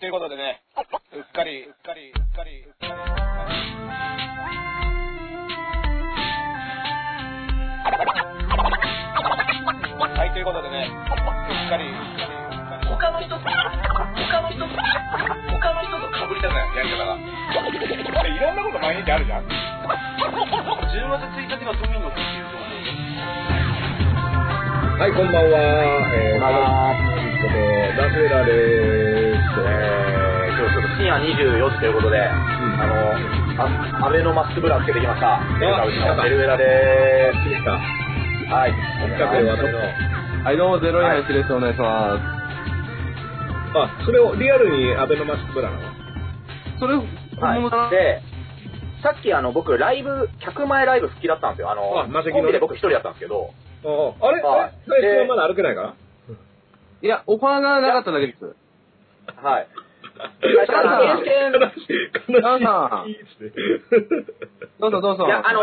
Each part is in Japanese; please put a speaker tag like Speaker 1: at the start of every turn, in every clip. Speaker 1: ということでね、うっかり、うっかり、うっかり、うっかり。うっかりはい、ということでね、うっかり、うっかり、うっ
Speaker 2: 他
Speaker 1: かり。
Speaker 2: の人と、他の人と、他の人と被りたくない、やり方が。
Speaker 1: いろんなこと毎日あるじゃん。
Speaker 2: 10月1日が都民の日っていうところ
Speaker 3: はい、こんばんは。えー、
Speaker 4: こんばんは
Speaker 3: こと、ダースベイダーで
Speaker 4: 今日ちょっと深夜24時ということで、あの、あアベノマスクブラつけてきました。ベルカウチのベルベラで
Speaker 3: ーす。いいですか
Speaker 4: す。はい。
Speaker 3: 近くで私の。
Speaker 5: はい、どうも、ゼロイチです。お願いしま
Speaker 3: あ、それをリアルにアベノマスクブラなの
Speaker 5: す。それ、
Speaker 4: は。
Speaker 5: 本物だない
Speaker 4: で、さっきあの、僕、ライブ、客前ライブ復帰だったんですよ。あの、
Speaker 3: あマセキの
Speaker 4: コンビで僕一人だったんですけど、
Speaker 3: あああれ
Speaker 4: は
Speaker 3: あ
Speaker 4: い
Speaker 3: れ
Speaker 4: で
Speaker 3: 最初はまだ歩けないから
Speaker 5: いや、オファーがなかっただけです。
Speaker 4: はい。
Speaker 3: 悲し
Speaker 5: ダン
Speaker 4: さん
Speaker 3: い、悲
Speaker 5: ダンさ
Speaker 3: し
Speaker 5: ん
Speaker 3: い。いいっすね。
Speaker 5: どうぞどうぞ。
Speaker 4: いや、あの、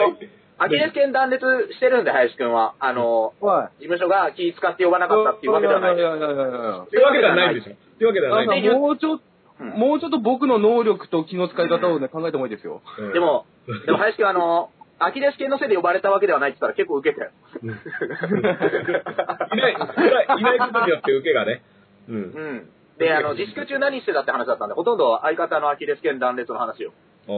Speaker 4: アキレス腱断裂してるんで、林くんは。あの、
Speaker 5: おい。
Speaker 4: 事務所が気使って呼ばなかったっていうわけではない
Speaker 5: い。やいやいやいや
Speaker 3: というわけではないでしょ。というわけではない
Speaker 5: ダンさんもうちょっ
Speaker 4: う
Speaker 5: と、
Speaker 4: ん
Speaker 5: もうちょっと僕の能力と気の使い方をね、考えた方がいいですよ。
Speaker 3: うん
Speaker 4: で、も、でも林くん、あの、アキレス腱のせいで呼ばれたわけではないって言ったら結構ウケたよ。
Speaker 3: いない、いない、いないことによって受けがね。うん。
Speaker 4: うん。で、あの、自粛中何してたって話だったんで、ほとんど相方のアキレス腱断裂の話を。
Speaker 3: あ
Speaker 5: う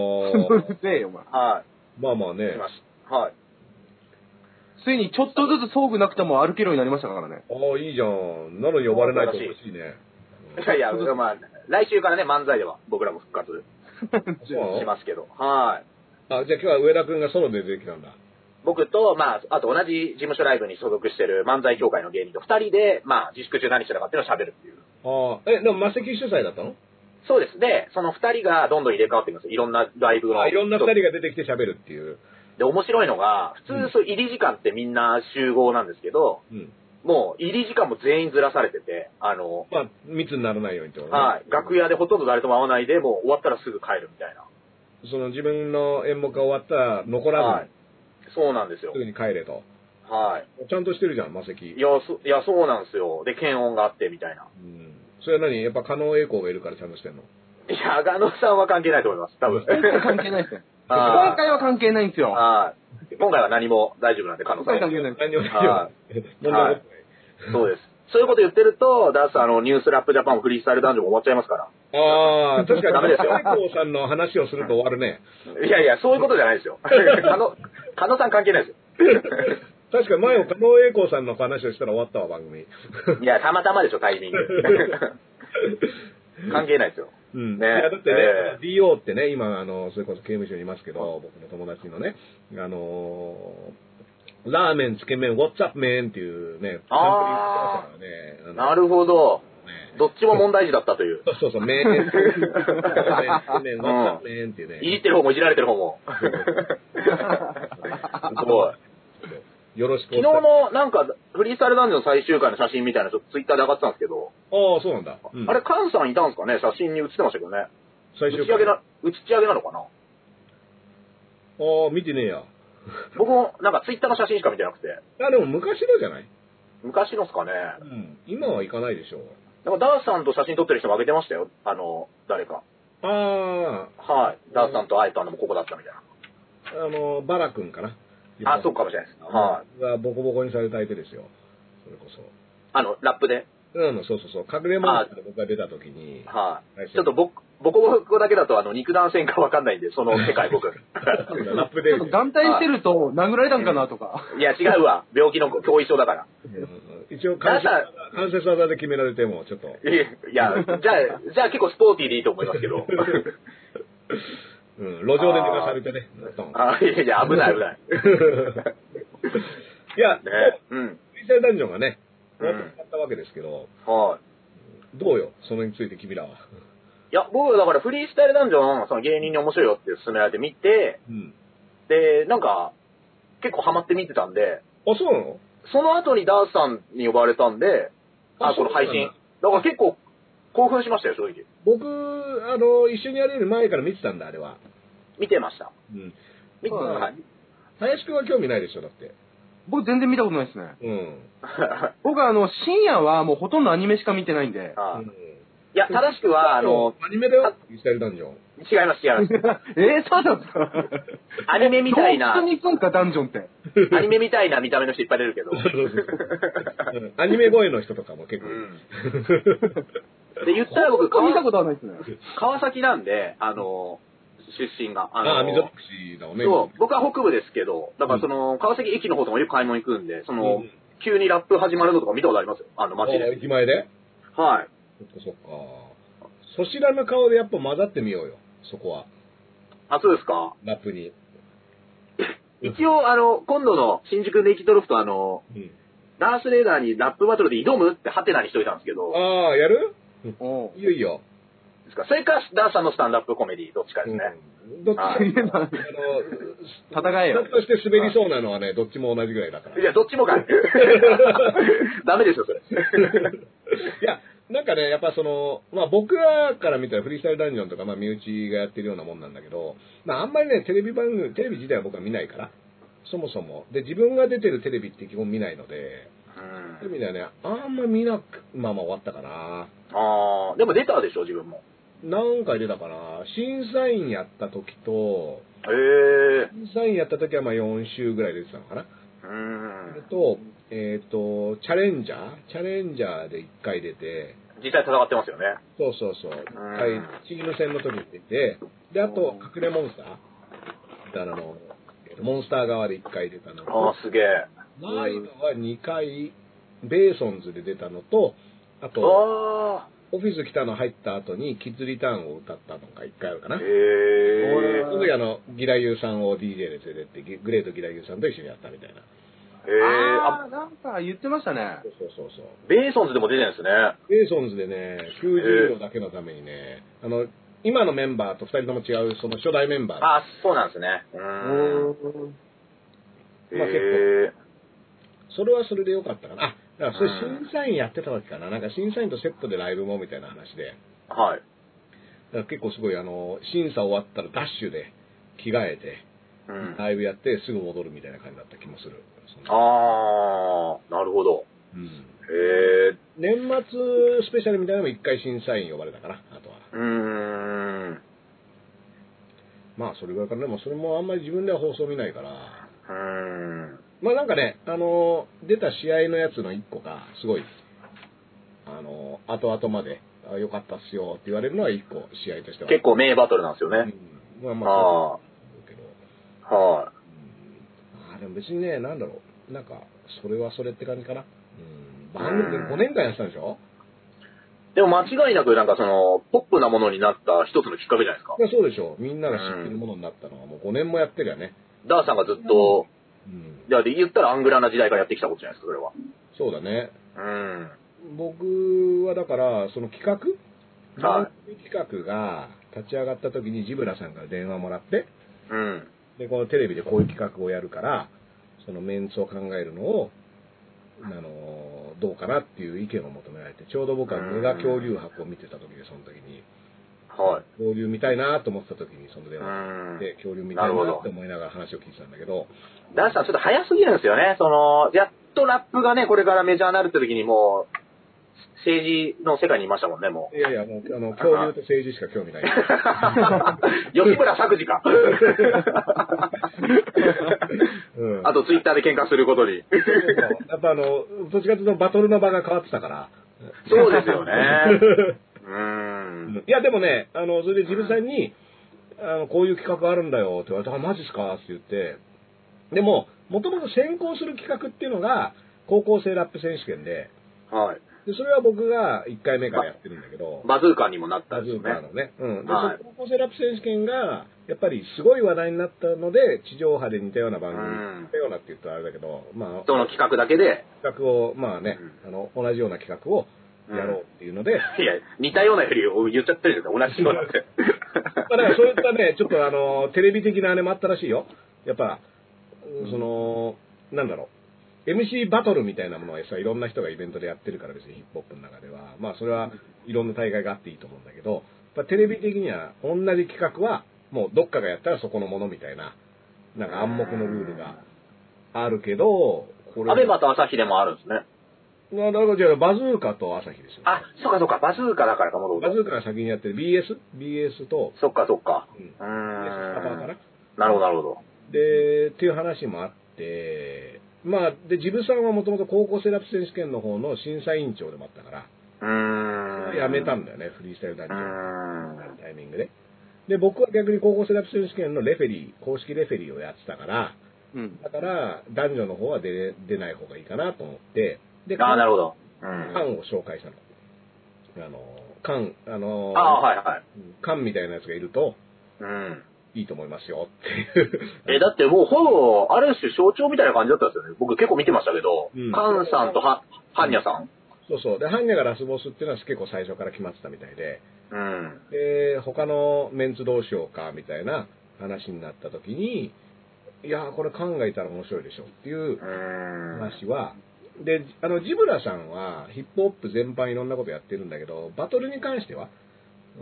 Speaker 3: ー
Speaker 5: る せえよ、お前。
Speaker 4: は
Speaker 3: まあまあ
Speaker 4: い。
Speaker 3: ね
Speaker 4: し。ました。はい。
Speaker 5: ついにちょっとずつ装具なくても歩けるようになりましたからね。
Speaker 3: ああ、いいじゃん。なのに呼ばれないとおかしいね。
Speaker 4: いやいや、まあ、来週からね、漫才では僕らも復活
Speaker 3: そう
Speaker 4: しますけど。はい。
Speaker 3: あ、じゃあ今日は上田くんがソロで出てきたんだ。
Speaker 4: 僕と、まあ、あと同じ事務所ライブに所属してる漫才協会の芸人と二人で、まあ、自粛中何してたかっていうのを喋るっていう。
Speaker 3: ああ、え、でも、魔石主催だったの
Speaker 4: そうです。で、その二人がどんどん入れ替わっていくんですよ。いろんなライブの。
Speaker 3: あいろんな二人が出てきて喋るっていう。
Speaker 4: で、面白いのが、普通、そう入り時間ってみんな集合なんですけど、
Speaker 3: うん。
Speaker 4: もう入り時間も全員ずらされてて、あの、
Speaker 3: まあ、密にならないようにってことね。
Speaker 4: はい、楽屋でほとんど誰とも会わないで、もう終わったらすぐ帰るみたいな。
Speaker 3: その自分の演目が終わったら残
Speaker 4: は
Speaker 3: ら
Speaker 4: い。そうなんです
Speaker 3: ず
Speaker 4: よ
Speaker 3: に、す。ぐに帰れと。
Speaker 4: は
Speaker 3: ちゃんとしてるじゃん、魔石。
Speaker 4: い。いや、そいやそうなんですよ。で、検温があってみたいな。
Speaker 3: うん。それは何やっぱ、加納栄光がいるからちゃんとしてんの。
Speaker 4: いや、ガノさんは関係ないと思います。多分。
Speaker 5: 今回は 関係ないですね。
Speaker 4: あー
Speaker 5: 今回は関係ないんですよ。
Speaker 4: はい。今回は何も大丈夫なんで、カノさ
Speaker 5: 今回関
Speaker 4: ん。
Speaker 5: 係ないです。
Speaker 3: 何にも
Speaker 4: は
Speaker 3: ないよ。 問題ない。
Speaker 4: そうです。そういうこと言ってると、ダース、あの、ニュースラップジャパンもフリースタイルダンジョンも終わっちゃいますか
Speaker 3: ああ、確かに、
Speaker 4: ダメですよ
Speaker 3: 加納栄光さんの話をすると終わるね。
Speaker 4: ら。いやいや、そういうことじゃないですよ。 カノ、カノさん関係ないですよ。
Speaker 3: 確かに前を加納栄光さんの話をしたら終わったわ、番組。
Speaker 4: いや、たまたまでしょ、タイミング。関係ないですよ。
Speaker 3: うん
Speaker 4: ね
Speaker 3: いやだってね、
Speaker 4: え
Speaker 3: DO ってね、今あの、それこそ刑務所にいますけど、僕の友達のね、あのーラーメン、つけ麺、ウォッツアップ麺っていうね、
Speaker 4: あ
Speaker 3: サンプリングしてますからね、あの
Speaker 4: なるほど。どっちも問題児だった という。
Speaker 3: そうそうそう、麺、麺、つけ麺、ウォッツアップ麺っていう
Speaker 4: いじっ
Speaker 3: ね、
Speaker 4: てる方もいじられてる方も。すごい。
Speaker 3: よろしく
Speaker 4: 昨日のなんか、フリースタイルダンジョン最終回の写真みたいな、ちょっとツイッターで上がってたんですけど、
Speaker 3: ああ、そうなんだ。うん
Speaker 4: あれ、カンさんいたんですかね写真に写ってましたけどね。打
Speaker 3: 最
Speaker 4: ち
Speaker 3: 終
Speaker 4: 上げ
Speaker 3: 回。あ
Speaker 4: な、打ち上げなのかな
Speaker 3: あ、見てねえや。
Speaker 4: 僕もなんかツイッターの写真しか見てなくて。
Speaker 3: あ、でも昔のじゃない
Speaker 4: 昔のっすかね。
Speaker 3: うん。今は行かないでしょう。
Speaker 4: なんかダースさんと写真撮ってる人も上げてましたよ。あの、誰か。
Speaker 3: あ
Speaker 4: はい。ダースさんと会えたのもここだったみたい
Speaker 3: あ、あの、バラ君かな。
Speaker 4: な。あ、そうかもしれないです。はい。
Speaker 3: がボコボコにされた相手ですよ。それこそ。
Speaker 4: あの、ラップで。
Speaker 3: うん、そうそうそう。隠れマンスで僕が出た時に、
Speaker 4: はい、
Speaker 3: はい
Speaker 4: ちょっと僕、ボコボコだけだと、あの、肉弾戦かわかんないんで、その世 界僕。
Speaker 3: ラップ
Speaker 5: ち
Speaker 3: で
Speaker 5: ょっと眼帯してると殴られたんかなとか。
Speaker 4: いや、違うわ。病気の後遺症だから。
Speaker 3: 一応関節
Speaker 4: なんか、
Speaker 3: 関節技で決められても、ちょっと。
Speaker 4: いや、じゃあ、じゃあ結構スポーティーでいいと思いますけど。
Speaker 3: うん、路上で寝かされてね。ドン
Speaker 4: あいやいや、危ない危ない。
Speaker 3: いや、
Speaker 4: ね。うん。
Speaker 3: 水彩ダンジョンがね、
Speaker 4: うん
Speaker 3: 終わったわけですけど、
Speaker 4: はい。
Speaker 3: どうよ、それについて君らは。
Speaker 4: いや、僕、だからフリースタイルダンジョン、その芸人に面白いよって勧められて見て、
Speaker 3: うん。
Speaker 4: で、なんか、結構ハマって見てたんで、
Speaker 3: あ、そうなの
Speaker 4: その後にダースさんに呼ばれたんで、あ、この配信。。だから結構、興奮しましたよ、正直。
Speaker 3: 僕、あの、一緒にやれる前から見てたんだ、あれは。
Speaker 4: 見てました。
Speaker 3: うん。
Speaker 4: 見て
Speaker 5: そうなんだ
Speaker 4: はい。
Speaker 3: 林くんは興味ないでしょ、だって。
Speaker 5: 僕全然見たことないですね。
Speaker 3: うん。
Speaker 5: 僕はあの、深夜はもうほとんどアニメしか見てないんで、
Speaker 4: あ
Speaker 3: うん
Speaker 4: いや、正しくは、あの、
Speaker 3: アニメだよ、ミスタイルダンジョン。
Speaker 4: 違います、違います。
Speaker 5: えー、そうなんです か
Speaker 4: アニメみたいな
Speaker 5: 洞窟に行くんか、ダンジョンって。
Speaker 4: アニメみたいな見た目の人いっぱい出るけど。
Speaker 3: うんアニメ声の人とかも結構。
Speaker 4: うん で、言ったら僕、
Speaker 5: 見た
Speaker 4: 川
Speaker 5: ことはないですね。
Speaker 4: 川崎なんで、あの、出身が。あの
Speaker 3: ああ、溝口だね。
Speaker 4: そう、僕は北部ですけど、だからその、川崎駅の方とかよく買い物行くんで、その、
Speaker 3: うん
Speaker 4: 急にラップ始まるのとか見たことありますよ。あの、
Speaker 3: あ
Speaker 4: 街で。
Speaker 3: 駅前で
Speaker 4: はい。
Speaker 3: そっかそっか。そしらの顔でやっぱ混ざってみようよ、そこは。
Speaker 4: あ、そうですか。
Speaker 3: ラップに。うん
Speaker 4: 一応、あの、今度の新宿ネイキッドロフト、あの、
Speaker 3: うん
Speaker 4: ダースレーダーにラップバトルで挑むってハテナにしといたんですけど、で
Speaker 3: ああ、やる
Speaker 5: おう
Speaker 3: いいよいいよ。
Speaker 4: すかそれか、ダースさんのスタンダップコメディ、どっちかですね。
Speaker 3: うんどっち
Speaker 4: は
Speaker 3: か。
Speaker 4: い
Speaker 3: あ
Speaker 5: 言え ば
Speaker 3: の、
Speaker 5: 戦えよ
Speaker 3: だとして滑りそうなのはね、どっちも同じぐらいだから。
Speaker 4: いや、どっち もかい。ダメですよ、それ。
Speaker 3: いや、なんかね、やっぱその、まあ僕らから見たらフリースタイルダンジョンとか、まあ身内がやってるようなもんなんだけど、まああんまりね、テレビ番組、テレビ自体は僕は見ないから、そもそも。で、自分が出てるテレビって基本見ないので、そういう意味ではね、あんま見なく、まあまあ終わったかな。
Speaker 4: ああ、でも出たでしょ、自分も。
Speaker 3: 何回出たかな。審査員やった時と、
Speaker 4: へえ。
Speaker 3: 審査員やった時はまあ4週ぐらい出てたのかな。
Speaker 4: うん。
Speaker 3: と、えっ、と、チャレンジャーチャレンジャーで1回出て、
Speaker 4: 実際戦ってますよね。
Speaker 3: そうそうそう。
Speaker 4: ん
Speaker 3: はい、チーム戦の時に出て、で、あと、隠れモンスターだからあの、えっとモンスター側で1回出たの
Speaker 4: ああ
Speaker 3: と、、
Speaker 4: すげえ。
Speaker 3: ナイドは2回、ベーソンズで出たのと、あと、
Speaker 4: あ
Speaker 3: オフィス来たの入った後に、キッズリターンを歌ったのが1回あるか
Speaker 4: あ。
Speaker 3: な。
Speaker 4: へえ。
Speaker 3: その時あの、ギラユーさんを DJ で連れてって、グレートギラユーさんと一緒にやったみたいな。
Speaker 4: へえ。
Speaker 5: あ
Speaker 4: あ、
Speaker 5: ー、なんか言ってましたね。
Speaker 3: そうそうそうそう。
Speaker 4: ベーソンズでも出てるんですね。
Speaker 3: ベーソンズでね、90秒だけのためにね、あの、今のメンバーと2人とも違う、その初代メンバー
Speaker 4: ああ、そうなんですね。うーん。
Speaker 3: まあ結構
Speaker 4: へえ。
Speaker 3: それはそれでよかったかな。あ、だからそれ
Speaker 4: うん
Speaker 3: 審査員やってた時かな。なんか審査員とセットでライブもみたいな話で。
Speaker 4: は
Speaker 3: だ
Speaker 4: い。
Speaker 3: から結構すごい、あの、審査終わったらダッシュで着替えて、
Speaker 4: うん。
Speaker 3: ライブやってすぐ戻るみたいな感じだった気もする。そんな
Speaker 4: ああ、なるほど。
Speaker 3: うん
Speaker 4: へえ。
Speaker 3: 年末スペシャルみたいなのも一回審査員呼ばれたかな、あとは。
Speaker 4: うーん。う
Speaker 3: まあそれぐらいかな。でもそれもあんまり自分では放送見ないから。
Speaker 4: ーん。
Speaker 3: まあなんかね、あのー出た試合のやつの一個が、すごい、あのー後々まで、あ良かったっすよって言われるのは一個試合としては。
Speaker 4: 結構名バトルなんですよね。
Speaker 3: うん、まあまあ、
Speaker 4: あ
Speaker 3: そうだけど、う
Speaker 4: あ。はい。
Speaker 3: ん、あーでも別にね、なんだろう、なんか、それはそれって感じかな。うん、番組で5年間やってたんでしょ
Speaker 4: でも間違いなくなんかその、ポップなものになった一つのきっかけじゃないですか
Speaker 3: い。やそうでしょ。みんなが知ってるものになったのはもう5年もやってるよね。
Speaker 4: ダーさんがずっと、
Speaker 3: うん、
Speaker 4: いや、で言ったらアングラな時代からやってきたことじゃないですか、それは。
Speaker 3: そうだね。
Speaker 4: うん。
Speaker 3: 僕はだから、その企画
Speaker 4: はい
Speaker 3: 番組企画が立ち上がった時にジブラさんから電話もらって、
Speaker 4: うん。
Speaker 3: で、このテレビでこういう企画をやるから、そのメンツを考えるのを、あの、どうかなっていう意見を求められて、ちょうど僕はメガ恐竜博を見てた時で、その時に、
Speaker 4: はい。
Speaker 3: 恐竜見たいなと思ってた時に、その電
Speaker 4: う
Speaker 3: 話
Speaker 4: ん。
Speaker 3: で恐竜見たいなって思いながら話を聞いてたんだけど、
Speaker 4: ダンスさんちょっと早すぎるんですよね。その、やっとラップがね、これからメジャーになるって時にもう、政治の世界にいましたもんね、もう。
Speaker 3: いやいや、もう、あの、恐竜と政治しか興味 ない。
Speaker 4: 吉村作治か。
Speaker 3: うん。
Speaker 4: あとツイッターで喧嘩することに。
Speaker 3: やっぱあの、どっちかというとバトルの場が変わってたから、
Speaker 4: そうで すよね。うん。
Speaker 3: いや、でもね、あの、それでジブさんに、あの、こういう企画あるんだよって言われて、あ、マジっすかって言って、でも、もともと先行する企画っていうのが、高校生ラップ選手権で、
Speaker 4: はい。
Speaker 3: でそれは僕が1回目からやってるんだけど、
Speaker 4: バズーカにもなった
Speaker 3: バ
Speaker 4: ん
Speaker 3: ズ
Speaker 4: ですよ
Speaker 3: ーカー
Speaker 4: ね。
Speaker 3: のね。うん。で、
Speaker 4: はい
Speaker 3: その高校生ラップ選手権が、やっぱりすごい話題になったので、地上波で似たような番組、
Speaker 4: うん
Speaker 3: 似たようなって言ったらあれだけど、まあ、
Speaker 4: その企画だけで、
Speaker 3: 企画を、まあね、あの、同じような企画をやろうっていうので、
Speaker 4: いや、似たようなより言っちゃってるじゃないで すか、同じようなって。
Speaker 3: まあ、だからそういったね、ちょっとあの、テレビ的なあれもあったらしいよ。やっぱ、その、なんだろう。MC バトルみたいなものはさ、いろんな人がイベントでやってるから別にヒップホップの中では。まあそれはいろんな大会があっていいと思うんだけど、やっぱテレビ的には同じ企画はもうどっかがやったらそこのものみたいな、なんか暗黙のルールがあるけど、こ
Speaker 4: アベマと朝日でもあるんですね。
Speaker 3: なだからじゃあバズーカと朝日ですよ。
Speaker 4: あ、そっかそっか、バズーカだからか、もとも
Speaker 3: バ
Speaker 4: と。
Speaker 3: ズーカが先にやってる BS?BS と、
Speaker 4: そっかそっか。
Speaker 3: うん
Speaker 4: うー。
Speaker 3: BS パパかなん
Speaker 4: なるほど、なるほど。
Speaker 3: で、っていう話もあって、まあ、で、ジブさんはもともと高校セラピ選手権の方の審査委員長でもあったから、
Speaker 4: うーん。
Speaker 3: やめたんだ
Speaker 4: だ。
Speaker 3: よね、フリースタイル団
Speaker 4: うー
Speaker 3: 長
Speaker 4: ん。
Speaker 3: タイミングで。で、僕は逆に高校セラピ選手権のレフェリー、公式レフェリーをやってたから、
Speaker 5: うん。
Speaker 3: だから男女の方は出れ出ない方がいいかなと思って、で、
Speaker 4: ああ、な
Speaker 3: カ
Speaker 4: るほど。うん。
Speaker 3: ンを紹介したの。あの、カン、あの、
Speaker 4: ああ、はいはい。
Speaker 3: カンみたいなやつがいると
Speaker 4: うん。
Speaker 3: いいと思いますよっていう。
Speaker 4: え、だってもうほぼ、ある種象徴みたいな感じだったんですよね。僕結構見てましたけど、
Speaker 3: うん
Speaker 4: カンさんとハハンニャさん。
Speaker 3: そうそう。で、ハンニャがラスボスっていうのは結構最初から決まってたみたいで、
Speaker 4: うん。
Speaker 3: で、他のメンツどうしようかみたいな話になった時に、いやー、これカンがいたら面白いでしょっていう
Speaker 4: うーん。
Speaker 3: 話は、で、あの、ジブラさんはヒップホップ全般いろんなことやってるんだけど、バトルに関しては、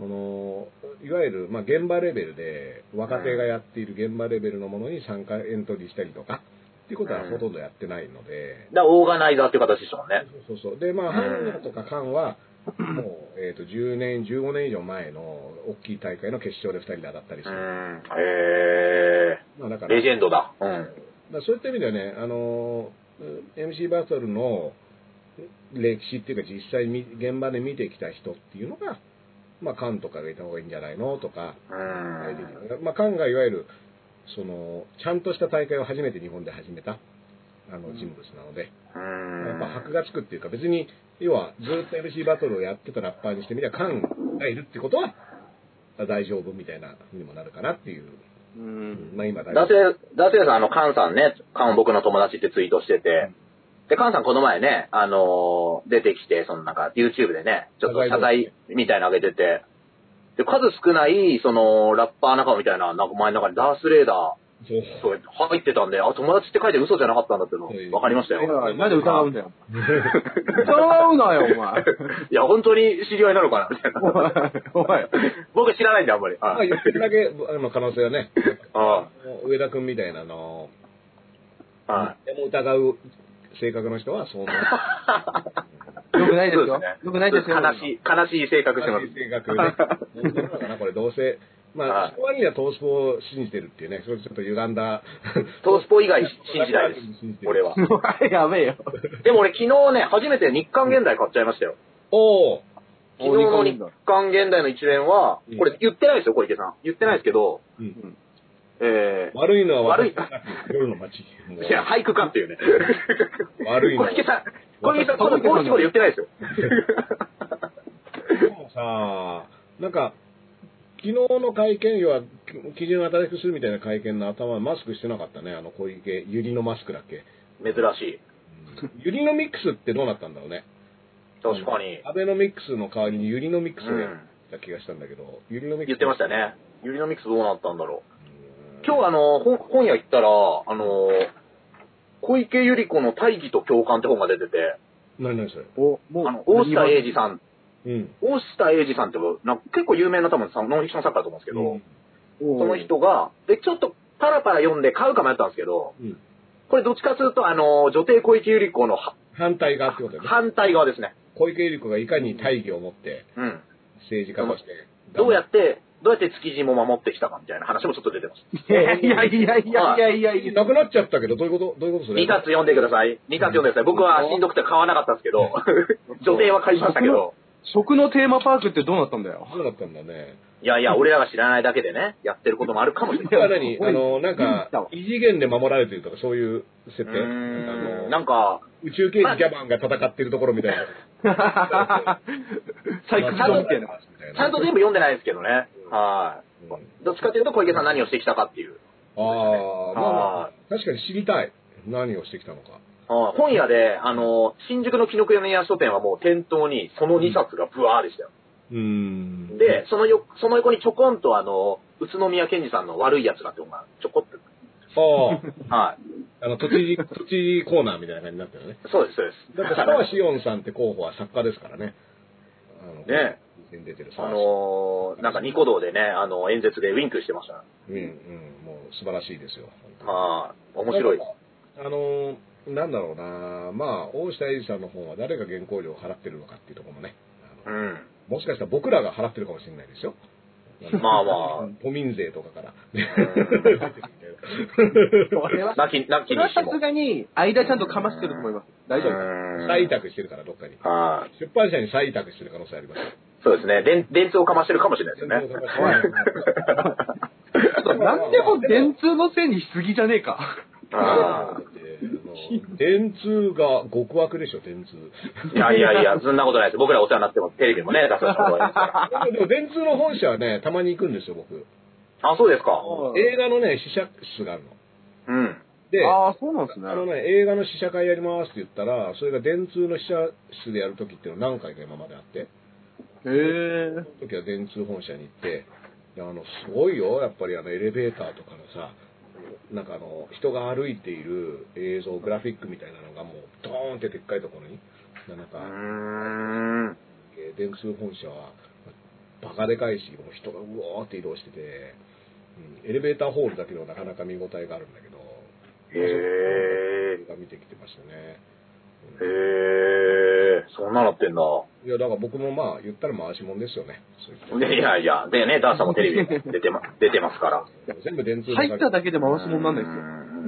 Speaker 3: あの、いわゆる、まあ、現場レベルで、若手がやっている現場レベルのものに参加、エントリーしたりとか、っていうことはほとんどやってないので、
Speaker 4: だからオーガナイザーっていう形でしたもんね。
Speaker 3: そうそう。で、まあ、ハンガーとかカンは、もう、えっ、と、10年、15年以上前の大きい大会の決勝で2人で当たったりして
Speaker 4: う
Speaker 3: る、
Speaker 4: ん。へ
Speaker 3: まあ、だか
Speaker 4: え。
Speaker 3: ら、
Speaker 4: レジェンドだ。うん。
Speaker 3: まあ、そういった意味ではね、あのー、MC バトルの歴史っていうか、実際に現場で見てきた人っていうのが、まあ、カンとかがいた方がいいんじゃないのとか、
Speaker 4: うん。
Speaker 3: まあ、カンがいわゆる、その、ちゃんとした大会を初めて日本で始めた、あの、人物なので、やっぱ箔がつくっていうか、別に、要は、ずっと MC バトルをやってたラッパーにしてみりゃ、カンがいるってことは、あ大丈夫みたいなふうにもなるかなっていう、
Speaker 5: うん。
Speaker 3: まあ今大
Speaker 4: ダセ、ダセさん、あの、カンさんね、カン僕の友達ってツイートしてて、で、カンさんこの前ね、あのー出てきて、そのなんか YouTube でね、ちょっと謝
Speaker 3: 謝罪
Speaker 4: 罪みたいなの上げてて、で、数少ない、その、ラッパー仲間みたいな、なんか前の中にダースレーダ
Speaker 3: そう
Speaker 4: ー、 そう入ってたんで、あ、友達って書いて嘘じゃなかったんだっていうの、分かりましたよ。
Speaker 5: なんで疑うんだよ。疑うなよ、お前。
Speaker 4: いや、本当に知り合いなのかなみたいな。
Speaker 5: お前、お前。
Speaker 4: 僕知らないんで、あんまり。
Speaker 3: まあ、言ってるだけあの可能性はね、
Speaker 4: あ
Speaker 3: 上田君みたいなあの、
Speaker 4: あ、はい。
Speaker 3: でも疑う性格の人は そう思う。
Speaker 5: よくないです
Speaker 4: そう
Speaker 5: よ。
Speaker 4: ですね
Speaker 5: よくないですよ。
Speaker 4: 悲しい、悲しい性格してま
Speaker 3: 正
Speaker 4: す。
Speaker 3: 性格 ね。どうなのかな、これ、どうせ。ま
Speaker 4: は
Speaker 3: あ、
Speaker 4: い
Speaker 3: 昭和にはトースポを信じてるっていうね、それちょっと歪んだ。
Speaker 4: トースポ以外信じないです
Speaker 3: 信じて。る
Speaker 4: 俺は。
Speaker 5: お前、やべえよ。
Speaker 4: でも俺昨日ね、初めて日刊現代買っちゃいましたよ。
Speaker 3: おお
Speaker 4: 昨日の日刊現代の一連は
Speaker 3: うん、
Speaker 4: これ言ってないですよ、小池さん。言ってないですけど、
Speaker 3: うん
Speaker 4: えー、
Speaker 3: 悪いのは
Speaker 4: 悪い
Speaker 3: 夜の街。もう
Speaker 4: いや、俳句かっていうね。
Speaker 3: 悪いの
Speaker 4: 小
Speaker 3: は。
Speaker 4: 池さん、小池さん、この公式まで言ってないですよ。
Speaker 3: でもさ、なんか、昨日の会見、要は、基準を新しくするみたいな会見の頭はマスクしてなかったね、あの小池、ユリのマスクだっけ。
Speaker 4: 珍しい。
Speaker 3: ユリノミックスってどうなったんだろうね。
Speaker 4: 確かに。
Speaker 3: アベノミックスの代わりにユリノミックスを
Speaker 4: う
Speaker 3: やっ
Speaker 4: ん
Speaker 3: た気がしたんだけど、ユリノミックス。
Speaker 4: 言ってましたね。ユリノミクスどうなったんだろう。
Speaker 3: うん。
Speaker 4: 今日あの、本本屋行ったら、あの、小池百合子の大義と共感って本が出てて、
Speaker 3: 何何それ。
Speaker 5: お、もう
Speaker 4: あの、大下英二さん、
Speaker 3: うん。
Speaker 4: 大下英二さんってなんか結構有名な多分さノンフィクション作家だと思うんですけど、
Speaker 5: こ
Speaker 4: この。人が、で、ちょっとパラパラ読んで買うか迷ったんですけど、
Speaker 3: うん
Speaker 4: これどっちかというと、あの、女帝小池百合子のは
Speaker 3: 反対側ってことだよね。
Speaker 4: 反対側ですね。
Speaker 3: 小池百合子がいかに大義を持って
Speaker 4: うん。
Speaker 3: 政治家として。
Speaker 4: どうやって、どうやって築地も守ってきたかみたいな話もちょっと出てます。
Speaker 5: いやいやいやいやいやいやいや。
Speaker 3: なくなっちゃったけど、どういうことどういうことそれ
Speaker 4: 2冊読んでください。2冊読んでください。僕はしんどくて買わなかったんですけど、 女帝は買いましたけど、
Speaker 5: 食のテーマパークってどうなったんだよ。
Speaker 3: どうだったんだね。
Speaker 4: いやいや、俺らが知らないだけでね、やってることもあるかもしれない。
Speaker 3: だから 何あの、なん
Speaker 5: うんだわ
Speaker 3: か、異次元で守られてるとか、そういう設定
Speaker 4: う
Speaker 3: あ
Speaker 4: ーん
Speaker 3: の
Speaker 4: なんか、
Speaker 3: 宇宙刑事ギャバンが戦ってるところみたいな。
Speaker 5: 最高みたいな。
Speaker 4: ちゃんと全部読んでないですけどね。はい、どっちかというと小池さん何をしてきたかっていう。
Speaker 3: ああ、まあまあ、
Speaker 4: は
Speaker 3: 確かに知りたい。何をしてきたのか。
Speaker 4: いはい本屋で、あの、新宿の紀ノ国屋書店はもう店頭にその2冊がブワーでしたよ。
Speaker 3: うーん。
Speaker 4: で、そのよ、その横にちょこんとあの、宇都宮健児さんの悪い奴がってのがちょこっと。
Speaker 3: あ
Speaker 4: はい。
Speaker 3: あ、あの、都知事、都知事コーナーみたいな感じになってるね。
Speaker 4: そうです、そうです。
Speaker 3: だって、沢志音さんって候補は作家ですからね。あの
Speaker 4: ね。
Speaker 3: に出てる
Speaker 4: あ
Speaker 3: 沢志音。
Speaker 4: のーなんかニコ動でね、あの、演説でウィンクしてました。
Speaker 3: うん、うん、もう素晴らしいですよ。本当に
Speaker 4: はい。面白い。
Speaker 3: あのーなんだろうな、まあ、大下英二さんの方は誰が原稿料を払ってるのかっていうところもね、あ
Speaker 4: う
Speaker 3: の
Speaker 4: ん。
Speaker 3: もしかしたら僕らが払ってるかもしれないですよ。
Speaker 4: まあま
Speaker 3: 都民税とかから。
Speaker 5: それは
Speaker 4: あ、、なき、なき
Speaker 5: それ
Speaker 4: に
Speaker 5: は
Speaker 4: して
Speaker 5: さ
Speaker 4: も
Speaker 5: す。がに、間ちゃんとかましてると思います。大丈夫です。
Speaker 4: うん
Speaker 3: 採択してるから、どっかに。
Speaker 4: はい。
Speaker 3: 出版社に採択してる可能性ありますよ。
Speaker 4: そうですね。電、電通をかましてるかもしれないですよね。
Speaker 5: ちょっと何でも電通のせいにしすぎじゃねえか。
Speaker 4: ああ。
Speaker 3: 電通が極悪でしょ、電通。
Speaker 4: いやいやい や、そんなことないです。僕らお世話になっても、テレビもね、出させてもらいますか
Speaker 3: でも電通の本社はね、たまに行くんですよ、僕。
Speaker 4: ら。あ、そうですか。
Speaker 3: 映画のね、試写室があるの。
Speaker 4: うん。
Speaker 3: で、あ
Speaker 5: ああ、そうなんですね。
Speaker 3: のね、映画の試写会やりますって言ったら、それが電通の試写室でやるときっていうのは何回か今まであって、
Speaker 5: へえ。
Speaker 3: その時は電通本社に行って、であの、すごいよ、やっぱりあの、エレベーターとかのさ、なんかあの、人が歩いている映像、グラフィックみたいなのがもう、ドーンってでっかいところに、なん
Speaker 4: う
Speaker 3: か、
Speaker 4: ーん。
Speaker 3: えー電通本社はバカでかいしもう人がうおーって移動してて、うんエレベーターホールだけどなかなか見応えがあるんだけど
Speaker 4: へえ。
Speaker 3: 見てきてましたね、
Speaker 4: へえ。そんなのってんだ。
Speaker 3: うんいやだから僕もまあ言ったら回しもんですよねそういった
Speaker 4: いやいや、でね、ダーさんもテレビに出 てま、出てますから。
Speaker 3: 全部電通のお
Speaker 5: 入
Speaker 3: か
Speaker 5: った
Speaker 3: げ
Speaker 5: だけで回しもんなんですよ。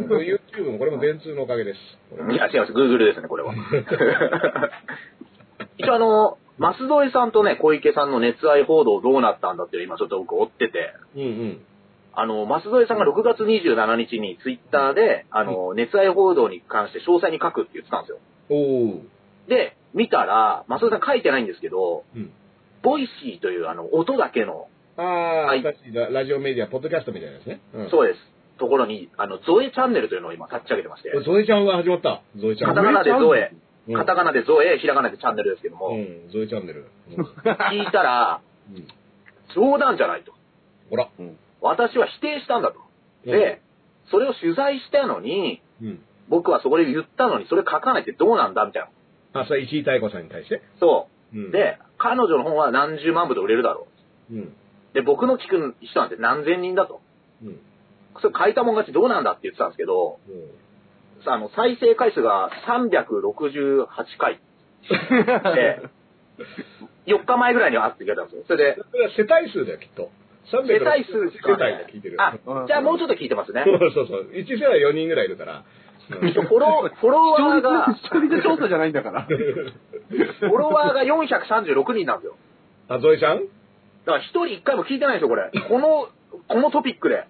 Speaker 4: す
Speaker 3: これ YouTube もこれも電通のおかげですこれも
Speaker 4: いや、違います。Google ですね、これは。 一応あの、舛添さんとね、小池さんの熱愛報道どうなったんだっていうのを今ちょっと僕追ってて、
Speaker 3: うんうん
Speaker 4: あの、舛添さんが6月27日にツイッターで、あの、熱愛報道に関して詳細に書くって言ってたんですよ。
Speaker 3: おお
Speaker 4: で、見たら、舛添さん書いてないんですけど、
Speaker 3: うん
Speaker 4: ボイシーというあの、音だけの、
Speaker 3: ああ、
Speaker 4: はい
Speaker 3: 新しいララジオメディア、ポッドキャストみたいなやつね。うん、
Speaker 4: そうです。ところに、あの、ゾエチャンネルというのを今立ち上げてまして、
Speaker 3: ゾエちゃんが始まった。ゾエちゃ
Speaker 4: カ
Speaker 3: ん。
Speaker 4: タカナでゾエ、
Speaker 3: うん
Speaker 4: カタカナでゾエ、ひらがなでチャンネルですけども、
Speaker 3: うん、ゾエチャンネル。うん
Speaker 4: 聞いたら、
Speaker 3: うん
Speaker 4: 冗談じゃないと。
Speaker 3: ほら。
Speaker 4: 私は否定したんだと。で、それを取材したのに、
Speaker 3: うん。
Speaker 4: 僕はそこで言ったのに、それ書かないってどうなんだみたいな。
Speaker 3: あ、それ石井太子さんに対して。
Speaker 4: そうう。
Speaker 3: ん、
Speaker 4: で、彼女の本は何十万部で売れるだろ
Speaker 3: うん。
Speaker 4: う。で、僕の聞く人なんて何千人だと。
Speaker 3: うん。
Speaker 4: それ書いたもん勝ちどうなんだって言ってたんですけど、さあの、再生回数が368回。 で、4日前ぐらいにはあって言われたんですよ。それで、
Speaker 3: それは世帯数だよ、きっと。360
Speaker 4: 世帯数し
Speaker 3: 世
Speaker 4: か
Speaker 3: 帯が聞いてる。
Speaker 4: あ、
Speaker 5: うん
Speaker 4: じゃあもうちょっと聞いてますね
Speaker 3: そ。うそうそう。1世帯4人ぐらいいるから。うん
Speaker 4: フォロー、フォロワ
Speaker 5: 一人
Speaker 4: ーが、
Speaker 5: で調査じゃないんだから。
Speaker 4: フォロワーが436人なんですよ。
Speaker 3: あ、ゾエちゃん
Speaker 4: だから一人一回も聞いてないですよ、これ。この、このトピックで。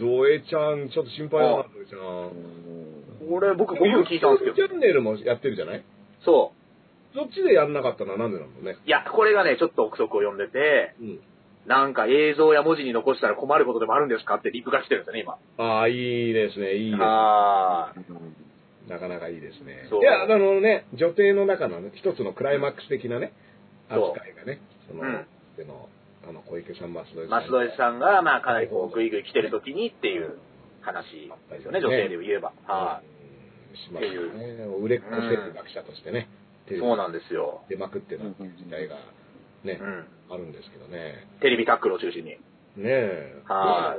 Speaker 3: ゾエちゃん、ちょっと心配だな
Speaker 4: あ、
Speaker 3: ゾエちゃん。
Speaker 4: これ僕5分聞いたんですけど。
Speaker 3: チャンネルもやってるじゃない
Speaker 4: そ
Speaker 3: そっちでやんなかったのはなんでなのね。
Speaker 4: う。いや、これがね、ちょっと憶測を読んでて、
Speaker 3: うん。
Speaker 4: なんか映像や文字に残したら困ることでもあるんですかってリプが来てるんですよね、今。
Speaker 3: ああ、いいですね、いいですね。
Speaker 4: あ
Speaker 3: なかなかいいですね。
Speaker 4: そう
Speaker 3: いや、あのね、女帝の中のね一つのクライマックス的なね、
Speaker 4: そう
Speaker 3: 扱いがね、その、
Speaker 4: うん
Speaker 3: での、あの、小池さん、舛添
Speaker 4: ー。
Speaker 3: さん。
Speaker 4: 松戸さんが、まあ、かなりこう、グイグイ来てる時にっていう話ですよね、女性で言えば。は
Speaker 3: うんしましたね。売れっ子政治学者としてね、テ
Speaker 4: い。
Speaker 3: レビ
Speaker 4: そうなんですよ。
Speaker 3: 出まくってた時代がね
Speaker 4: う、ん。
Speaker 3: あるんですけどね。
Speaker 4: テレビタックルを中心に。
Speaker 3: ねえ。
Speaker 4: は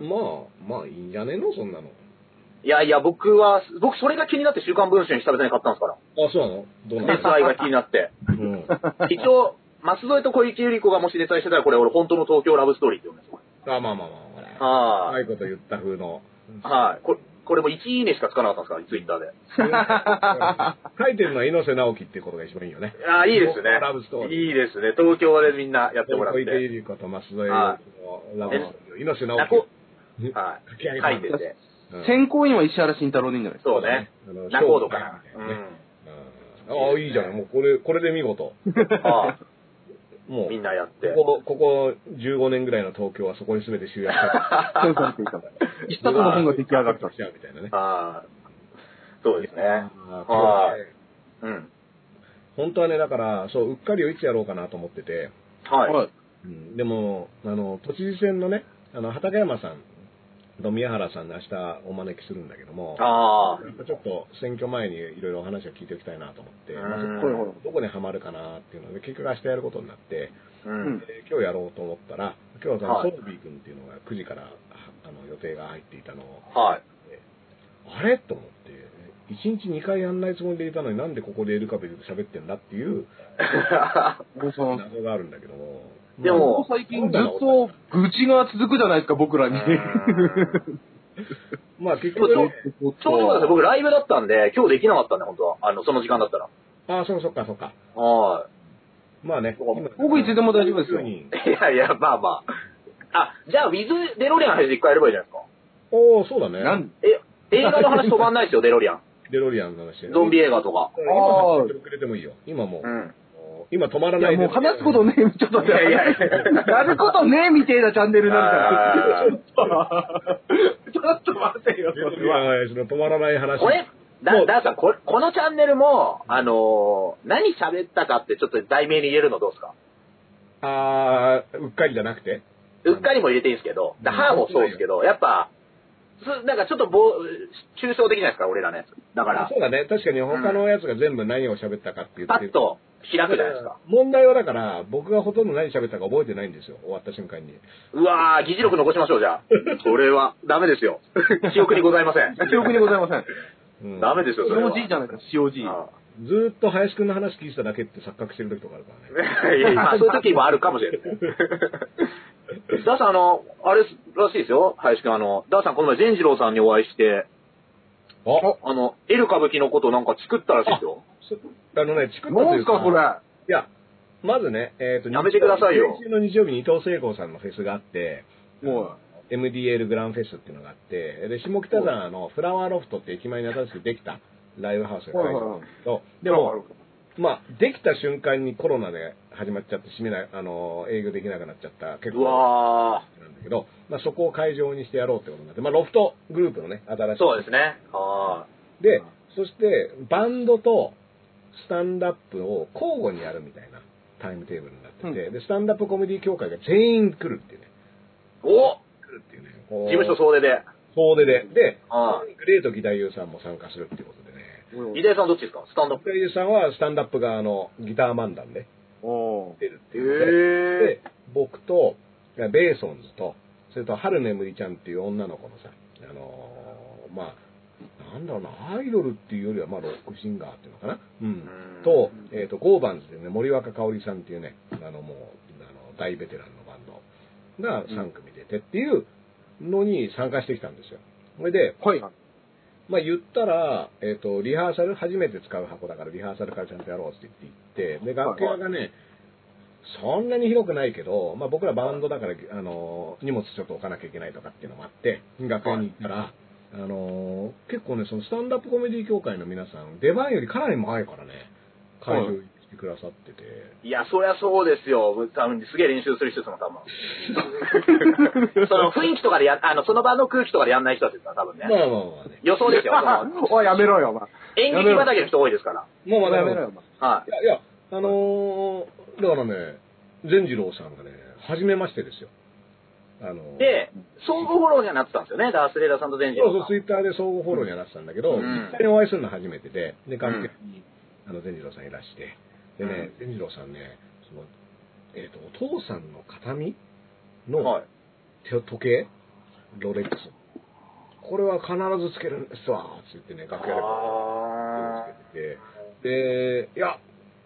Speaker 3: まあ、まあ、いいんじゃねえのそんなの。
Speaker 4: い。いやいや、僕は、僕それが気になって週刊文春久々に買ったんですから。
Speaker 3: あ、そうなのどうな
Speaker 4: 熱愛が気にな って。
Speaker 3: のうん。
Speaker 4: 一応、舛添と小池百合子がもし熱愛してたら、これ俺本当の東京ラブストーリーって読んですよ。
Speaker 3: あ、まあまあまあ、ほら。
Speaker 4: は
Speaker 3: あ
Speaker 4: い。
Speaker 3: いこと言った風の。
Speaker 4: はい。これ、これも1いいねしかつかなかったんですから、ツイッターで。
Speaker 3: 書いてるのは猪瀬直樹っていうことが一番いいよね。
Speaker 4: ああ、いいですね
Speaker 3: ラブストー。リー。
Speaker 4: いいですね。東京でみんなやってもらっ
Speaker 3: 小池
Speaker 4: て。
Speaker 3: 百合子と舛添
Speaker 4: は
Speaker 3: のラブストーリー。猪瀬
Speaker 4: な
Speaker 3: 直
Speaker 4: こ、
Speaker 3: 樹。
Speaker 4: は
Speaker 3: 書き上
Speaker 4: い。
Speaker 3: げ
Speaker 4: 書
Speaker 3: た
Speaker 4: いてて。
Speaker 3: うん
Speaker 5: 選考委員は石原慎太郎でいいんじゃないですか。
Speaker 4: そうね。。
Speaker 3: あの
Speaker 4: ナコードかな。
Speaker 3: 商売みた
Speaker 4: う
Speaker 3: いね
Speaker 4: ん。
Speaker 3: うんああ、いいじゃない。もうこれ、これで見事。
Speaker 4: あ
Speaker 3: も
Speaker 4: あ、みん
Speaker 3: う、
Speaker 4: なやって。
Speaker 3: ここ、ここ15年ぐらいの東京はそこに全て集約さ
Speaker 5: そうされていた。一冊の本が出来上
Speaker 3: れ
Speaker 5: がってた。
Speaker 3: きちゃうみたいなね。
Speaker 4: ああ、そうですね。
Speaker 3: ああ
Speaker 4: はいうん。
Speaker 3: 本当はね、だから、そう、うっかりをいつやろうかなと思ってて、
Speaker 4: はい。
Speaker 5: い。
Speaker 3: うんでも、あの、都知事選のね、あの、畠山さんと宮原さんが明日お招きするんだけども、
Speaker 4: ああ、
Speaker 3: ちょっと選挙前にいろいろお話を聞いておきたいなと思って、
Speaker 4: うん
Speaker 3: まあ
Speaker 5: ほいほい。
Speaker 3: どこにはまるかなっていうので、結局明日やることになって、
Speaker 4: うん。
Speaker 3: えー今日やろうと思ったら、今日はあの
Speaker 4: はい
Speaker 3: ソルビー君っていうのが9時からああの予定が入っていたのを、
Speaker 4: はい。
Speaker 3: あれと思って、1日2回やんないつもりでいたのになんでここでエルカベルと喋ってんだっていう
Speaker 5: もうその、
Speaker 3: 謎があるんだけども。
Speaker 4: でも
Speaker 5: ここ最近ずっと愚痴が続くじゃないですか、僕らに。
Speaker 3: まあ結局ね、
Speaker 5: ちょう
Speaker 4: ちょうどよかったです
Speaker 5: 僕
Speaker 4: 僕ライブだったんで、今日できなかったんで、本当は。あの、その時間だったら。
Speaker 3: ああ、そうそっかそっか。
Speaker 4: は
Speaker 3: まあね、今
Speaker 5: 僕いつでも大丈夫ですよ。
Speaker 4: い。いやいや、まあまあ。あ、じゃあ、ウィズ・デロリアンの話で一回やればいいじゃないですか。
Speaker 3: おおそうだね。
Speaker 5: なん
Speaker 4: 映画の話止まんないですよ、デロリアン。
Speaker 3: デロリアンの話でね。
Speaker 4: ゾンビ映画とか。
Speaker 3: 今
Speaker 5: あー
Speaker 3: 走ってくれてもいいよ。今もう、
Speaker 4: うん。
Speaker 3: 今止まら
Speaker 5: い
Speaker 3: な
Speaker 5: や、
Speaker 3: い
Speaker 5: もう話すことねえ、ちょっと待って。
Speaker 4: いやいやい
Speaker 5: やることねえみてえなチャンネルなんだ
Speaker 4: あー
Speaker 5: から。ちょっと待ってよ、
Speaker 3: デロリアンの話の止まらない話。
Speaker 4: これ、
Speaker 3: も
Speaker 4: だ、
Speaker 3: う
Speaker 4: だからこれ、このチャンネルも、あのー何喋ったかってちょっと題名に入れるのどうですか
Speaker 3: ああ、うっかりじゃなくて。
Speaker 4: うっかりも入れていいんですけど、だハーもそうですけど、やっぱ、すなんかちょっとぼう抽象的じゃないですか、俺らのやつ。だから
Speaker 3: そ、うだね。確かに他のやつが全部何を喋ったかって言
Speaker 4: パ
Speaker 3: って
Speaker 4: ッと開くじゃないですか。
Speaker 3: 問題はだから、僕がほとんど何喋ったか覚えてないんですよ。終わった瞬間に。
Speaker 4: うわー、議事録残しましょう、 じゃあ。これは、ダメですよ。記憶にございません。
Speaker 5: 記憶にございません。
Speaker 3: うん、
Speaker 4: ダメですよ、それは。
Speaker 5: COG じゃないですか、COG。
Speaker 4: あ
Speaker 3: ずーっと林くんの話聞いてただけって錯覚してる時とかあるからね。
Speaker 4: いやまあそういう時もあるかもしれない。 ダーさん、あの、あれらしいですよ、林くん。あの、ダーさん、この前、善次郎さんにお会いして、
Speaker 3: あ
Speaker 4: あの、エル歌舞伎のことなんか作ったらしいですよ。
Speaker 3: そあのね、チクッとと
Speaker 5: ないん
Speaker 3: う
Speaker 5: すか、これ。
Speaker 3: いや、まずね、えっ、と、
Speaker 4: やめてくださいよ
Speaker 3: 先週の日曜日に伊藤聖光さんのフェスがあって、
Speaker 5: も
Speaker 3: MDL グランフェスっていうのがあって、で、下北沢のフラワーロフトって駅前に新しくできたライブハウス
Speaker 5: う。
Speaker 3: があるんですけど、でも、、まあ、できた瞬間にコロナで始まっちゃって、閉めない、あの、営業できなくなっちゃった、結
Speaker 4: う
Speaker 3: 構
Speaker 4: わ
Speaker 3: なんだけど、まあ、そこを会場にしてやろうってことになって、まあ、ロフトグループのね、新
Speaker 4: ー。
Speaker 3: しい。
Speaker 4: そうですね。は
Speaker 3: で、そして、バンドとスタンダップを交互にやるみたいなタイムテーブルになってて、で、スタンダップコメディ協会が全員来るっていうね、
Speaker 4: ーい。お
Speaker 3: 来るっていうね、
Speaker 4: 事
Speaker 3: 事
Speaker 4: 務所総出で。
Speaker 3: 総出で。で、
Speaker 4: は
Speaker 3: グレート義太夫さんも参加するっていうことでね。
Speaker 4: い。伊田さんどっちですかスタンド。
Speaker 3: 義太夫さんはスタンダップ側のギター漫談で
Speaker 5: お
Speaker 3: 出るって
Speaker 4: へ
Speaker 3: いうので、
Speaker 4: え。
Speaker 3: で僕と、ベーソンズと、それと春眠りちゃんっていう女の子のさ、あのーまあ、なんだろうな、アイドルっていうよりは、まあ、ロックシンガーっていうのかな。うん。と、えっ、と、ゴーバンズでね、森若香織さんっていうね、あの、もう、あの、大ベテランのバンドが3組出てっていうのに参加してきたんですよ。それで、
Speaker 5: はい。は
Speaker 3: まあ言ったら、えっ、と、リハーサル、初めて使う箱だからリハーサルからちゃんとやろうって言って行って、で、楽器屋がね、そんなに広くないけど、まあ僕らバンドだから、あのー、荷物ちょっと置かなきゃいけないとかっていうのもあって、楽屋に行ったら、あのー、結構ね、そのスタンダップコメディ協会の皆さん、出番よりかなり前からね、会場に来てくださってて、
Speaker 4: いや、そりゃそうですよ。多分すげえ練習する人ですもん、多分。 その雰囲気とかでや、あの、その場の空気とかでやんない人たちですから、多分ね。
Speaker 3: まあまあまあね。
Speaker 4: 予想ですよ。 その
Speaker 5: おい、やめろよ、お前。
Speaker 4: 演劇畑の人多いですから。
Speaker 3: まあまあ
Speaker 5: や
Speaker 3: だ
Speaker 5: め
Speaker 3: め
Speaker 5: ろ
Speaker 3: だ
Speaker 5: よ、お
Speaker 4: はい
Speaker 3: や、いや、あのー、だからね、善次郎さんがね、初めましてですよ。あのー
Speaker 4: い。で、相互フォローにはなってたんですよね。ダースレーダーさんとデンジ
Speaker 3: そうそう、
Speaker 4: さ
Speaker 3: ツ
Speaker 4: ん。
Speaker 3: イッターで相互フォローにはなってたんだけど、
Speaker 4: うん
Speaker 3: 実際にお会いするのは初めてで、で、関係
Speaker 5: うん
Speaker 3: に、あの、善次郎さんいらして、でね、善次郎さんね、その、えっ、と、お父さんの形見
Speaker 4: は
Speaker 3: の
Speaker 4: い。
Speaker 3: 手時計、ロレックス。これは必ずつけるんですわ、つってね、楽屋でこ
Speaker 4: あ
Speaker 3: うつけてて、で、いや、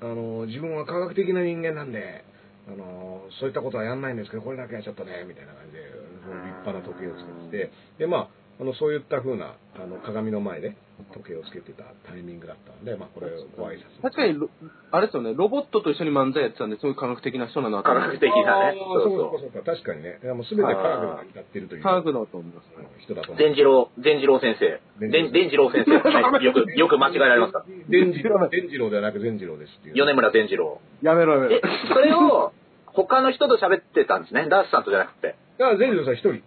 Speaker 3: あの、自分は科学的な人間なんで、あの、そういったことはやんないんですけど、これだけはちょっとね、みたいな感じで、その立派な時計をつけてて、で、まあ、あのそういった風なあの鏡の前で時計をつけてたタイミングだったんで、まあ、これご挨拶。
Speaker 5: 確かに、ロあれですよね、ロボットと一緒に漫才やってたんで、そういう科学的な人なのは
Speaker 4: ー科学的な
Speaker 3: あー
Speaker 4: ね。そう
Speaker 3: そうか
Speaker 4: そ
Speaker 3: そうか、確かにね。いやもうすべて科学が至ってるという
Speaker 5: 科学だと思いますね。
Speaker 3: 人だと
Speaker 4: う。
Speaker 3: 思
Speaker 4: デン
Speaker 3: う。
Speaker 4: ジロー、デンジロー先生。デンデンジロー先生。 はいよく、よく間違えられますから。
Speaker 3: 伝次郎、伝次郎ではなく伝次郎ですっていう。
Speaker 4: 米村伝次郎。
Speaker 5: やめろ、やめ
Speaker 4: え
Speaker 5: ろ。、
Speaker 4: それを、他の人と喋ってたんですね。ダースさんとじゃなくて。
Speaker 3: だから伝次郎さん一人。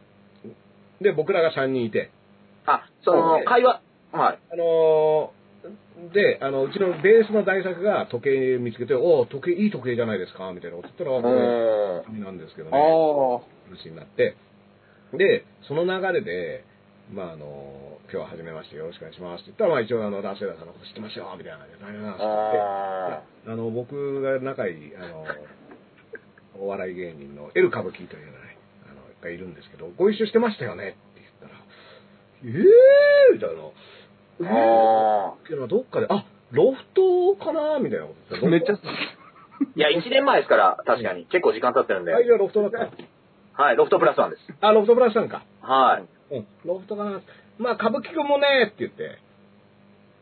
Speaker 3: で、僕らが三人いて。
Speaker 4: あ、その、会話。はい。
Speaker 3: あのーで、あの、うちのベースの大作が時計見つけて、おお、時計、いい時計じゃないですかみたいなこと言ったら、これ、
Speaker 4: う
Speaker 3: 紙なんですけど
Speaker 5: あ
Speaker 3: ね。
Speaker 5: あ。
Speaker 3: 話になって、で、その流れで、まあ、あの、今日は初めましてよろしくお願いしますって言ったら、まあ、一応、あの、ラスベガスのこと知ってますよ、みたいな感じで、大変なんです
Speaker 4: あ
Speaker 3: ってあの、僕が仲いい、あの、お笑い芸人のエル歌舞伎というのがね、あの、がいるんですけど、ご一緒してましたよねって言ったら、えーみたいな。
Speaker 4: あ
Speaker 3: けど、どっかで、あ、ロフトかなみたいなこと言ってた
Speaker 5: めっちゃ、
Speaker 4: ーいや、1年前ですから、確かに。結構時間経ってるんで。
Speaker 3: あ、いや、ロフトだった。
Speaker 4: はい、ロフトプラスワンです。
Speaker 3: あ、ロフトブラシさんか。
Speaker 4: はい。
Speaker 3: うん、ロフトかな。まあ、歌舞伎くんもねって言って。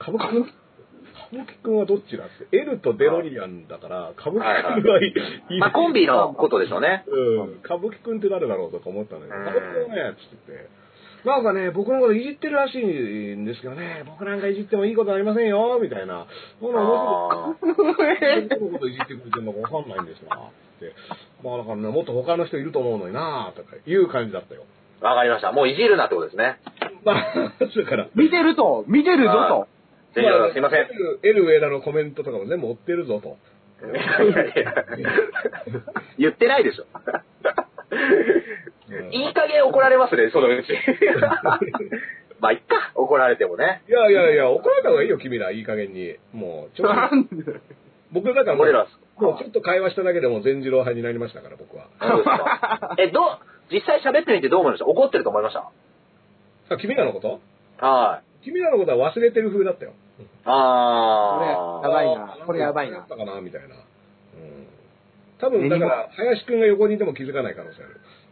Speaker 3: 歌舞伎くん歌舞伎くんはどっちだって。L とデロリアンだから、歌舞伎くんはいい。
Speaker 4: まあ、コンビのことでしょうね。
Speaker 3: うん、歌舞伎くんって誰だろうとか思ったんだけど、歌舞伎くんはね、つってて。なんかね、僕のこといじってるらしいんですけどね、僕なんかいじってもいいことありませんよ、みたいな。ほら、も
Speaker 4: あ
Speaker 3: うすぐ、ど のこといじってくれてるのかわかんないんですな、って。まあだからね、もっと他の人いると思うのにな、とかいう感じだったよ。
Speaker 4: ーわかりました。もういじるなってことですね。
Speaker 3: まあ、だから、
Speaker 5: 見てると、見てるぞと。
Speaker 4: 全然すいません。
Speaker 3: L 上田のコメントとかも全部追ってるぞと。
Speaker 4: いやいや 言ってないでしょ。 いい加減怒られますね、その うち。まあ、いっか、怒られてもね。
Speaker 3: いやいやいや、怒られた方がいいよ、君ら、いい加減に。もう、ちょっ と
Speaker 5: なんで
Speaker 3: 僕だからもう、
Speaker 4: 俺らです
Speaker 3: もうちょっと会話しただけでも全次郎派になりましたから、僕は。
Speaker 4: どうですかえ、どう、実際喋ってみてどう思いました怒ってると思いまし
Speaker 3: あ、君らのこと
Speaker 4: たはい。
Speaker 3: 君らのことは忘れてる風だったよ。
Speaker 4: あ
Speaker 5: やばいな
Speaker 3: あー
Speaker 5: これやばいな
Speaker 3: んかだったかな、みたいな。うん。多分、だから、林くんが横にいても気づかない可能性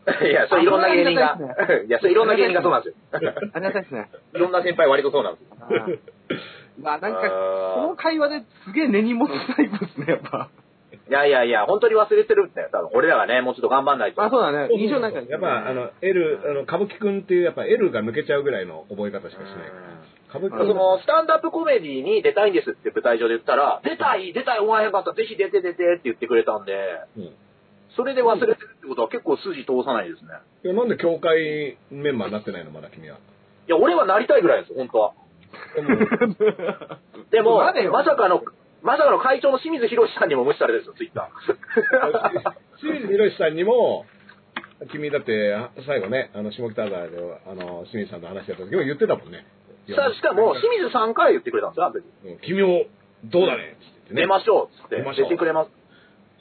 Speaker 3: ある。
Speaker 4: ー。いや、それいろんな芸人が、いや、それいろんな芸人がそうなんですよ。
Speaker 5: ありがたいですね。
Speaker 4: いろんな先輩割とそうなんですよ。
Speaker 5: あーまあなんか、
Speaker 4: あー
Speaker 5: この会話ですげえ根に持つタイプですね、やっぱ。
Speaker 4: いやいやいや、本当に忘れてるんだよ、多分。俺らがね、もうちょっと頑張んないと。
Speaker 5: まあそうだね。印象なんか、
Speaker 3: やっぱ、あの、L、あの、歌舞伎くんっていう、やっぱ L が抜けちゃうぐらいの覚え方しかしないから。歌舞伎
Speaker 4: そ
Speaker 3: くんも、
Speaker 4: の、スタンダップコメディに出たいんですって舞台上で言ったら、出たい出たいお前へんかった、ぜひ出て出てって言ってくれたんで、
Speaker 3: うん。い
Speaker 4: それで忘れてるってことは結構筋通さないですね。
Speaker 3: や、なんで協会メンバーになってないの、まだ君は。
Speaker 4: いや、俺はなりたいぐらいです、本当は。
Speaker 3: でも
Speaker 4: でも、
Speaker 5: まだよ
Speaker 4: まさかの、まさかの会長の清水博さんにも無視されてるんですよ、ツイッタ
Speaker 3: 清水宏さんにも、君だって、あ最後ね、あの、下北沢で、あの、清水さんと話してた時も言ってたもんね。
Speaker 4: ー。さあ、しかも、清水さんから言ってくれたんですよ、あの時。
Speaker 3: うん君を、どうだねってってね。
Speaker 4: 出ましょうっつって
Speaker 3: 出ましょう
Speaker 4: 出てくれます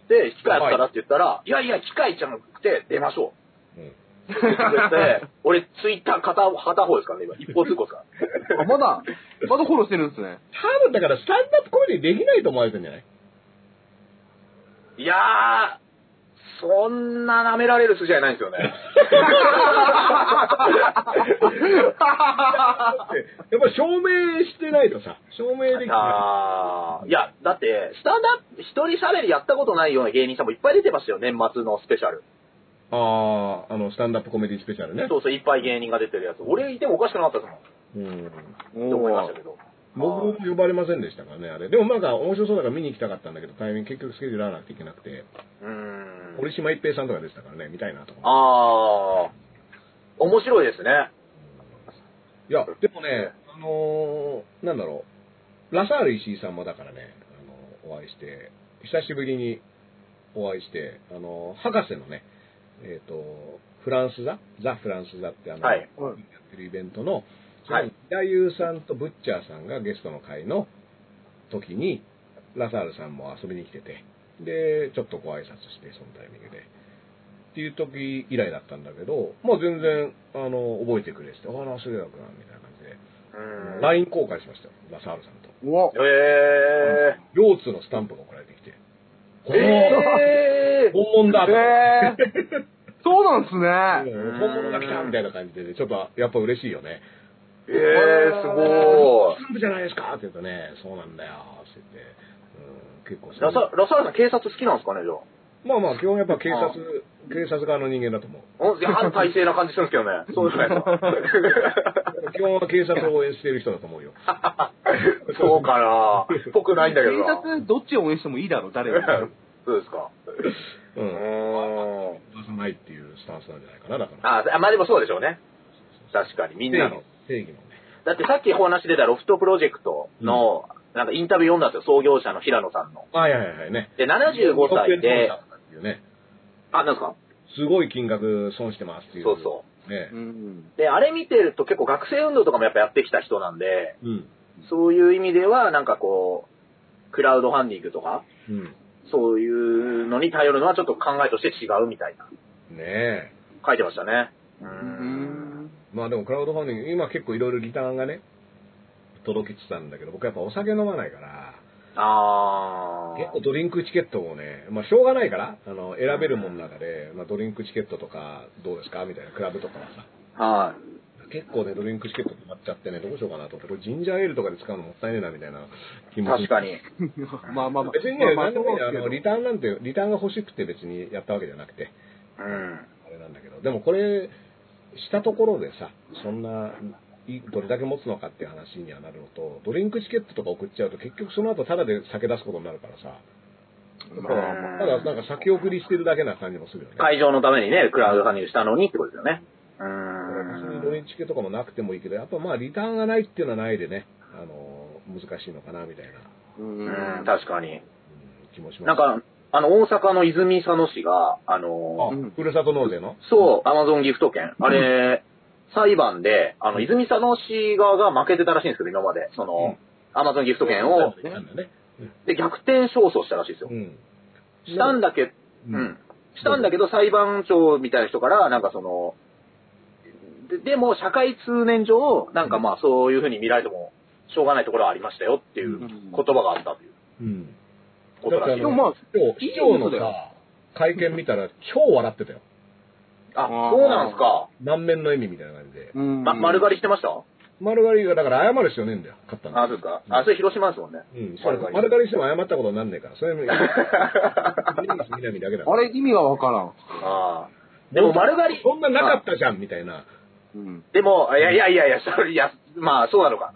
Speaker 4: で機械あったらって言ったら「いやいや機械じゃなくて出ましょう」
Speaker 3: うん
Speaker 4: って言ってくれて俺ツイッター片方片方ですからね今一方通行ですから
Speaker 5: あまだ、まだフォローしてるんです ね。
Speaker 3: 多分だから、スタンダップコメディできないと思われてんじゃない
Speaker 4: いやーそんな舐められる筋合いないんですよ ね
Speaker 3: やっぱり証明してないとさ、証明できな
Speaker 4: あーいやだってスタンダップ一人喋りやったことないような芸人さんもいっぱい出てましたよ年末のスペシャル
Speaker 3: い。ああ、あの、スタンダップコメディスペシャルね。
Speaker 4: そうそういっぱい芸人が出てるやつ俺いてもおかしくなかったですもんっ
Speaker 3: うん。
Speaker 4: て思いましたけど
Speaker 3: 僕も呼ばれませんでしたからね、あれ。でもなんか面白そうだから見に行きたかったんだけど、タイミング結局スケジュール合わなくていけなくて、
Speaker 4: うーん
Speaker 3: 堀島一平さんとかでしたからね、見たいなとか。
Speaker 4: ああ、面白いですね。
Speaker 3: いや、でもね、あのー、なんだろう、ラサール石井さんもだからね、あのお会いして、久しぶりにお会いして、あの博士のね、えっ、と、フランス座ザ・フランス座ってあの、
Speaker 4: はい
Speaker 3: やってるイベントの、
Speaker 4: はい
Speaker 3: 平優さんとブッチャーさんがゲストの会の時に、ラサールさんも遊びに来てて、で、ちょっとご挨拶して、そのタイミングで。っていう時以来だったんだけど、もう全然、あの、覚えてくれてて、あら、それだくな、みたいな感じで、
Speaker 4: うん。
Speaker 3: LINE 交換しましたよ、ラサールさんと。
Speaker 5: うわ、
Speaker 4: え
Speaker 3: 両通のスタンプが送られてきて、
Speaker 4: ー、え ー、
Speaker 3: 本物だと思って
Speaker 5: えー、そうなんすね。
Speaker 3: うん本物が来たみたいな感じでね、ちょっとやっぱ嬉しいよね。
Speaker 4: えー、すごい
Speaker 3: ス。タンプじゃないですかって言うとね、そうなんだよって言って、うん、結構
Speaker 4: ラサラサールさん、警察好きなんですかね、じゃ
Speaker 3: まあまあ、基本やっぱ警察、警察側の人間だと思う。
Speaker 4: あ。うん、いや反体制な感じするんですけどね。 そうじゃないですか。
Speaker 3: 基本は警察を応援している人だと思うよ。
Speaker 4: そうかな ぽくないんだけど
Speaker 5: 警
Speaker 4: な。
Speaker 5: 察どっちを応援してもいいだろう、誰が。
Speaker 4: そうですか。
Speaker 3: う。
Speaker 4: うんーん。
Speaker 3: 出さないっていうスタンスなんじゃないかな、だから。
Speaker 4: あー、まあでもそうでしょうね。確かに、みんなの。
Speaker 3: 正義のね。
Speaker 4: だってさっきお話出たロフトプロジェクトの、なんかインタビュー読んだんですよ、創業者の平野さんの。
Speaker 3: あ、いやいやいやね。
Speaker 4: で、75歳で、
Speaker 3: っていうね。
Speaker 4: あ、なんですか
Speaker 3: すごい金額損してますっていう。。
Speaker 4: そうそう
Speaker 3: ね
Speaker 5: う。ん。
Speaker 4: う。で、あれ見てると結構学生運動とかもやっぱやってきた人なんで、
Speaker 3: うん。
Speaker 4: そういう意味ではなんかこう、クラウドファンディングとか、
Speaker 3: うん。
Speaker 4: そういうのに頼るのはちょっと考えとして違うみたいな、
Speaker 3: ねえ。
Speaker 4: 書いてましたね。うー。
Speaker 5: うんん。
Speaker 3: まあでもクラウドファンディング、今結構いろいろリターンがね、届きつつあるんだけど、僕やっぱお酒飲まないから、
Speaker 4: あー。
Speaker 3: 結構ドリンクチケットをね、まあしょうがないから、あの、選べるものの中で、まあドリンクチケットとかどうですかみたいな、クラブとかはさ、
Speaker 4: はい。
Speaker 3: 結構ね、ドリンクチケット止まっちゃってね、どうしようかなと思って、これジンジャーエールとかで使うのもったいねえな、みたいな気持ち
Speaker 4: 確かに。
Speaker 5: まあまあまあ。
Speaker 3: 別にね、
Speaker 5: まあ
Speaker 3: なんでもいいねあの、
Speaker 5: ま
Speaker 3: リターンなんて、リターンが欲しくて別にやったわけじゃなくて、
Speaker 4: うん。
Speaker 3: あれなんだけど、でもこれ、したところでさ、そんな、いどれだけ持つのかっていう話にはなるのと、ドリンクチケットとか送っちゃうと、結局その後タダで酒出すことになるからさ、
Speaker 5: まあまあ
Speaker 3: ただなんか先送りしてるだけな感じもするよね。
Speaker 4: 会場のためにね、クラウドファンディングしたのにってことですよね。うー
Speaker 3: だから別に
Speaker 4: ん
Speaker 3: ド。リンクチケットとかもなくてもいいけど、やっぱまあ、リターンがないっていうのはないでね、あの、難しいのかな、みたいな、
Speaker 5: う
Speaker 4: うん、
Speaker 5: ん。
Speaker 4: 確かに。
Speaker 3: うん気もします。
Speaker 4: なんか、あの、大阪の泉佐野市が、あの
Speaker 3: あ、ふるさと納税の
Speaker 4: そう、アマゾンギフト券。あれ、裁判で、あの、泉佐野市側が負けてたらしいんですけど、今まで。その、アマゾンギフト券を、
Speaker 3: なんだよね。
Speaker 4: で、逆転勝訴したらしいですよ
Speaker 3: う。ん。
Speaker 4: したんだけ、
Speaker 3: う
Speaker 4: うんん。したんだけど、裁判長みたいな人から、なんかその、ででも、社会通念上、なんかまあ、そういうふうに見られても、しょうがないところはありましたよっていう言葉があったという
Speaker 3: うん。
Speaker 4: ことらしい
Speaker 5: で
Speaker 4: で
Speaker 5: も
Speaker 4: す。
Speaker 5: まあ、
Speaker 3: 今日、
Speaker 5: いい
Speaker 3: 市長
Speaker 5: こ
Speaker 3: の
Speaker 5: とだ
Speaker 3: さ、会見見たら超笑ってたよ。
Speaker 4: あ、そうなんですか。
Speaker 3: 満面の笑みみたいな感じで。
Speaker 5: うん
Speaker 4: ま、丸刈りしてました
Speaker 3: 丸刈りが、だから謝る必要ねえんだよ、勝ったの。
Speaker 4: あ、そうですか。あ、それ広島ですもんね。
Speaker 3: うん、そう
Speaker 4: 丸刈り
Speaker 3: 丸刈りしても謝ったことになんねえから、それも、 みなみだけだか
Speaker 5: あ
Speaker 3: ら。
Speaker 5: れ意味がわからん。
Speaker 4: ああ。でも丸刈り、
Speaker 3: そんななかったじゃん、みたいな。
Speaker 5: うん。
Speaker 4: でも、いやいやいやいや、それいや、まあ、そうなのか。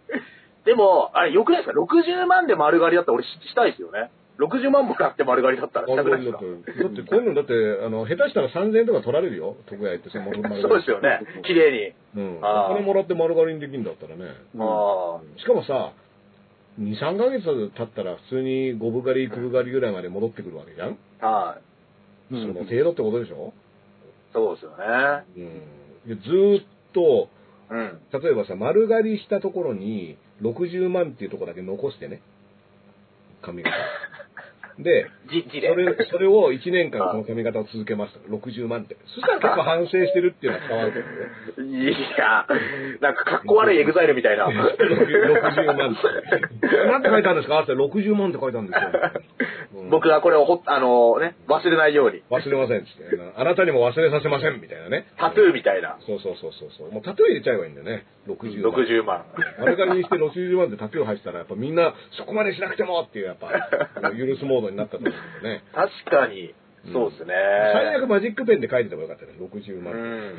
Speaker 4: でも、あれ、よくないですか ?60 万で丸刈りだったら俺ししたいですよね。60万もらって丸刈りだったらしたくないです
Speaker 3: だ
Speaker 4: か
Speaker 3: って、だってこういうの、だって、あの、下手したら3000円とか取られるよ、徳屋行って、その丸刈り。
Speaker 4: そうですよね。綺麗
Speaker 3: うん。お
Speaker 4: あー
Speaker 3: 金もらって丸刈りにできるんだったらね。
Speaker 4: に。あ
Speaker 3: しかもさ、2、3ヶ月経ったら普通に五分刈り、九分刈りぐらいまで戻ってくるわけじゃん、
Speaker 4: あ。はい。
Speaker 5: う
Speaker 3: その
Speaker 5: ん。
Speaker 3: 程度ってことでしょ
Speaker 4: そうですよね。
Speaker 3: うん。でずーっと、
Speaker 4: うん。
Speaker 3: 例えばさ、丸刈りしたところに60万っていうところだけ残してね。 髪型。で、
Speaker 4: じ、
Speaker 3: そ
Speaker 4: じで。
Speaker 3: れ、それを1年間この髪型を続けました。60万って。そしたら結構反省してるっていうのは伝わるけどね。
Speaker 4: いや、なんかかっこ悪いエグザイルみたいな。
Speaker 3: 60万って。なんて書いたんですかって言ったら60万って書いたんですよ。うん
Speaker 4: 僕がこれをほっ、あのね、忘れないように。
Speaker 3: 忘れませんっつって。あなたにも忘れさせませんみたいなね。
Speaker 4: タトゥーみたいな。
Speaker 3: そうそうそうそうそう。もうタトゥー入れちゃえばいいんだよね。60万。あ
Speaker 4: 60万。
Speaker 3: れからにして60万でタトゥー入ってたら、やっぱみんなそこまでしなくてもっていう、やっぱ、あの許すモードになったと思うんだよね。
Speaker 4: 確かに
Speaker 3: う、ん
Speaker 4: そうですね。
Speaker 3: 最悪マジックペンで書いててもよかったね、60
Speaker 4: う
Speaker 3: 万。
Speaker 4: ん。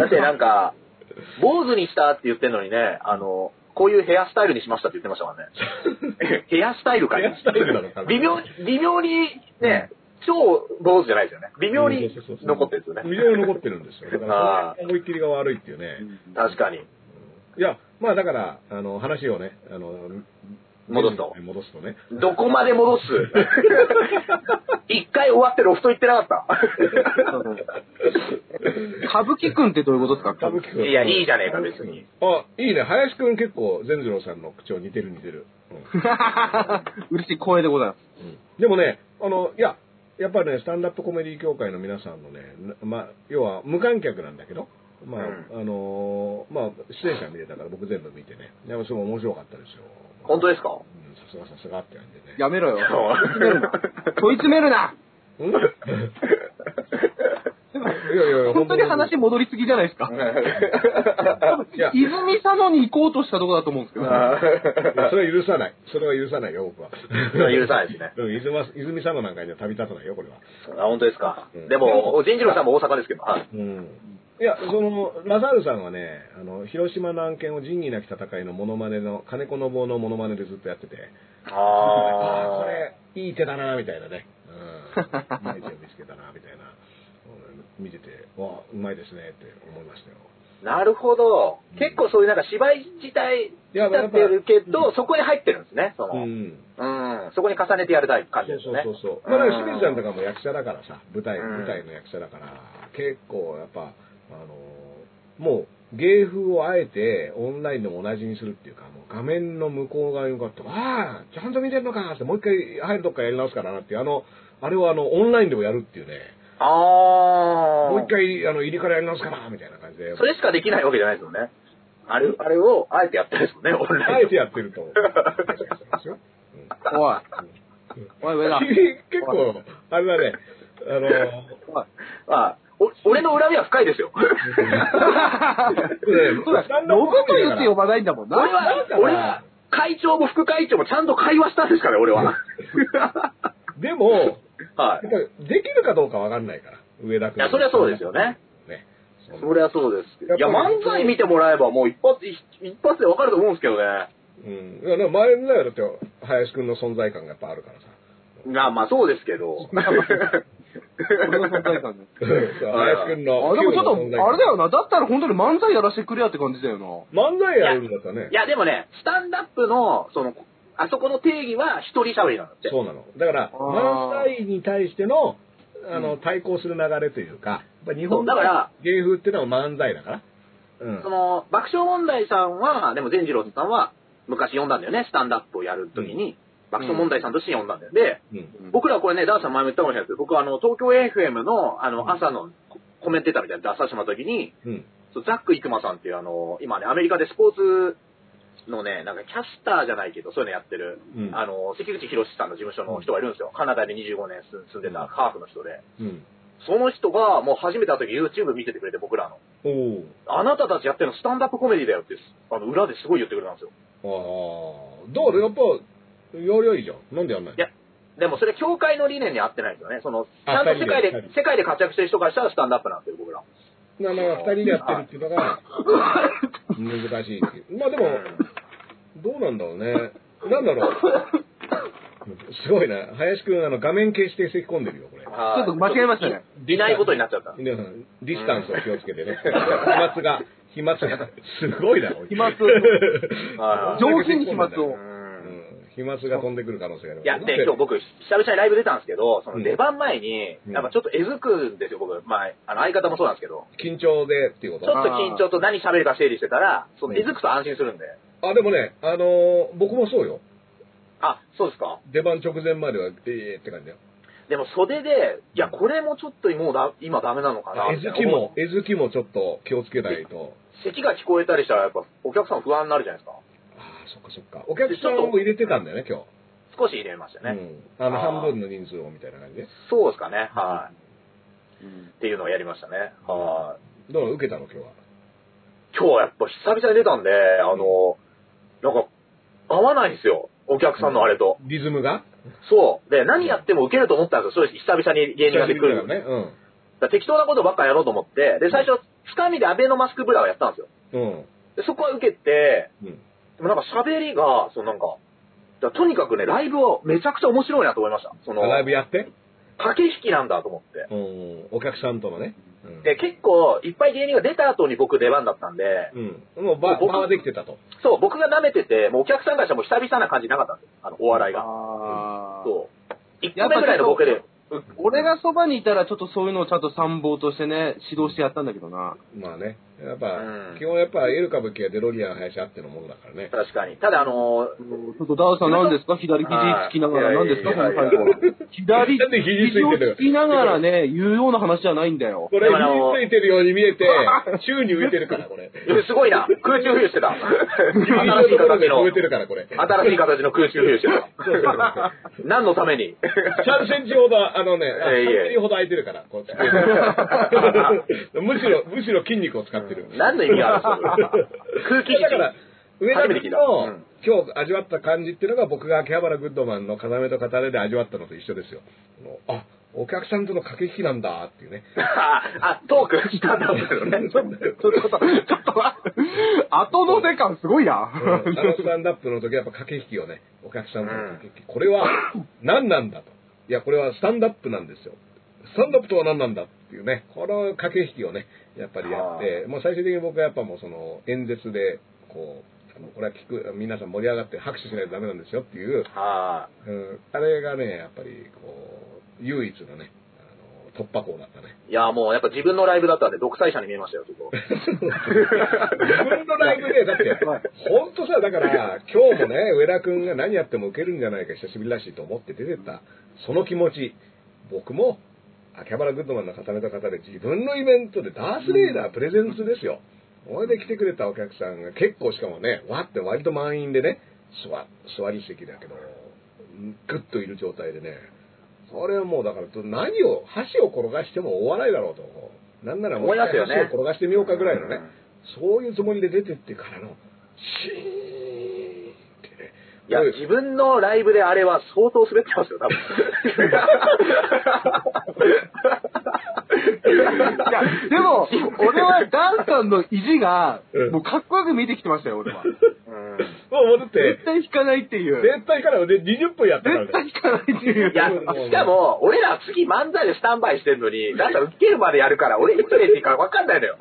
Speaker 4: だってなんか、坊主にしたって言ってんのにね、あの、こういうヘアスタイルにしましたって言ってましたからね。 ヘアスタイルかい
Speaker 3: ヘアスタイルなのかな
Speaker 4: 微妙に、微妙にね、超坊主じゃないですよね。微妙に
Speaker 3: そうそうそう
Speaker 4: 残ってるんですよ
Speaker 3: 微
Speaker 4: ね。
Speaker 3: 妙に残ってるんですよ。だから
Speaker 4: あ、ー
Speaker 3: 思いっきりが悪いっていうね。
Speaker 4: 確かに。
Speaker 3: いや、まあだから、あの、話をね、あの、
Speaker 4: 戻すと
Speaker 3: 戻すとね。
Speaker 4: どこま で戻す一回終わってロフト行ってなかっ
Speaker 5: 歌舞伎くんってどういうことですか
Speaker 3: 歌舞伎
Speaker 4: た
Speaker 3: 君
Speaker 4: いや、いいじゃねえか、別に。
Speaker 3: あ、いいね。林くん結構、善次郎さんの口調似てる似てる。うん
Speaker 5: 嬉しい声でございます。
Speaker 3: でもね、あの、いや、やっぱりね、スタンダップコメディ協会の皆さんのね、なまあ、要は無観客なんだけど、まあ、
Speaker 4: う
Speaker 3: あのーまあ、出演者見れたから僕全部見てね、やっぱすごい面白かったですよ。
Speaker 4: 本当
Speaker 3: に
Speaker 4: ですか
Speaker 3: さすがさすがって感じでね。
Speaker 5: やめろよ。
Speaker 4: そう
Speaker 5: 問い詰めるな
Speaker 3: うんいやいやいや、
Speaker 5: 本当に話戻りすぎじゃないですか。
Speaker 3: いや、い
Speaker 5: 泉佐野に行こうとしたとこだと思うんですけど。
Speaker 3: やそれは許さない。それは許さないよ、僕は。
Speaker 4: れは許さないですね
Speaker 3: うん。泉佐泉佐野なんかには旅立たないよ、これは。
Speaker 4: あ、本当ですか
Speaker 3: うん。
Speaker 4: でも、善次郎さんも大阪ですけど、はい。
Speaker 3: うんいや、その、ラザールさんはね、あの、広島の案件を仁義なき戦いのモノマネの、金子の棒のモノマネでずっとやってて、ああ、これ、いい手だな、みたいなね。 うん。うまい手を見つけたな、みたいな。うん見てて、わあ、うまいですね、って思いましたよ。
Speaker 4: なるほど。結構そういうなんか芝居自体
Speaker 3: いや
Speaker 4: だってるけど、そこに入ってるんですね。その、
Speaker 3: う
Speaker 4: うん、
Speaker 3: ん。
Speaker 4: そこに重ねてやるタイプ
Speaker 3: そう
Speaker 4: 感じです
Speaker 3: そう
Speaker 4: ね。
Speaker 3: そうそう。
Speaker 4: ん
Speaker 3: まあ、だから清水さんとかも役者だからさ、舞台、
Speaker 4: うん
Speaker 3: 舞台の役者だから、結構やっぱ、あのーもう、芸風をあえてオンラインでも同じにするっていうか、もう画面の向こう側に向かって、ああ、ちゃんと見てんのかって、もう一回入るとこからやり直すからなっていう、あの、あれをあの、オンラインでもやるっていうね、
Speaker 4: あー。
Speaker 3: もう一回、あの、入りからやり直すから、みたいな感じで。
Speaker 4: それしかできないわけじゃないですよね。あれ、あれを、あえてやったんですよね、オン
Speaker 3: あ
Speaker 4: ライ
Speaker 3: え
Speaker 4: ン
Speaker 3: て
Speaker 4: で。
Speaker 3: やってる と。うん
Speaker 5: おい。おい、上田。
Speaker 3: 君結構、あれだね、 あの、
Speaker 4: あお俺の恨みは深いですよ。
Speaker 5: そうだ、ロブと言って呼ばないんだもんな。
Speaker 4: 俺は、俺は、会長も副会長もちゃんと会話したんですから、俺は。
Speaker 3: でも、
Speaker 4: は
Speaker 3: やっぱ
Speaker 4: い。
Speaker 3: りできるかどうかわかんないから、上田
Speaker 4: い
Speaker 3: 君。
Speaker 4: や、そりゃそうですよね。。
Speaker 3: ね。そんな
Speaker 4: そりゃそうですけど。いや、
Speaker 3: やっぱり
Speaker 4: 漫才見てもらえばもう一発、一一発でわかると思うんですけどね。
Speaker 3: うん。いや、でも前のだよ、だって、林君の存在感がやっぱあるからさ。
Speaker 4: まあまあそうですけど。
Speaker 5: 俺の存在感で。
Speaker 3: そう林君
Speaker 5: あ、
Speaker 3: の。
Speaker 5: でもちょっと、
Speaker 3: 君の存在感
Speaker 5: あれだよな。だったら本当に漫才やらせてくれやって感じだよな。
Speaker 3: 漫才やるんだったらね
Speaker 4: い。や、でもね、スタンダップの、その、あそこの定義は一人喋りなんだって。
Speaker 3: そうなの。だから、
Speaker 5: あ
Speaker 3: 漫
Speaker 5: ー
Speaker 3: 才に対しての、あの、対抗する流れというか、やっぱ日本の
Speaker 4: そうだから
Speaker 3: 芸風ってのは漫才だから。うん
Speaker 4: そ。の、爆笑問題さんは、でも善次郎さんは、昔読んだんだよね、スタンダップをやるときに、爆笑問題さんとして読んだんだよ。で、
Speaker 3: うん。
Speaker 4: 僕らこれね、ダーさん前も言ったかもしれないですけど、僕はあの、東京 FM の、あの、朝のココメンテーターみたいなの出させてもらったときに、
Speaker 3: うん。
Speaker 4: そうザック・イクマさんっていうあの、今ね、アメリカでスポーツのね、なんかキャスターじゃないけど、そういうのやってる、
Speaker 3: うん
Speaker 4: あの、関口博さんの事務所の人がいるんですよ。カナダで25年住住んでたハーフの人で。
Speaker 3: うん。
Speaker 4: その人が、もう初めて会った時 YouTube 見ててくれて、僕らの。
Speaker 3: おー
Speaker 4: あなたたちやってるのスタンダップコメディだよって、あの、裏ですごい言ってくれたんですよ。
Speaker 3: ああ。だからやっぱ、やりゃいいじゃん。なんでやんない
Speaker 4: いやでもそれ、協会の理念に合ってないんですよね。その、ち
Speaker 3: あ
Speaker 4: ゃんと世界で
Speaker 3: 二人で、
Speaker 4: 世界で活躍してる人からしたらスタンダップなんですよ、僕ら。
Speaker 3: のなな二人でやってるっていうのが、難しいっていう。まあでも、どうなんだろうね。なんだろう。すごいな。林くん、あの、画面消して咳き込んでるよ、これ。
Speaker 5: ちょ
Speaker 4: ょ
Speaker 5: っと間違えましたね。
Speaker 4: いないことになっちゃった。
Speaker 3: 皆さん、ディスタンスを気をつけてね。飛沫が、飛沫が、すごいな、
Speaker 5: 飛沫を
Speaker 4: はい
Speaker 5: 上品に飛沫
Speaker 3: う
Speaker 5: を。
Speaker 3: ん飛沫が飛んでくる可能性がある。
Speaker 4: いや、で、今日僕、久々にライブ出たんですけど、その出番前に、
Speaker 3: うん
Speaker 4: なんかちょっとえずくんですよ、僕。まあ、あの、相方もそうなんですけど、
Speaker 3: 緊張でっていうこ
Speaker 4: ちょっ
Speaker 3: と
Speaker 4: と緊張と何喋るか整理してたら、その
Speaker 3: うん
Speaker 4: えずくと安心するんで。
Speaker 3: あ、でもね、あのー僕もそうよ。
Speaker 4: あ、そうですか。
Speaker 3: 出番直前までは、ええって感じだよ。
Speaker 4: でも袖で、いや、これもちょっともうだ、今ダメなのかな。
Speaker 3: えずきも、えずきもちょっと気をつけないと。
Speaker 4: 咳が聞こえたりしたら、やっぱお客さん不安になるじゃないですか。
Speaker 3: ああ、そっかそっか。お客さんも入れてたんだよね、今
Speaker 4: 少し入れました
Speaker 3: 日。
Speaker 4: ね。
Speaker 3: うん。あの、
Speaker 4: あー
Speaker 3: 半分の人数をみたいな感じで。
Speaker 4: そうですかね、はい。っていうのをやりましたね。はい。
Speaker 3: どう受けたの、今日は。
Speaker 4: 今日はやっぱ久々に出たんで、あの、なんか、合わないんですよ。お客さんのあれと。
Speaker 3: リズムが
Speaker 4: そう。で、何やっても受けると思ったんですよ。正直、久々に芸人がで来る。
Speaker 3: 久しぶりだ
Speaker 4: だか
Speaker 3: よね。
Speaker 4: ら適当なことばっかやろうと思って、で、最初、つかみでアベノマスクブラをやったんですよ。
Speaker 3: うん。
Speaker 4: で、そこは受けて、
Speaker 3: うん。うん。
Speaker 4: でもなんか喋りが、そのなんか、だからとにかくね、ライブをめちゃくちゃ面白いなと思いました。その、
Speaker 3: ライブやって。
Speaker 4: 駆け引きなんだと思って。
Speaker 3: うん。お客さんとのね。うん
Speaker 4: で、結構、いっぱい芸人が出た後に僕出番だったんで、
Speaker 3: うん。もう場、
Speaker 4: 僕
Speaker 3: 場はできてたと。
Speaker 4: そう、僕が舐めてて、もうお客さんからしたらもう久々な感じなかったんですよ。あの、お笑いが。
Speaker 5: あー
Speaker 4: そう。一個目ぐらいのボケで。
Speaker 5: 俺がそばにいたら、ちょっとそういうのをちゃんと参謀としてね、指導してやったんだけどな。
Speaker 3: まあね。やっぱ、
Speaker 4: うん
Speaker 3: 基本やっぱ、エル歌舞伎はデロリアン林あってのものだからね。
Speaker 4: 確かに。ただ、あのー
Speaker 5: ちょっとダウさん何ですか左肘つきながら何ですかこの会話。左
Speaker 3: なんで肘つ
Speaker 5: 肘
Speaker 3: い
Speaker 5: を
Speaker 3: てる
Speaker 5: つきながらね、言うような話じゃないんだ よ。
Speaker 3: これ、
Speaker 4: だからあの
Speaker 3: 火ついてるように見えて、宙に浮いてるから、これ。
Speaker 4: すごいな。空中浮遊して た。
Speaker 3: 宙に
Speaker 4: 新しい
Speaker 3: ところ
Speaker 4: 形
Speaker 3: で
Speaker 4: の
Speaker 3: 浮いて、るから、これ。
Speaker 4: 新しい形の空中浮遊して た。何のために
Speaker 3: 3センチほど、あのね、
Speaker 4: えいえ
Speaker 3: 3センチほど空いてるから、こっち。 むしろ、むしろ筋肉を使ってる。
Speaker 4: 何の意味があ るんですか空気
Speaker 3: だから、上田
Speaker 4: 初めて聞
Speaker 3: 君
Speaker 4: いた
Speaker 3: の、
Speaker 4: うん
Speaker 3: 今日味わった感じっていうのが僕が秋葉原グッドマンの片目と片目で味わったのと一緒ですよ。あのあ、お客さんとの駆け引きなんだっていうね。
Speaker 4: あ、トークしたんだけどね。
Speaker 5: ちょっと、ちょっと待って、後の出感すごいな。
Speaker 3: あのスタンダップの時はやっぱ駆け引きをね、お客さんとの駆け引き、これは何なんだと。いや、これはスタンダップなんですよ。スタンダップとは何なんだっていうね、この駆け引きをね、やっぱりやって、もう最終的に僕はやっぱもうその演説で、こう、あのこれは聞く、皆さん盛り上がって拍手しないとダメなんですよっていう、
Speaker 4: あ
Speaker 3: うん、あれがね、やっぱりこう、唯一のね、あの突破口だったね。
Speaker 4: ーいや、もうやっぱ自分のライブだったんで、独裁者に見えましたよ、ちょっと。
Speaker 3: 自分のライブで、だって、ほんとさ、だから、今日もね、上田君が何やってもウケるんじゃないか、久しぶりらしいと思って出てった、その気持ち、僕も、秋葉原グッドマンの固めた方で自分のイベントでダース・レイダープレゼンツですよ。それで来てくれたお客さんが結構しかもね、わって割と満員でね、座座り席だけど、ぐっといる状態でね、それはもうだから何を、箸を転がしてもお笑いだろうと。なんならもう一回
Speaker 4: 思いますよね
Speaker 3: 箸を転がしてみようかぐらいのね
Speaker 4: うん、
Speaker 3: そういうつもりで出てってからの、シーンってね。
Speaker 4: いや、
Speaker 3: もう
Speaker 4: 自分のライブであれは相当滑ってますよ、多分。
Speaker 5: いや、でも、俺はダンさんの意地が
Speaker 3: うん、
Speaker 5: もうかっこよく見てきてましたよ、俺は。
Speaker 4: うん
Speaker 3: もうだって
Speaker 5: 絶、対引かないっていう。絶
Speaker 3: 絶対からで20分やったからね。
Speaker 5: 対引かないっていう。
Speaker 4: いや、しかも、俺ら次漫才でスタンバイしてんのに、なんか受けるまでやるから、俺いつ出ていいか分かんないの よ。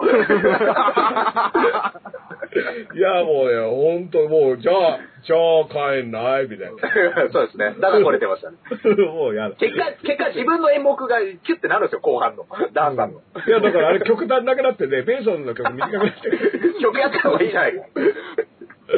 Speaker 3: いや、もうね、ほんと、もう、じゃあ、じゃあ帰んない、みたいな。
Speaker 4: そうですね。だからこれてましたね。
Speaker 3: もうやだ。
Speaker 4: 結果、結果自分の演目がキュッてなるんですよ、後半の。ダンさんの。
Speaker 3: いや、だからあれ極端なくなってね、ベーソンの曲短くなって る。
Speaker 4: 曲やった方がいいじゃないか。
Speaker 5: メ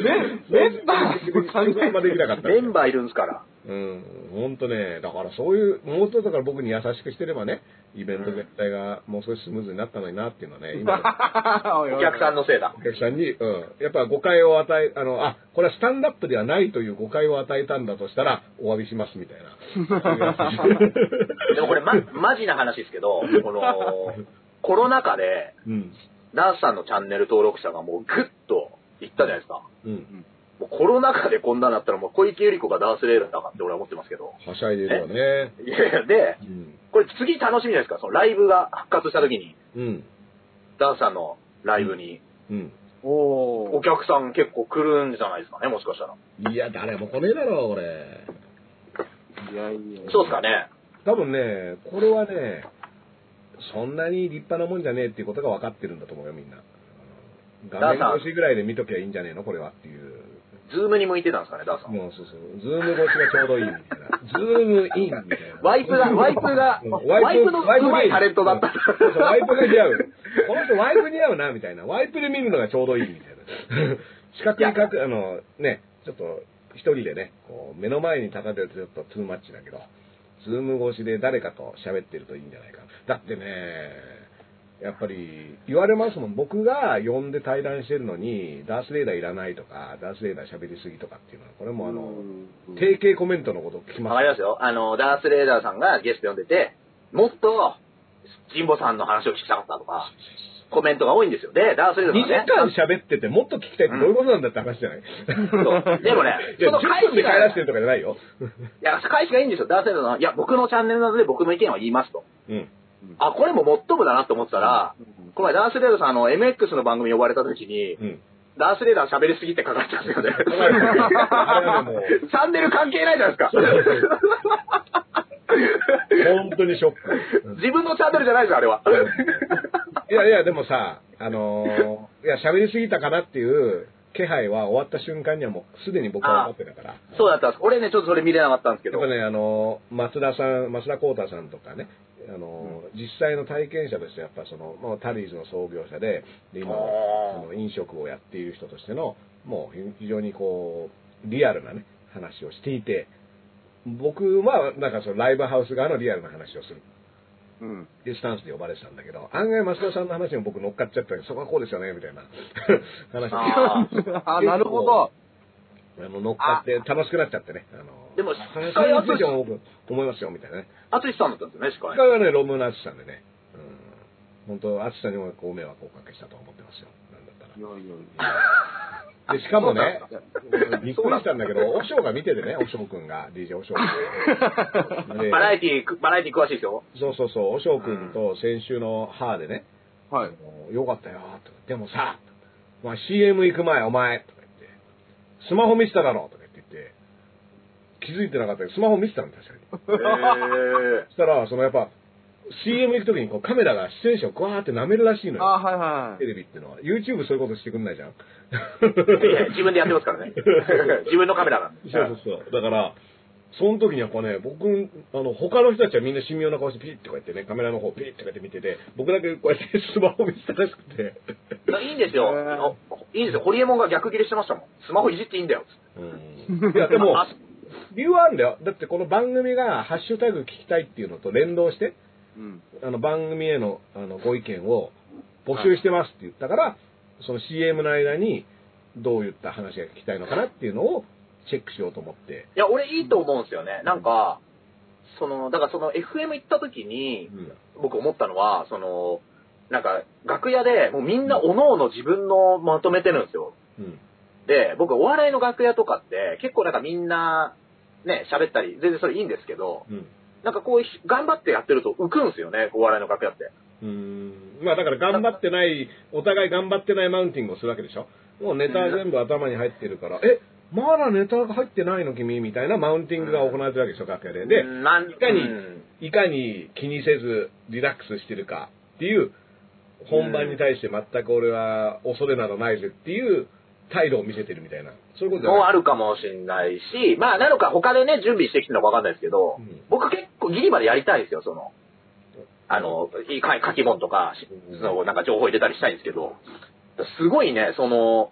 Speaker 5: ンバーの関係
Speaker 3: あんまできなかった。
Speaker 4: メンバーいるんですから。
Speaker 3: うん、ほんとね、だからそういう、もうちょっとだから僕に優しくしてればね、イベント全体がもう少しスムーズになったのになっていうのはね、今の
Speaker 4: お客さんのせいだ
Speaker 3: お。客さんに、うん、やっぱ誤解を与え、あの、あ、これはスタンダップではないという誤解を与えたんだとしたら、お詫びしますみたいな。
Speaker 4: でもこれ、ま、マジな話ですけど、この、コロナ禍で、
Speaker 3: うん、
Speaker 4: ダンさんのチャンネル登録者がもうグッといったじゃないですか。
Speaker 3: うん、
Speaker 4: もうコロナ禍でこんなになったらもう小池百合子がダースレーダーかって俺は思ってますけど。
Speaker 3: はしゃいでるわね。
Speaker 4: いやいや、で
Speaker 3: う、ん、
Speaker 4: これ次楽しみじゃないですか。そのライブが復活した時に、
Speaker 3: うん、
Speaker 4: ダンさんのライブに
Speaker 3: うん。
Speaker 5: お
Speaker 4: お客さん結構来るんじゃないですかね、もしかしたら。
Speaker 3: いや、誰も来ねえだろ、俺。
Speaker 5: いやいや
Speaker 4: そうですかね。
Speaker 3: 多分ね、これはね、そんなに立派なもんじゃねえっていうことが分かってるんだと思うよ、みんな。画面越しぐらいで見ときゃいいんじゃねえの、これはっていう。
Speaker 4: ズームに向いてたんですかね、ダンさん。
Speaker 3: もうそうそう、ズーム越しがちょうどいいみたいな。ズームインみたいな。
Speaker 4: ワイプが、ワイプが、
Speaker 3: うん
Speaker 4: ワイプのすごいタレントだった。
Speaker 3: そうそうワイプが似合う。この人ワイプ似合うな、みたいな。ワイプで見るのがちょうどいい、みたいな。 四角にかく、あの、ね、ちょっと、一人でね、こう、目の前に立たれるとちょっとトゥーマッチだけど、ズーム越しで誰かと喋ってるといいんじゃないかな。だってね、やっぱり言われますもん。僕が呼んで対談してるのに、ダースレーダーいらないとか、ダースレーダー喋りすぎとかっていうのは、これもあの、定型コメントのこと聞きま
Speaker 4: わか
Speaker 3: す
Speaker 4: りますよ。あの、ダースレーダーさんがゲスト呼んでて、もっと、ジンボさんの話を聞きたかったとか、コメントが多いんですよ。で、ダースレーダー
Speaker 3: 2
Speaker 4: さんね
Speaker 3: 時。間喋っててもっと聞きたいってどういうことなんだって話じゃない、
Speaker 4: そうでもね
Speaker 3: いや
Speaker 4: その
Speaker 3: 10分で帰らせてるとかじゃないよ。
Speaker 4: いや、返しがいいんですよ。ダースレーダーさん。いや、僕のチャンネルなので僕の意見は言いますと。
Speaker 3: うん。
Speaker 4: あ、これももっともだなと思ってたら、この前ダースレーダーさん、あの、MX の番組呼ばれた時に、
Speaker 3: うん。
Speaker 4: ダースレーダー喋りすぎって書かれてたんですよ ね。
Speaker 3: あれは ねもう
Speaker 4: チャンネル関係ないじゃないですか。
Speaker 3: 本当にショック。
Speaker 4: 自分のチャンネルじゃないですよ、あれは。
Speaker 3: いやいや、でもさ、あのーいや、喋りすぎたかなっていう気配は終わった瞬間にはもうすでに僕は思ってたから。
Speaker 4: そうだったんです。俺ね、ちょっとそれ見れなかったんですけ
Speaker 3: や
Speaker 4: ど
Speaker 3: っぱ。ね、あのー松田さん、松田幸太さんとかね、あのー実際の体験者として、やっぱその、もうタリーズの創業者で、で今、
Speaker 4: あー
Speaker 3: あの飲食をやっている人としての、もう非常にこう、リアルなね、話をしていて、僕は、なんかそのライブハウス側のリアルな話をする
Speaker 5: うん。
Speaker 3: っていうスタンスで呼ばれてたんだけど、案外松田さんの話にも僕乗っかっちゃったりそこはこうですよね、みたいな話を
Speaker 4: あー
Speaker 5: あ、なるほど。
Speaker 3: あの乗っかって楽しくなっちゃってね、あのー
Speaker 4: でも
Speaker 3: それについても僕思いますよ、みたいなね。
Speaker 4: アツシさんだったんですよね、司
Speaker 3: 一
Speaker 4: 会。
Speaker 3: 回はね、論文の淳さんでね、うん、本当、淳さんにもご迷惑をおかけしたと思ってますよ、なんだった
Speaker 5: いやいやい
Speaker 3: ら。で、しかもね
Speaker 5: そう、
Speaker 3: びっくりしたんだけど、おしょうが見ててね、おしょうくんが、DJ おしょうくんで
Speaker 4: バラエティー、バラエティ詳しいですよ。
Speaker 3: そうそうそう、おしょうくんと先週の母でね、
Speaker 5: やはい。
Speaker 3: もうよかったよとか、でもさ、まあ、CM 行く前、お前、とか言って、スマホ見せただろ、とか言って言って、気づいてなかったけど、スマホ見せたの、確かに。
Speaker 4: へー
Speaker 3: そしたら、そのやっぱ、CM 行くときにこうカメラが出演者をグワーって舐めるらしいの
Speaker 5: あ、
Speaker 3: よ。
Speaker 5: はいは
Speaker 3: テレビってのは。YouTube そういうことしてくんないじ ゃん。
Speaker 4: いや自分でやってます からね。自分のカメラなんで。
Speaker 3: そうそうそう。だから、その時にはこうね、僕、あの、他の人たちはみんな神妙な顔してピッてこうやってね、カメラの方ピッてこうやって見てて、僕だけこうやってスマホ見せたらしくて。
Speaker 4: いいんですよ。
Speaker 5: へー
Speaker 4: あいいんですよ。ホリエモンが逆ギレしてましたもん。スマホいじっていいんだよ。
Speaker 3: うん。いや、 でも、理由はあるんだよ。だってこの番組がハッシュタグ聞きたいっていうのと連動して、
Speaker 5: うん。
Speaker 3: あの番組へのあのご意見を募集してますって言ったから、その CM の間にどういった話が聞きたいのかなっていうのをチェックしようと思って、
Speaker 4: いや、俺いいと思うんですよね。なんか、その、だからその FM 行った時に、僕思ったのは、その、なんか、楽屋で、もうみんな各々自分のまとめてるんですよ。
Speaker 3: うん
Speaker 4: で、僕、お笑いの楽屋とかって、結構なんかみんな、ね、喋ったり、全然それいいんですけど、
Speaker 3: うん
Speaker 4: なんかこうひ、頑張ってやってると浮くんですよね、お笑いの楽屋って。
Speaker 3: うんまあだから頑張ってないお互い頑張ってないマウンティングをするわけでしょもうネタ全部頭に入ってるから、えまだネタが入ってないの君みたいなマウンティングが行われてるわけでしょ楽屋でで
Speaker 4: うんなん
Speaker 3: いかに
Speaker 4: うん
Speaker 3: いかに気にせずリラックスしてるかっていう本番に対して全く俺は恐れなどないぜっていう態度を見せてるみたいなそういうことじゃ
Speaker 4: もう
Speaker 3: ない
Speaker 4: あるかもしんないし、まあ、なのか他でね、準備してきたのかわかんないですけど、
Speaker 3: うん
Speaker 4: 僕結構ギリまでやりたいんですよ、その、あの、いいか書き物とか、しそのなんか情報入れたりしたいんですけど、すごいね、その、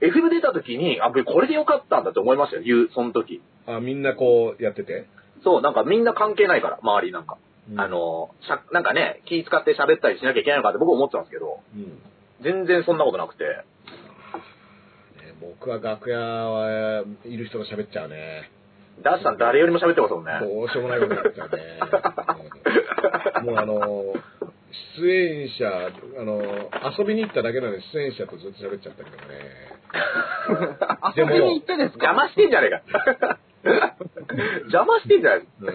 Speaker 4: FM 出た時に、あ、これでよかったんだって思いましたよ、言う、その時。
Speaker 3: あみんなこうやってて、
Speaker 4: そう、なんかみんな関係ないから、周りなんか。
Speaker 3: うん
Speaker 4: あ、の、しゃなんかね、気使って喋ったりしなきゃいけないのかって僕思ってたんですけど、
Speaker 3: うんね
Speaker 4: 全然そんなことなくて。
Speaker 3: 僕は楽屋はいる人が喋っちゃうね
Speaker 4: ダッシュさん誰よりも喋ってますもんね。
Speaker 3: どうしようもないことになっちゃうねうん もうあの出演者あの遊びに行っただけなのに出演者とずっと喋っちゃったけどねで
Speaker 5: 遊
Speaker 3: も
Speaker 5: びに行ってです
Speaker 4: 邪
Speaker 5: か
Speaker 4: 魔してんじゃねえか。 邪魔してんじゃない
Speaker 3: うん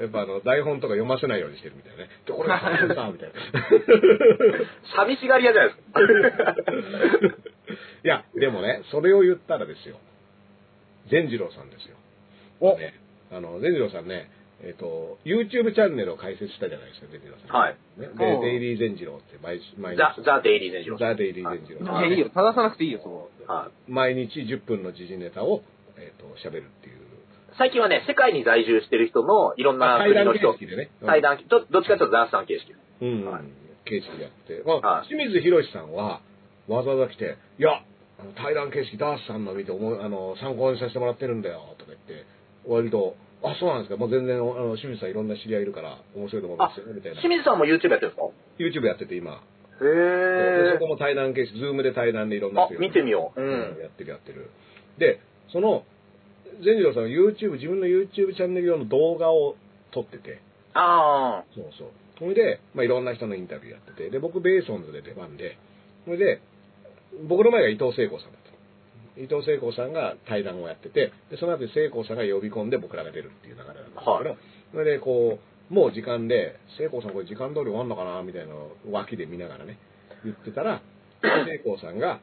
Speaker 3: やっぱあの台本とか読ませないようにしてるみたいなね。でこれさ、これさみた いな。
Speaker 4: 寂しがり屋じゃないですか。
Speaker 3: いや、でもね、それを言ったらですよ、善次郎さんですよ。
Speaker 5: お
Speaker 3: ね、あの善次郎さんね、えっ、と、YouTube チャンネルを開設したじゃないですか、善次郎さん。
Speaker 4: はい
Speaker 3: ね、
Speaker 5: うん
Speaker 3: で、デイリー善次郎って毎週、毎日、
Speaker 4: ザ・ザ・デイリー選手
Speaker 3: ザ・デイリー善次郎
Speaker 5: いや、いいよ。正さなくていいよ、そ
Speaker 4: はい
Speaker 3: 毎日10分の時事ネタを、えっ、と、喋るっていう。
Speaker 4: 最近はね、世界に在住してる人のいろんな
Speaker 3: 対
Speaker 4: 国
Speaker 3: 談
Speaker 4: の
Speaker 3: 形
Speaker 4: 人、
Speaker 3: 式でね。うん
Speaker 4: 対談、ちょどっちかというとダンスさん形式。
Speaker 3: うん、
Speaker 4: はい
Speaker 3: 形式でやって、まあ
Speaker 4: はい
Speaker 3: 清水宏さんはわざわざ来て「いやあの対談形式ダースさんの見て思いあの参考にさせてもらってるんだよ」とか言って割と「あそうなんですかもう全然あの清水さんいろんな知り合いいるから面白いと思いますよ」みたいな
Speaker 4: 清水さんも YouTube やってるんですか
Speaker 3: YouTube やってて今でそ
Speaker 4: へ
Speaker 3: こも対談形式 Zoom で対談でいろんな
Speaker 4: あ
Speaker 3: 人、いる
Speaker 4: 見てみよう。う
Speaker 3: うん
Speaker 4: ん。
Speaker 3: やってるやってるでその善次郎さんの YouTube 自分の YouTube チャンネル用の動画を撮ってて
Speaker 4: あ
Speaker 3: そうそう。それで、まあ、いろんな人のインタビューやってて、で、僕、ベーソンズで出番で、それで、僕の前が伊藤聖子さんだった。伊藤聖子さんが対談をやってて、で、その後に聖子さんが呼び込んで僕らが出るっていう流れなんですけど、
Speaker 4: はい
Speaker 3: それで、こう、もう時間で、聖子さんこれ時間通り終わんのかなみたいなのを脇で見ながらね、言ってたら、聖子さんが、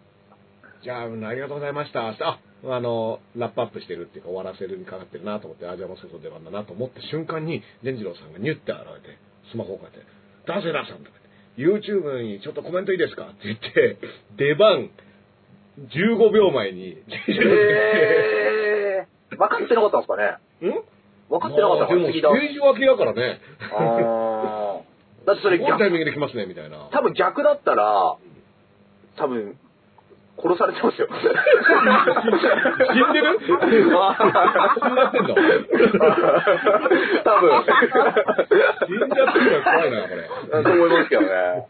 Speaker 3: じゃあ、ありがとうございました。あ、あの、ラップアップしてるっていうか、終わらせるにかかってるなと思って、あ、じゃあもう外出番だなと思った瞬間に、伝次郎さんがニュって現れて、スマホをこうやって、ダセダさんとか言って、YouTube にちょっとコメントいいですかって言って、出番15秒前に、
Speaker 4: へえ。 分かってなかったんですかね
Speaker 3: ん
Speaker 4: 分かってなかっ
Speaker 3: ま
Speaker 4: た
Speaker 3: あで
Speaker 4: 不
Speaker 3: も、
Speaker 4: 思
Speaker 3: ステ
Speaker 4: 議
Speaker 3: ー
Speaker 4: だ。
Speaker 3: ジ分けだからね、
Speaker 4: あーだって
Speaker 3: こ
Speaker 4: それ
Speaker 3: ういうタイミ
Speaker 4: 逆、
Speaker 3: ングで来ますね、みたいな。
Speaker 4: 多分逆だったら、多分、殺されてます よ。
Speaker 3: 死んで る死んじゃってんの
Speaker 4: 多分。
Speaker 3: 死んじゃってるの怖いな、これ。
Speaker 4: そう思いますけどね。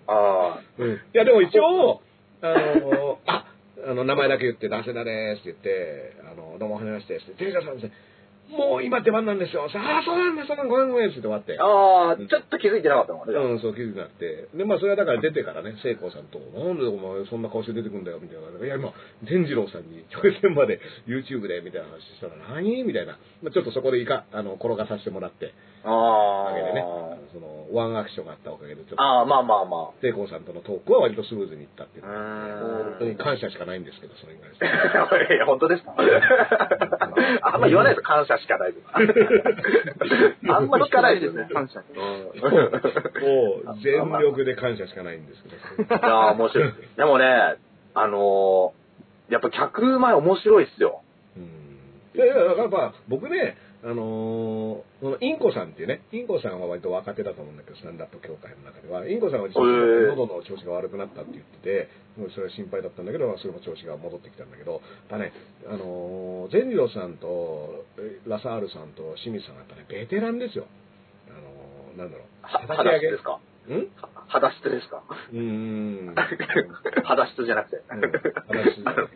Speaker 4: ああ。
Speaker 3: いや、でも一応、あの、あ、あの、名前だけ言って、ダセダですって言って、あの、どうもはじめまして、って、店長さんですね、もう今出番なんですよ。さあ、そうなんだ、そうなんだ、ごめんごめんって言って終わって。
Speaker 4: ああ、ちょっと気づいてなかったもんね。
Speaker 3: うん、そう、気づいてなくて。で、まあ、それはだから出てからね、聖子さんと、なんでお前そんな顔して出てくんだよ、みたいな。いや、今、善次郎さんに直前まで YouTube で、みたいな話したら、何みたいな。まあ、ちょっとそこでいか、あの、転がさせてもらって、お
Speaker 4: あ
Speaker 3: かげでね、あ
Speaker 4: あ
Speaker 3: の。その、ワンアクションがあったおかげで、ちょっと、
Speaker 4: ああ、まあまあま
Speaker 3: 聖子さんとのトークは割とスムーズにいったっていう
Speaker 4: あ。
Speaker 3: の
Speaker 4: う
Speaker 3: が
Speaker 4: ー
Speaker 3: 本当に
Speaker 4: ん。
Speaker 3: 感謝しかないんですけど、それに関して。
Speaker 4: いやいや、本当ですか あんま言わないです。感謝しかないです。あんま聞かないですね。
Speaker 5: 感謝。
Speaker 3: もう、全力で感謝しかないんですけど。
Speaker 4: いやー面白い。でもね、あのーやっぱ客前面白いっすよ。
Speaker 3: うんいやいや、やっぱ僕ね、あのーそのインコさんっていうね、インコさんは割と若手だと思うんだけど、スタンダップ協会の中では、インコさんは実は
Speaker 4: へー
Speaker 3: 喉の調子が悪くなったって言ってて、もうそれは心配だったんだけど、それも調子が戻ってきたんだけど、やっぱね、あのー、善次郎さんとえラサールさんと清水さんはやっぱね、ベテランですよ。あのーなんだろう。
Speaker 4: は
Speaker 3: 叩き上
Speaker 4: 肌質
Speaker 3: げ
Speaker 4: ですか
Speaker 3: ん
Speaker 4: は肌質ですか
Speaker 3: うーん。
Speaker 4: 肌質じゃなくて。
Speaker 3: うん話になる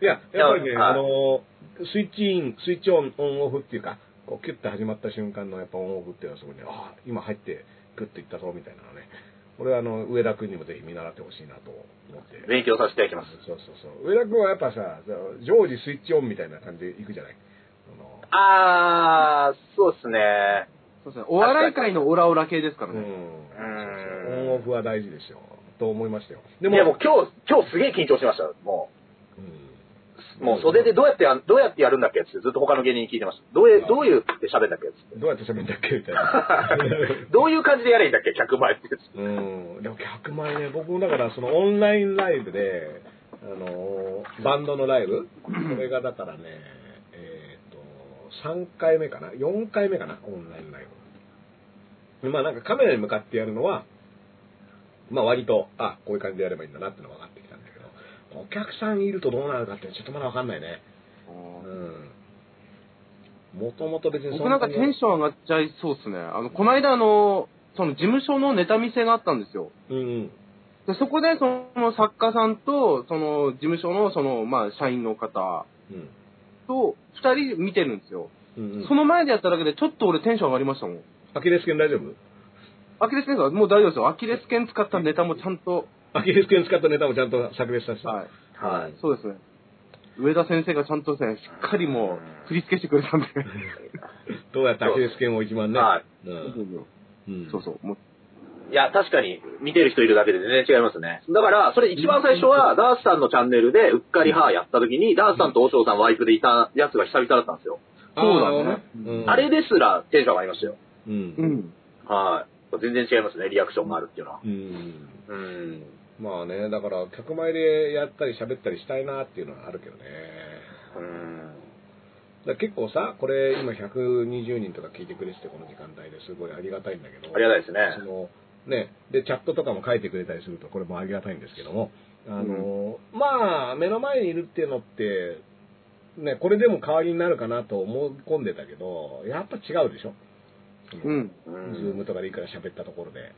Speaker 3: いや、 やっぱりね、
Speaker 4: はい
Speaker 3: あの、スイッチイン、スイッチオン、オンオフっていうか、こう、キュッて始まった瞬間のやっぱオンオフっていうのはすごいね、ああ、今入って、グッといったぞ、みたいなのね。これはあの、上田君にもぜひ見習ってほしいなと思って。
Speaker 4: 勉強させていただきます。
Speaker 3: そうそうそう。上田君はやっぱさ、常時スイッチオンみたいな感じで行くじゃないあの
Speaker 4: あー、そうですね。
Speaker 5: そうですね。お笑い界のオラオラ系ですから
Speaker 3: うん
Speaker 5: ね。。
Speaker 3: そうそうオンオフは大事ですよ。と思いましたよ。で
Speaker 4: で
Speaker 3: も、
Speaker 4: もいやもう今日、今日すげえ緊張しました。も
Speaker 3: うん
Speaker 4: う、もう袖でどうやってや、どうやってやるんだっけっつってずっと他の芸人に聞いてました。どうや、どういうって喋るんだっけっつって。
Speaker 3: どうやって喋るんだっけみたいな。
Speaker 4: どういう感じでやればいいんだっけ客前って。
Speaker 3: うん。でも100万円、僕もだから、そのオンラインライブで、あのーバンドのライブ、これがだからね、えっ、と、3回目かな、4回目かな、オンラインライブ。まあなんかカメラに向かってやるのは、まあ割と、あ、こういう感じでやればいいんだなってのが分かってきたんだけど、お客さんいるとどうなるかってちょっとまだ分かんないね。うん。もともと別に
Speaker 5: 僕なんかテンション上がっちゃいそうですね。あの、この間あの、その事務所のネタ見せがあったんですよ。
Speaker 3: ョン。うん
Speaker 5: でそこでその作家さんと、その事務所のその、まあ、社員の方
Speaker 3: うん。
Speaker 5: と、二人見てるんですよ。
Speaker 3: うん。うん。
Speaker 5: その前でやっただけで、ちょっと俺テンション上がりましたもん。
Speaker 3: アキレス腱大丈夫
Speaker 5: アキレス腱さん、もう大丈夫ですよ。アキレス腱使ったネタもちゃんと、
Speaker 3: アキレス腱使ったネタもちゃんと炸裂させた。
Speaker 5: はい。
Speaker 4: はい。
Speaker 5: そうですね。上田先生がちゃんとですね、しっかりもう、振り付けしてくれたんで。
Speaker 3: どうやってアキレス腱を一番ね。
Speaker 4: はい
Speaker 3: うんうん
Speaker 5: そうそう。もう
Speaker 4: いや、確かに見てる人いるだけで全然違いますね。だから、それ一番最初は、ダースさんのチャンネルで、うっかりはーやった時に、ダースさんと和尚さんワイプでいたやつが久々だったんですよ。
Speaker 3: あ
Speaker 5: だ
Speaker 3: ー
Speaker 5: ね
Speaker 3: うん
Speaker 4: あれですらテンション上がりましたよ。
Speaker 3: う。
Speaker 5: うんん。
Speaker 4: はい。全然違いますね、リアクションがあるっていうのは。
Speaker 3: うん。
Speaker 4: うん。
Speaker 3: まあね、だから、客前でやったり喋ったりしたいなっていうのはあるけどね。
Speaker 4: うん。
Speaker 3: だから結構さ、これ今120人とか聞いてくれてて、この時間帯ですごいありがたいんだけど。
Speaker 4: ありがたいですね。
Speaker 3: そのね、でチャットとかも書いてくれたりするとこれもありがたいんですけどもあの、まあ目の前にいるっていうのって、ね、これでも代わりになるかなと思い込んでたけどやっぱ違うでしょ、
Speaker 5: う、ん。
Speaker 4: う
Speaker 3: ズー
Speaker 4: ん
Speaker 3: ムとかでいくら喋ったところで、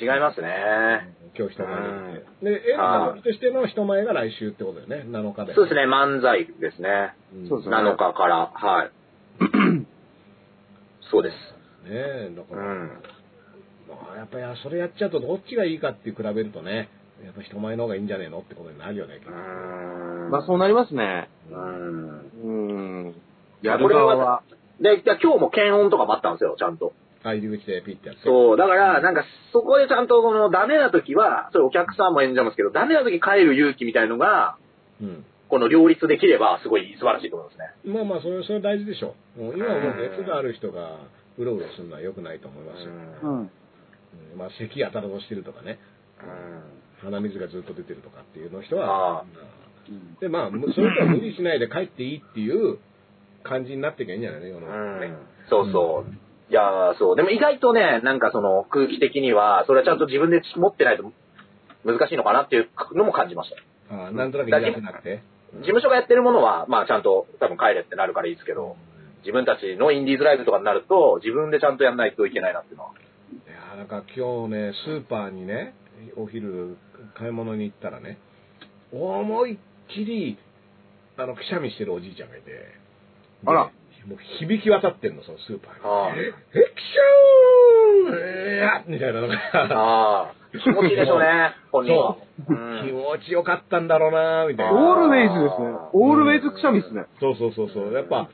Speaker 4: 違いますね。
Speaker 3: 今日人前にいて、でエンタメとしての人前が来週ってことだよね7日で、
Speaker 4: そうですね、漫才ですね。
Speaker 3: うん、
Speaker 5: そうですね
Speaker 4: 7日から。 はい。そうです。
Speaker 3: ねだか
Speaker 4: う
Speaker 3: ら、
Speaker 4: ん。
Speaker 3: まあ、やっぱりそれやっちゃうとどっちがいいかって比べるとねやっぱ人前の方がいいんじゃねえのってことになるよね、
Speaker 4: うん。
Speaker 5: まあそうなりますね。
Speaker 4: うん。
Speaker 5: うん。
Speaker 4: いや
Speaker 5: やる側は。
Speaker 4: で、で今日も検温とかもあったんですよ、ちゃんと。
Speaker 3: あ入り口でピッてやって
Speaker 4: そう、だから、なんか、そこでちゃんと、この、ダメな時は、それお客さんも演じますけど、ダメな時帰る勇気みたいのが、
Speaker 3: うん
Speaker 4: この両立できれば、すごい素晴らしいと思いますね。
Speaker 3: まあまあ、それ、それ大事でしょう。もう今はもう熱がある人が、うろうろするのは良くないと思いますよ。
Speaker 5: う
Speaker 4: うん
Speaker 5: ん。
Speaker 3: うんまあ、咳やたらとしてるとかね、鼻水がずっと出てるとかっていうの人
Speaker 4: あ
Speaker 3: は
Speaker 4: あ、
Speaker 3: うんで、まあ、むそれとは無理しないで帰っていいっていう感じになってきゃいいんじゃないの世の中ね。
Speaker 4: そうそう。いやーそう。でも意外とね、なんかその、空気的には、それはちゃんと自分で持ってないと難しいのかなっていうのも感じました。
Speaker 3: ああなんとなく言い出せなくて。
Speaker 4: 事務所がやってるものは、まあちゃんと多分帰れってなるからいいですけど、自分たちのインディーズライブとかになると、自分でちゃんとやんないといけないなっていうのは。
Speaker 3: いやーなんか今日ね、スーパーにね、お昼買い物に行ったらね、思いっきり、あの、くしゃみしてるおじいちゃんがいて、
Speaker 5: あら
Speaker 3: でもう響き渡ってんの、そのスーパーに。
Speaker 4: ああ
Speaker 3: ヘクションいやみたいなのが、
Speaker 4: ああ、気持ちいいでしょ うね、本人は。う
Speaker 3: 気
Speaker 4: ん
Speaker 3: 持ちよかったんだろうなみたい
Speaker 5: オ
Speaker 4: あ
Speaker 3: な。
Speaker 5: ールウェイズですね。オールウェイズくしゃみですね。
Speaker 3: そうそうそうそう。やっぱ、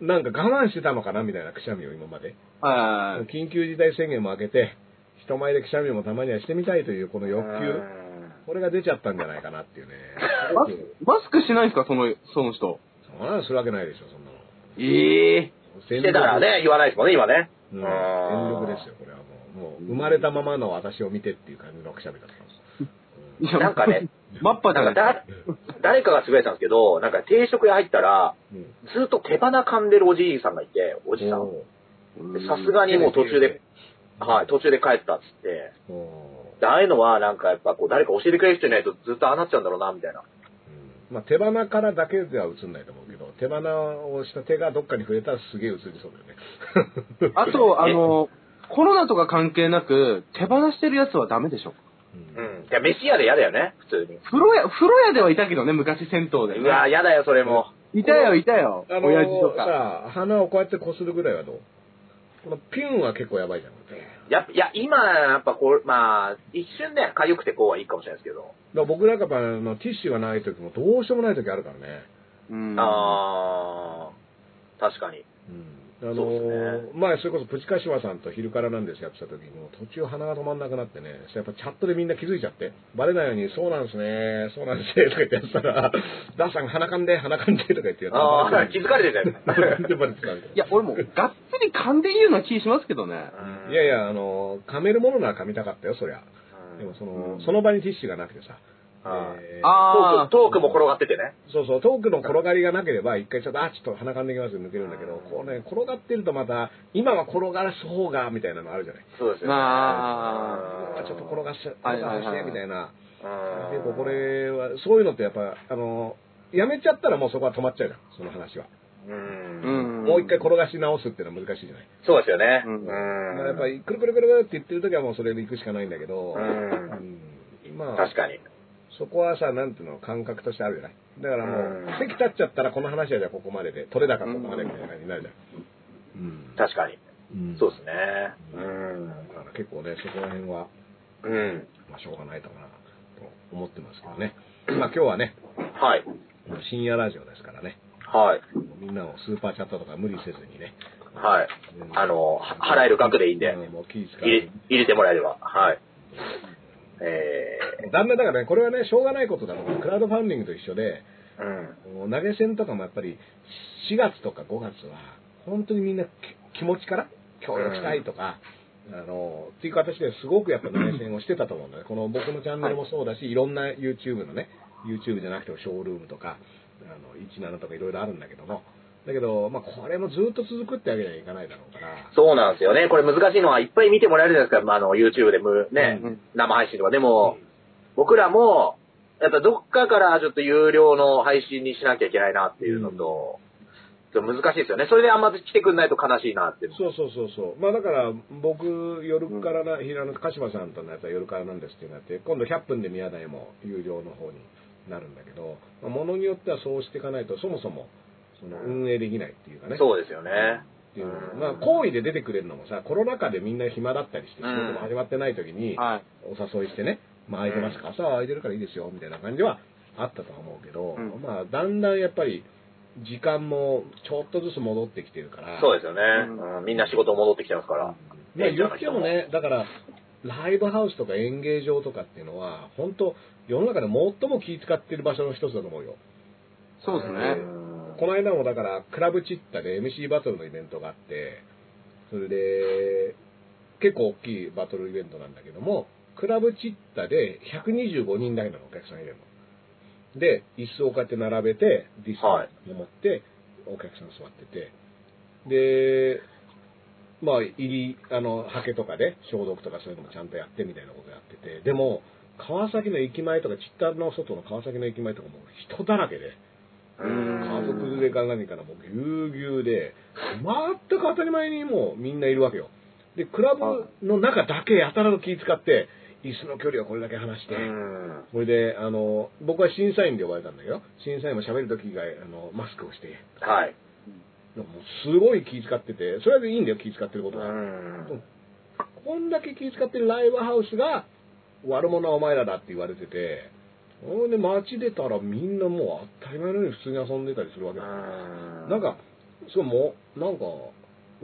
Speaker 3: なんか我慢してたのかなみたいなくしゃみを今まで。
Speaker 5: はい。
Speaker 3: 緊急事態宣言も明けて、人前でくしゃみもたまにはしてみたいというこの欲求。これが出ちゃったんじゃないかなっていうね。
Speaker 5: マスマスクしないんですかその、その人。
Speaker 3: そんなのするわけないでしょ、そんなの。
Speaker 5: ええ
Speaker 4: し
Speaker 3: 全
Speaker 4: てたらね、言わないですもんね、今ね。
Speaker 3: うん、
Speaker 4: う
Speaker 3: 全
Speaker 4: ん
Speaker 3: 力ですよ、これはもう。もう、生まれたままの私を見てっていう感じのくしゃみだったんです。
Speaker 5: いや
Speaker 4: なん かね、
Speaker 5: マッパじゃ
Speaker 4: な
Speaker 5: なんい
Speaker 4: かだ、誰かがつぶやいたんですけど、なんか定食屋入ったら、
Speaker 3: うん
Speaker 4: ずっと手鼻噛んでるおじいさんがいて、おじさん。でさすがにもう途中で、はい、途中で帰ったっつって。
Speaker 3: おーお
Speaker 4: でああいうのは、なんかやっぱこう、誰か教えてくれる人いないとずっとああなっちゃうんだろうな、みたいな。
Speaker 3: ーうんまあ、手鼻からだけでは映んないと思うけど、手放をした手がどっかに触れたらすげえ映りそうだよね。
Speaker 5: あと、あの、コロナとか関係なく、手放してるやつはダメでしょ。
Speaker 3: うん
Speaker 4: うん。いや、飯屋で嫌だよね、普通に。
Speaker 5: 風呂屋、風呂屋ではいたけどね、昔銭湯で、
Speaker 4: うわ、
Speaker 5: ね。
Speaker 4: 嫌だよ、それも。
Speaker 5: いたよ、いたよ。
Speaker 3: あの
Speaker 5: 親父とか。
Speaker 3: さあ、鼻をこうやってこするぐらいはどうこのピュンは結構やばいじゃん。だか
Speaker 4: やっぱ、いや、今、やっぱこう、まあ、一瞬ね、痒くてこうはいいかもしれないですけど。
Speaker 3: ら僕なんかやっぱあのティッシュがない時もどうしようもない時あるからね。
Speaker 5: うん。
Speaker 4: あー、確かに。
Speaker 3: うん。あの
Speaker 4: そうですね
Speaker 3: 前それこそプチカシマさんと昼からなんですやってた時にもう途中鼻が止まんなくなってね、そしたらやっぱチャットでみんな気づいちゃって、バレないように、そうなんですね、そうなんですね、とか言ってやってた ら、ダーさん鼻かんで、鼻かんで、とか言ってやって
Speaker 4: あー、 気づかれてたよね。
Speaker 3: でバレてたみたいない
Speaker 5: や、俺も、がっつり噛んでいいような気しますけどね。
Speaker 4: うん
Speaker 3: いやい、や、あの、噛めるものなら噛みたかったよ、そりゃ。
Speaker 4: うん
Speaker 3: でもその、
Speaker 5: うん
Speaker 3: その場にティッシュがなくてさ。
Speaker 4: あー
Speaker 3: えー
Speaker 4: トー
Speaker 5: あ
Speaker 4: ク、トークも転がっててね。
Speaker 3: そうそう、トークの転がりがなければ、一回ちょっと、あ、ちょっと鼻かんできますよ、抜けるんだけど、
Speaker 4: うん
Speaker 3: こうね、転がってるとまた、今は転がらす方が、みたいなのあるじゃない。
Speaker 4: そうですよね。
Speaker 5: まあ
Speaker 3: 今はちょっと転がし、
Speaker 5: は
Speaker 3: 転
Speaker 5: い
Speaker 3: が
Speaker 5: はいはい
Speaker 3: らして、みたいな。
Speaker 4: うん
Speaker 3: 結構こ、れは、そういうのってやっぱ、あの、やめちゃったらもうそこは止まっちゃうじゃん、その話は。
Speaker 4: う
Speaker 5: あ。
Speaker 4: ん。
Speaker 5: うん。
Speaker 3: もう一回転がし直すっていうのは難しいじゃない。
Speaker 4: そうですよね。
Speaker 5: うん
Speaker 3: だからやっぱり、くるくるくるくるって言ってる時はもうそれで行くしかないんだけど、
Speaker 4: うん
Speaker 3: うんまあ、
Speaker 4: 確かに。
Speaker 3: そこはさ、なんていうの、感覚としてあるじゃないだからもう
Speaker 4: う、ん
Speaker 3: 席立っちゃったらこの話はじゃあここまでで、取れ高ここまでみたいな感じになるじゃん。
Speaker 4: 確かに。
Speaker 3: うん
Speaker 4: そうですね。うん。
Speaker 3: だから結構ね、そこら辺は、
Speaker 4: うん。
Speaker 3: まあ、しょうがないかな、と思ってますけどね。まあ今日はね、
Speaker 4: はい。
Speaker 3: 深夜ラジオですからね、
Speaker 4: はい。
Speaker 3: みんなをスーパーチャットとか無理せずにね。
Speaker 4: はい。あの、は払える額でいいんで、
Speaker 3: うんもう気ぃ使
Speaker 4: 入れ
Speaker 3: う。
Speaker 4: 入れてもらえれば。はい。え
Speaker 3: 残念だからね、これはね、しょうがないことだから、クラウドファンディングと一緒で、
Speaker 4: ー、うん。
Speaker 3: もう投げ銭とかもやっぱり4月とか5月は本当にみんなき気持ちから協力したいとか、あのっていう形ですごくやっぱ投げ銭をしてたと思うんだよねこの僕のチャンネルもそうだし、い、ろんな YouTube のね YouTube じゃなくてもショールームとかあの17とかいろいろあるんだけどもだけど、まあ、これもずっと続くってわけにはいかないだろうから。
Speaker 4: そうなんですよね。これ難しいのは、いっぱい見てもらえるじゃないですか。まあ、あの、YouTube でむ、ね、
Speaker 5: うん
Speaker 4: 生配信とか。でも、僕らも、やっぱどっかからちょっと有料の配信にしなきゃいけないなっていうのと、ちょっと難しいですよね。それであんま来てくんないと悲しいなっていうの。
Speaker 3: そうそうそうそう。まあだから、僕、夜からな、平野鹿島さんとのやつは夜からなんですっていうのがあって、今度100分で宮台も有料の方になるんだけど、まあ、ものによってはそうしていかないと、そもそも、その運営できないっていうかね。
Speaker 4: そうですよね。
Speaker 3: っていうの
Speaker 4: うん
Speaker 3: まあ、行為で出てくれるのもさ、コロナ禍でみんな暇だったりして、仕
Speaker 4: うん
Speaker 3: 事も始まってない時に、
Speaker 5: はい。
Speaker 3: お誘いしてね、まあ、空いてますか、朝は空いてるからいいですよみたいな感じはあったとは思うけど、
Speaker 5: うん
Speaker 3: まあ、だんだんやっぱり、時間もちょっとずつ戻ってきてるから、
Speaker 4: そうですよね、
Speaker 5: うん
Speaker 4: うんみんな仕事戻ってきてますから。
Speaker 3: まあ言ってもね、だから、ライブハウスとか演芸場とかっていうのは、本当、世の中で最も気使ってる場所の一つだと思うよ。
Speaker 5: そうです
Speaker 4: う
Speaker 5: ね。
Speaker 4: ん
Speaker 3: この間もだから、クラブチッタで MC バトルのイベントがあって、それで、結構大きいバトルイベントなんだけども、クラブチッタで125人だけなの、お客さん入れるの。で、椅子をこうやって並べて、ディス
Speaker 4: はい
Speaker 3: プレイを持って、お客さん座ってて、で、まあ、入り、あの、刷毛とかで、消毒とかそういうのもちゃんとやってみたいなことやってて、でも、川崎の駅前とか、チッタの外の川崎の駅前とかも人だらけで、
Speaker 5: うん
Speaker 3: 家族連れから何からもうぎゅうぎゅうで、全く当たり前にもうみんないるわけよ。で、クラブの中だけやたらと気使って、椅子の距離はこれだけ離して、
Speaker 4: うん
Speaker 3: それで、あの、僕は審査員で呼ばれたんだけど、審査員も喋るとき以外、あの、マスクをして、
Speaker 4: はい。
Speaker 3: もうすごい気使ってて、それでいいんだよ、気使ってることは。
Speaker 4: うん
Speaker 3: こんだけ気使ってるライブハウスが、悪者はお前らだって言われてて、ほんで街出たらみんなもう当たり前のように普通に遊んでたりするわけだからなんか、そうもう、なんか、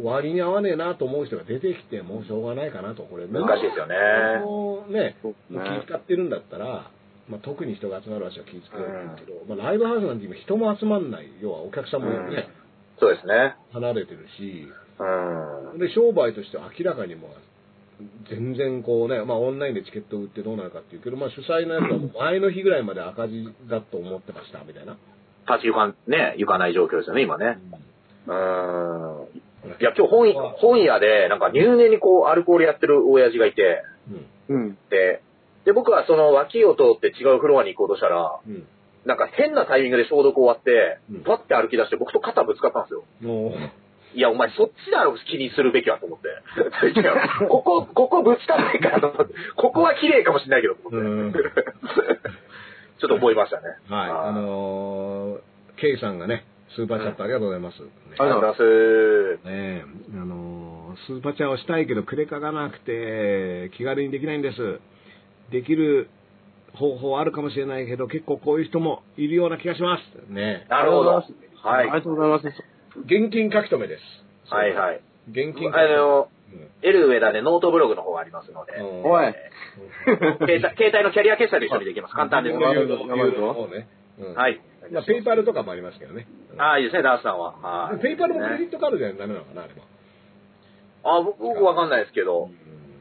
Speaker 3: 割に合わねえなと思う人が出てきて、もうしょうがないかなと、これ、
Speaker 4: 難しいですよね。
Speaker 3: もうね、
Speaker 5: そうです
Speaker 3: もう
Speaker 5: ね
Speaker 3: 気使ってるんだったら、まあ、特に人が集まる場所は気使うんだけど、まあ、ライブハウスなんて今、人も集まんない、要はお客さんもね、
Speaker 4: そうですね。
Speaker 3: 離れてるし、
Speaker 4: うん。
Speaker 3: で商売としては明らかにもう全然こうね、まあ、オンラインでチケット売ってどうなるかっていうけど、まあ、主催のやつはもう前の日ぐらいまで赤字だと思ってましたみたいな。
Speaker 4: 立ち行かん、ね、行かない状況ですよね、今ね。うん。いや、今日本屋、本屋で、なんか入念にこう、アルコールやってる親父がいて、
Speaker 3: うん
Speaker 5: うん。
Speaker 4: で、で、僕はその脇を通って違うフロアに行こうとしたら、
Speaker 3: うん
Speaker 4: なんか変なタイミングで消毒終わって
Speaker 3: うん、
Speaker 4: バッて歩き出して僕と肩ぶつかったんですよ。
Speaker 3: もう、
Speaker 4: いや、お前そっちだろ、気にするべきはと思って。いやここ、ここぶつかんないからと思って、ここは綺麗かもしれないけどと思って、
Speaker 3: うん
Speaker 4: ちょっと思いましたね。
Speaker 3: はい、
Speaker 4: あー
Speaker 3: あのー、ケイさんがね、スーパーチャットありがとうございます。ね
Speaker 5: ありがとうございます
Speaker 4: ざい
Speaker 3: ねえ、あのースーパーチャーをしたいけど、クレカがなくて、気軽にできないんです。できる方法はあるかもしれないけど、結構こういう人もいるような気がします。ね
Speaker 4: なるほど。
Speaker 5: あ
Speaker 4: は
Speaker 5: りがとうございま
Speaker 4: い。
Speaker 5: すありがとうございます。
Speaker 3: 現金書き留めです。
Speaker 4: はいはい。
Speaker 3: 現金書き留め。
Speaker 4: あの、
Speaker 3: うん
Speaker 4: エルウェダでノートブログの方がありますので、
Speaker 3: うん
Speaker 5: おい
Speaker 4: えー携帯携帯のキャリア決済と一緒にできます。簡単です。
Speaker 5: な
Speaker 4: は
Speaker 5: る
Speaker 4: い。
Speaker 5: ほどなるほ
Speaker 3: そ
Speaker 5: ど
Speaker 3: うね。うんま
Speaker 4: ま
Speaker 3: あ、ペイパ
Speaker 4: ル。
Speaker 3: ルとかもありますけどね。
Speaker 4: ああ、いいですね、ダースさんは。はい
Speaker 3: ペイパルもクレジッ
Speaker 4: ね
Speaker 3: トカードじゃダメなのかな、あれも。
Speaker 4: あ僕、僕わかんないですけど。
Speaker 3: うん
Speaker 4: う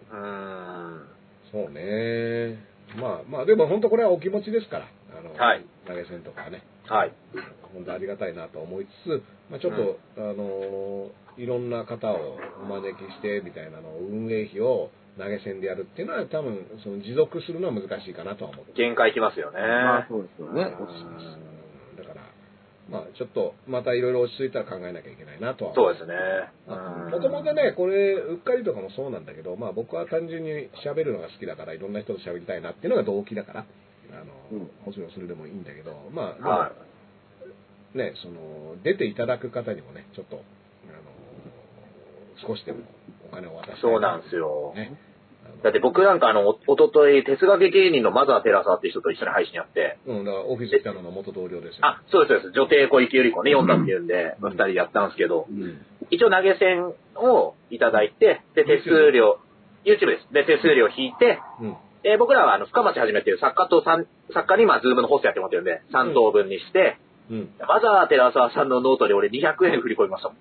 Speaker 4: ーん。
Speaker 3: そうね。まあまあ、でも本当これはお気持ちですから。あの、
Speaker 4: はい
Speaker 3: 投げ銭とかね。
Speaker 4: はい。
Speaker 3: 本当ありがたいなと思いつつ、まあ、ちょっと、あのーいろんな方をお招きしてみたいなのを運営費を投げ銭でやるっていうのは多分その持続するのは難しいかなとは思って
Speaker 4: 限界きますよね。
Speaker 5: まあ、そうですよね。
Speaker 4: う
Speaker 3: ます
Speaker 4: ん
Speaker 3: だからまあちょっとまたいろいろ落ち着いたら考えなきゃいけないなとは
Speaker 4: そうですね。うん
Speaker 3: もともとねこれうっかりとかもそうなんだけど、まあ、僕は単純に喋るのが好きだからいろんな人と喋りたいなっていうのが動機だからあの、
Speaker 5: うん
Speaker 3: もちろんそれでもいいんだけどまあ、まあ
Speaker 4: は
Speaker 3: ね、その出ていただく方にもね、ちょっと、あの少しでもお金を渡し
Speaker 4: い。
Speaker 3: て、
Speaker 4: そうなんですよ。
Speaker 3: ね、
Speaker 4: だって僕なんかあの、おおととい、哲学芸人のマザー・テラサーっていう人と一緒に配信やって、
Speaker 3: あのうん、だからオフィス来たのの元同僚ですよ、
Speaker 4: あ、そうです、そうです。女帝小池百合子ね、読んだっていうんで、
Speaker 3: うん
Speaker 4: 二人でやったんですけど、
Speaker 3: うん
Speaker 4: 一応投げ銭をいただいて、で、手数料、YouTube です。で、手数料引いて、
Speaker 3: うん
Speaker 4: えー僕らはあの、深町はじめっていう作家と三作家にまあ、ズームのホストやってもらってるんで、3等分にして、
Speaker 3: うん、
Speaker 4: マザー・テラサーさんのノートに俺200円振り込みましたもん。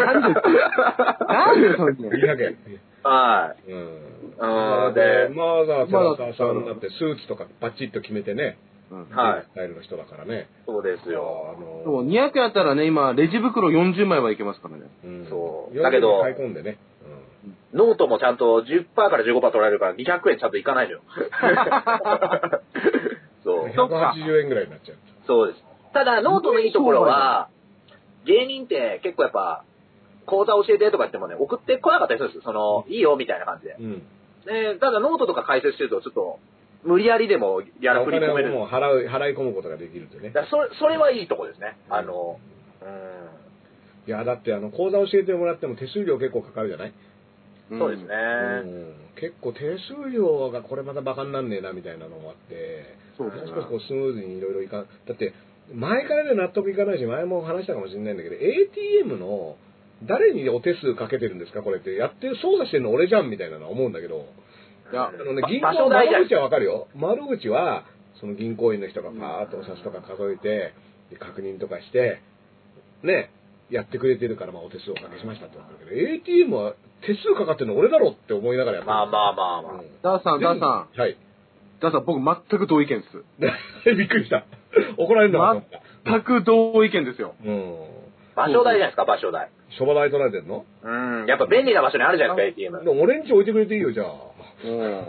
Speaker 5: なんでそう いうの
Speaker 3: 200円。
Speaker 4: はい。
Speaker 3: うん
Speaker 4: う
Speaker 3: ま
Speaker 4: ん
Speaker 3: あで
Speaker 4: で、
Speaker 3: マザー・テラサさんだってスーツとかパチッと決めてね、
Speaker 5: うん
Speaker 4: はい
Speaker 3: ス。タイルの人だからね。
Speaker 4: そうですよ。
Speaker 3: あ
Speaker 5: そ
Speaker 3: の
Speaker 5: う、200やったらね、今、レジ袋40枚はいけますからね。
Speaker 3: うん
Speaker 4: そう
Speaker 3: 40
Speaker 4: だけど
Speaker 3: 買い込んでね。
Speaker 4: ノートもちゃんと10%から15%取られるから200円ちゃんといかないのよ。
Speaker 3: う
Speaker 4: そ
Speaker 3: ん、
Speaker 4: う。
Speaker 3: 180円ぐらいになっちゃう。
Speaker 4: そうです。ただ、ノートのいいところは、芸人って結構やっぱ、講座教えてとか言ってもね、送ってこなかったりするんですよ。その、いいよみたいな感じで。
Speaker 3: うん、
Speaker 4: でただ、ノートとか解説してると、ちょっと、無理やりでもやら
Speaker 3: お
Speaker 4: 振り
Speaker 3: 金
Speaker 4: 込め
Speaker 3: を
Speaker 4: る。
Speaker 3: もう払う払い込むことができるとね。
Speaker 4: だからそれ、それはいいとこですね。あの、う
Speaker 3: いや、だってあの、講座教えてもらっても手数料結構かかるじゃない
Speaker 4: ん。そうですね。。
Speaker 3: うん結構手数料がこれまたバカになんねえなみたいなのもあって
Speaker 5: そう
Speaker 3: もう
Speaker 5: ですね
Speaker 3: 少しこうスムーズにいろいろいかんだって前からで納得いかないし前も話したかもしれないんだけど ATM の誰にお手数かけてるんですかこれってやって操作してるの俺じゃんみたいなのは思うんだけど
Speaker 5: いや
Speaker 3: あの、ね
Speaker 4: ば、
Speaker 3: 銀
Speaker 4: 場
Speaker 3: 行
Speaker 4: 所大事
Speaker 3: 窓口はわかるよ窓口はその銀行員の人がパーッとお札とか数えてで確認とかしてねやってくれてるから、まあ、お手数をおかけしましたってわかるけど ATM は手数かかってるの俺だろって思いながらやってる
Speaker 4: まあまあまあまあ。
Speaker 5: ダーさん、ダーさ
Speaker 3: ん。はい。
Speaker 5: ん、ダーさん、僕全く同意見です。
Speaker 3: びっくりした。怒られるのかと思った。
Speaker 5: 全く同意見ですよ。
Speaker 3: うん。
Speaker 4: 場所代じゃないですか、場所代。
Speaker 3: ショバ代取られてんの
Speaker 4: うん。やっぱ便利な場所にあるじゃないですか、
Speaker 3: で
Speaker 4: ATM。
Speaker 3: も俺んち置いてくれていいよ、じゃあ。
Speaker 5: うん。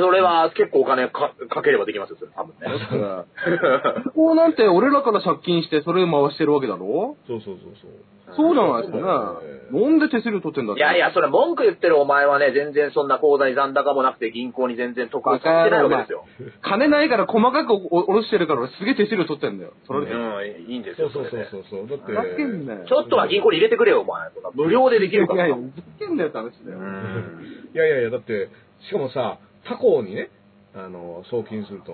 Speaker 4: それは結構お金かかければできますよ、それ多分ね。
Speaker 5: だから、 ここなんて俺らから借金してそれ回してるわけだろ
Speaker 3: そうそうそうそう。
Speaker 5: そうなんですよ
Speaker 3: うん
Speaker 5: ね。なんで手数料取ってんだっ
Speaker 4: い
Speaker 5: て。
Speaker 4: やいや、それ文句言ってるお前はね、全然そんな口座に残高もなくて銀行に全然得をしてないわけですよ。
Speaker 5: 金ないから細かくおお下ろしてるから俺すげえ手数料取ってんだよ。取られてる。
Speaker 4: うん、いいんです
Speaker 3: そ
Speaker 4: よ。
Speaker 3: うそう
Speaker 4: れ
Speaker 3: そう
Speaker 4: で
Speaker 3: そうそう。だって。
Speaker 5: ふざけんなよ。
Speaker 4: ちょっとは銀行に入れてくれよ、お前。そんな無料でできるか
Speaker 5: いや
Speaker 4: ら。
Speaker 5: いや、
Speaker 4: う
Speaker 5: ふざけんなよって話だよ。
Speaker 4: ん。
Speaker 3: いやいやいや、だって、しかもさ、他校にね、あの、送金すると、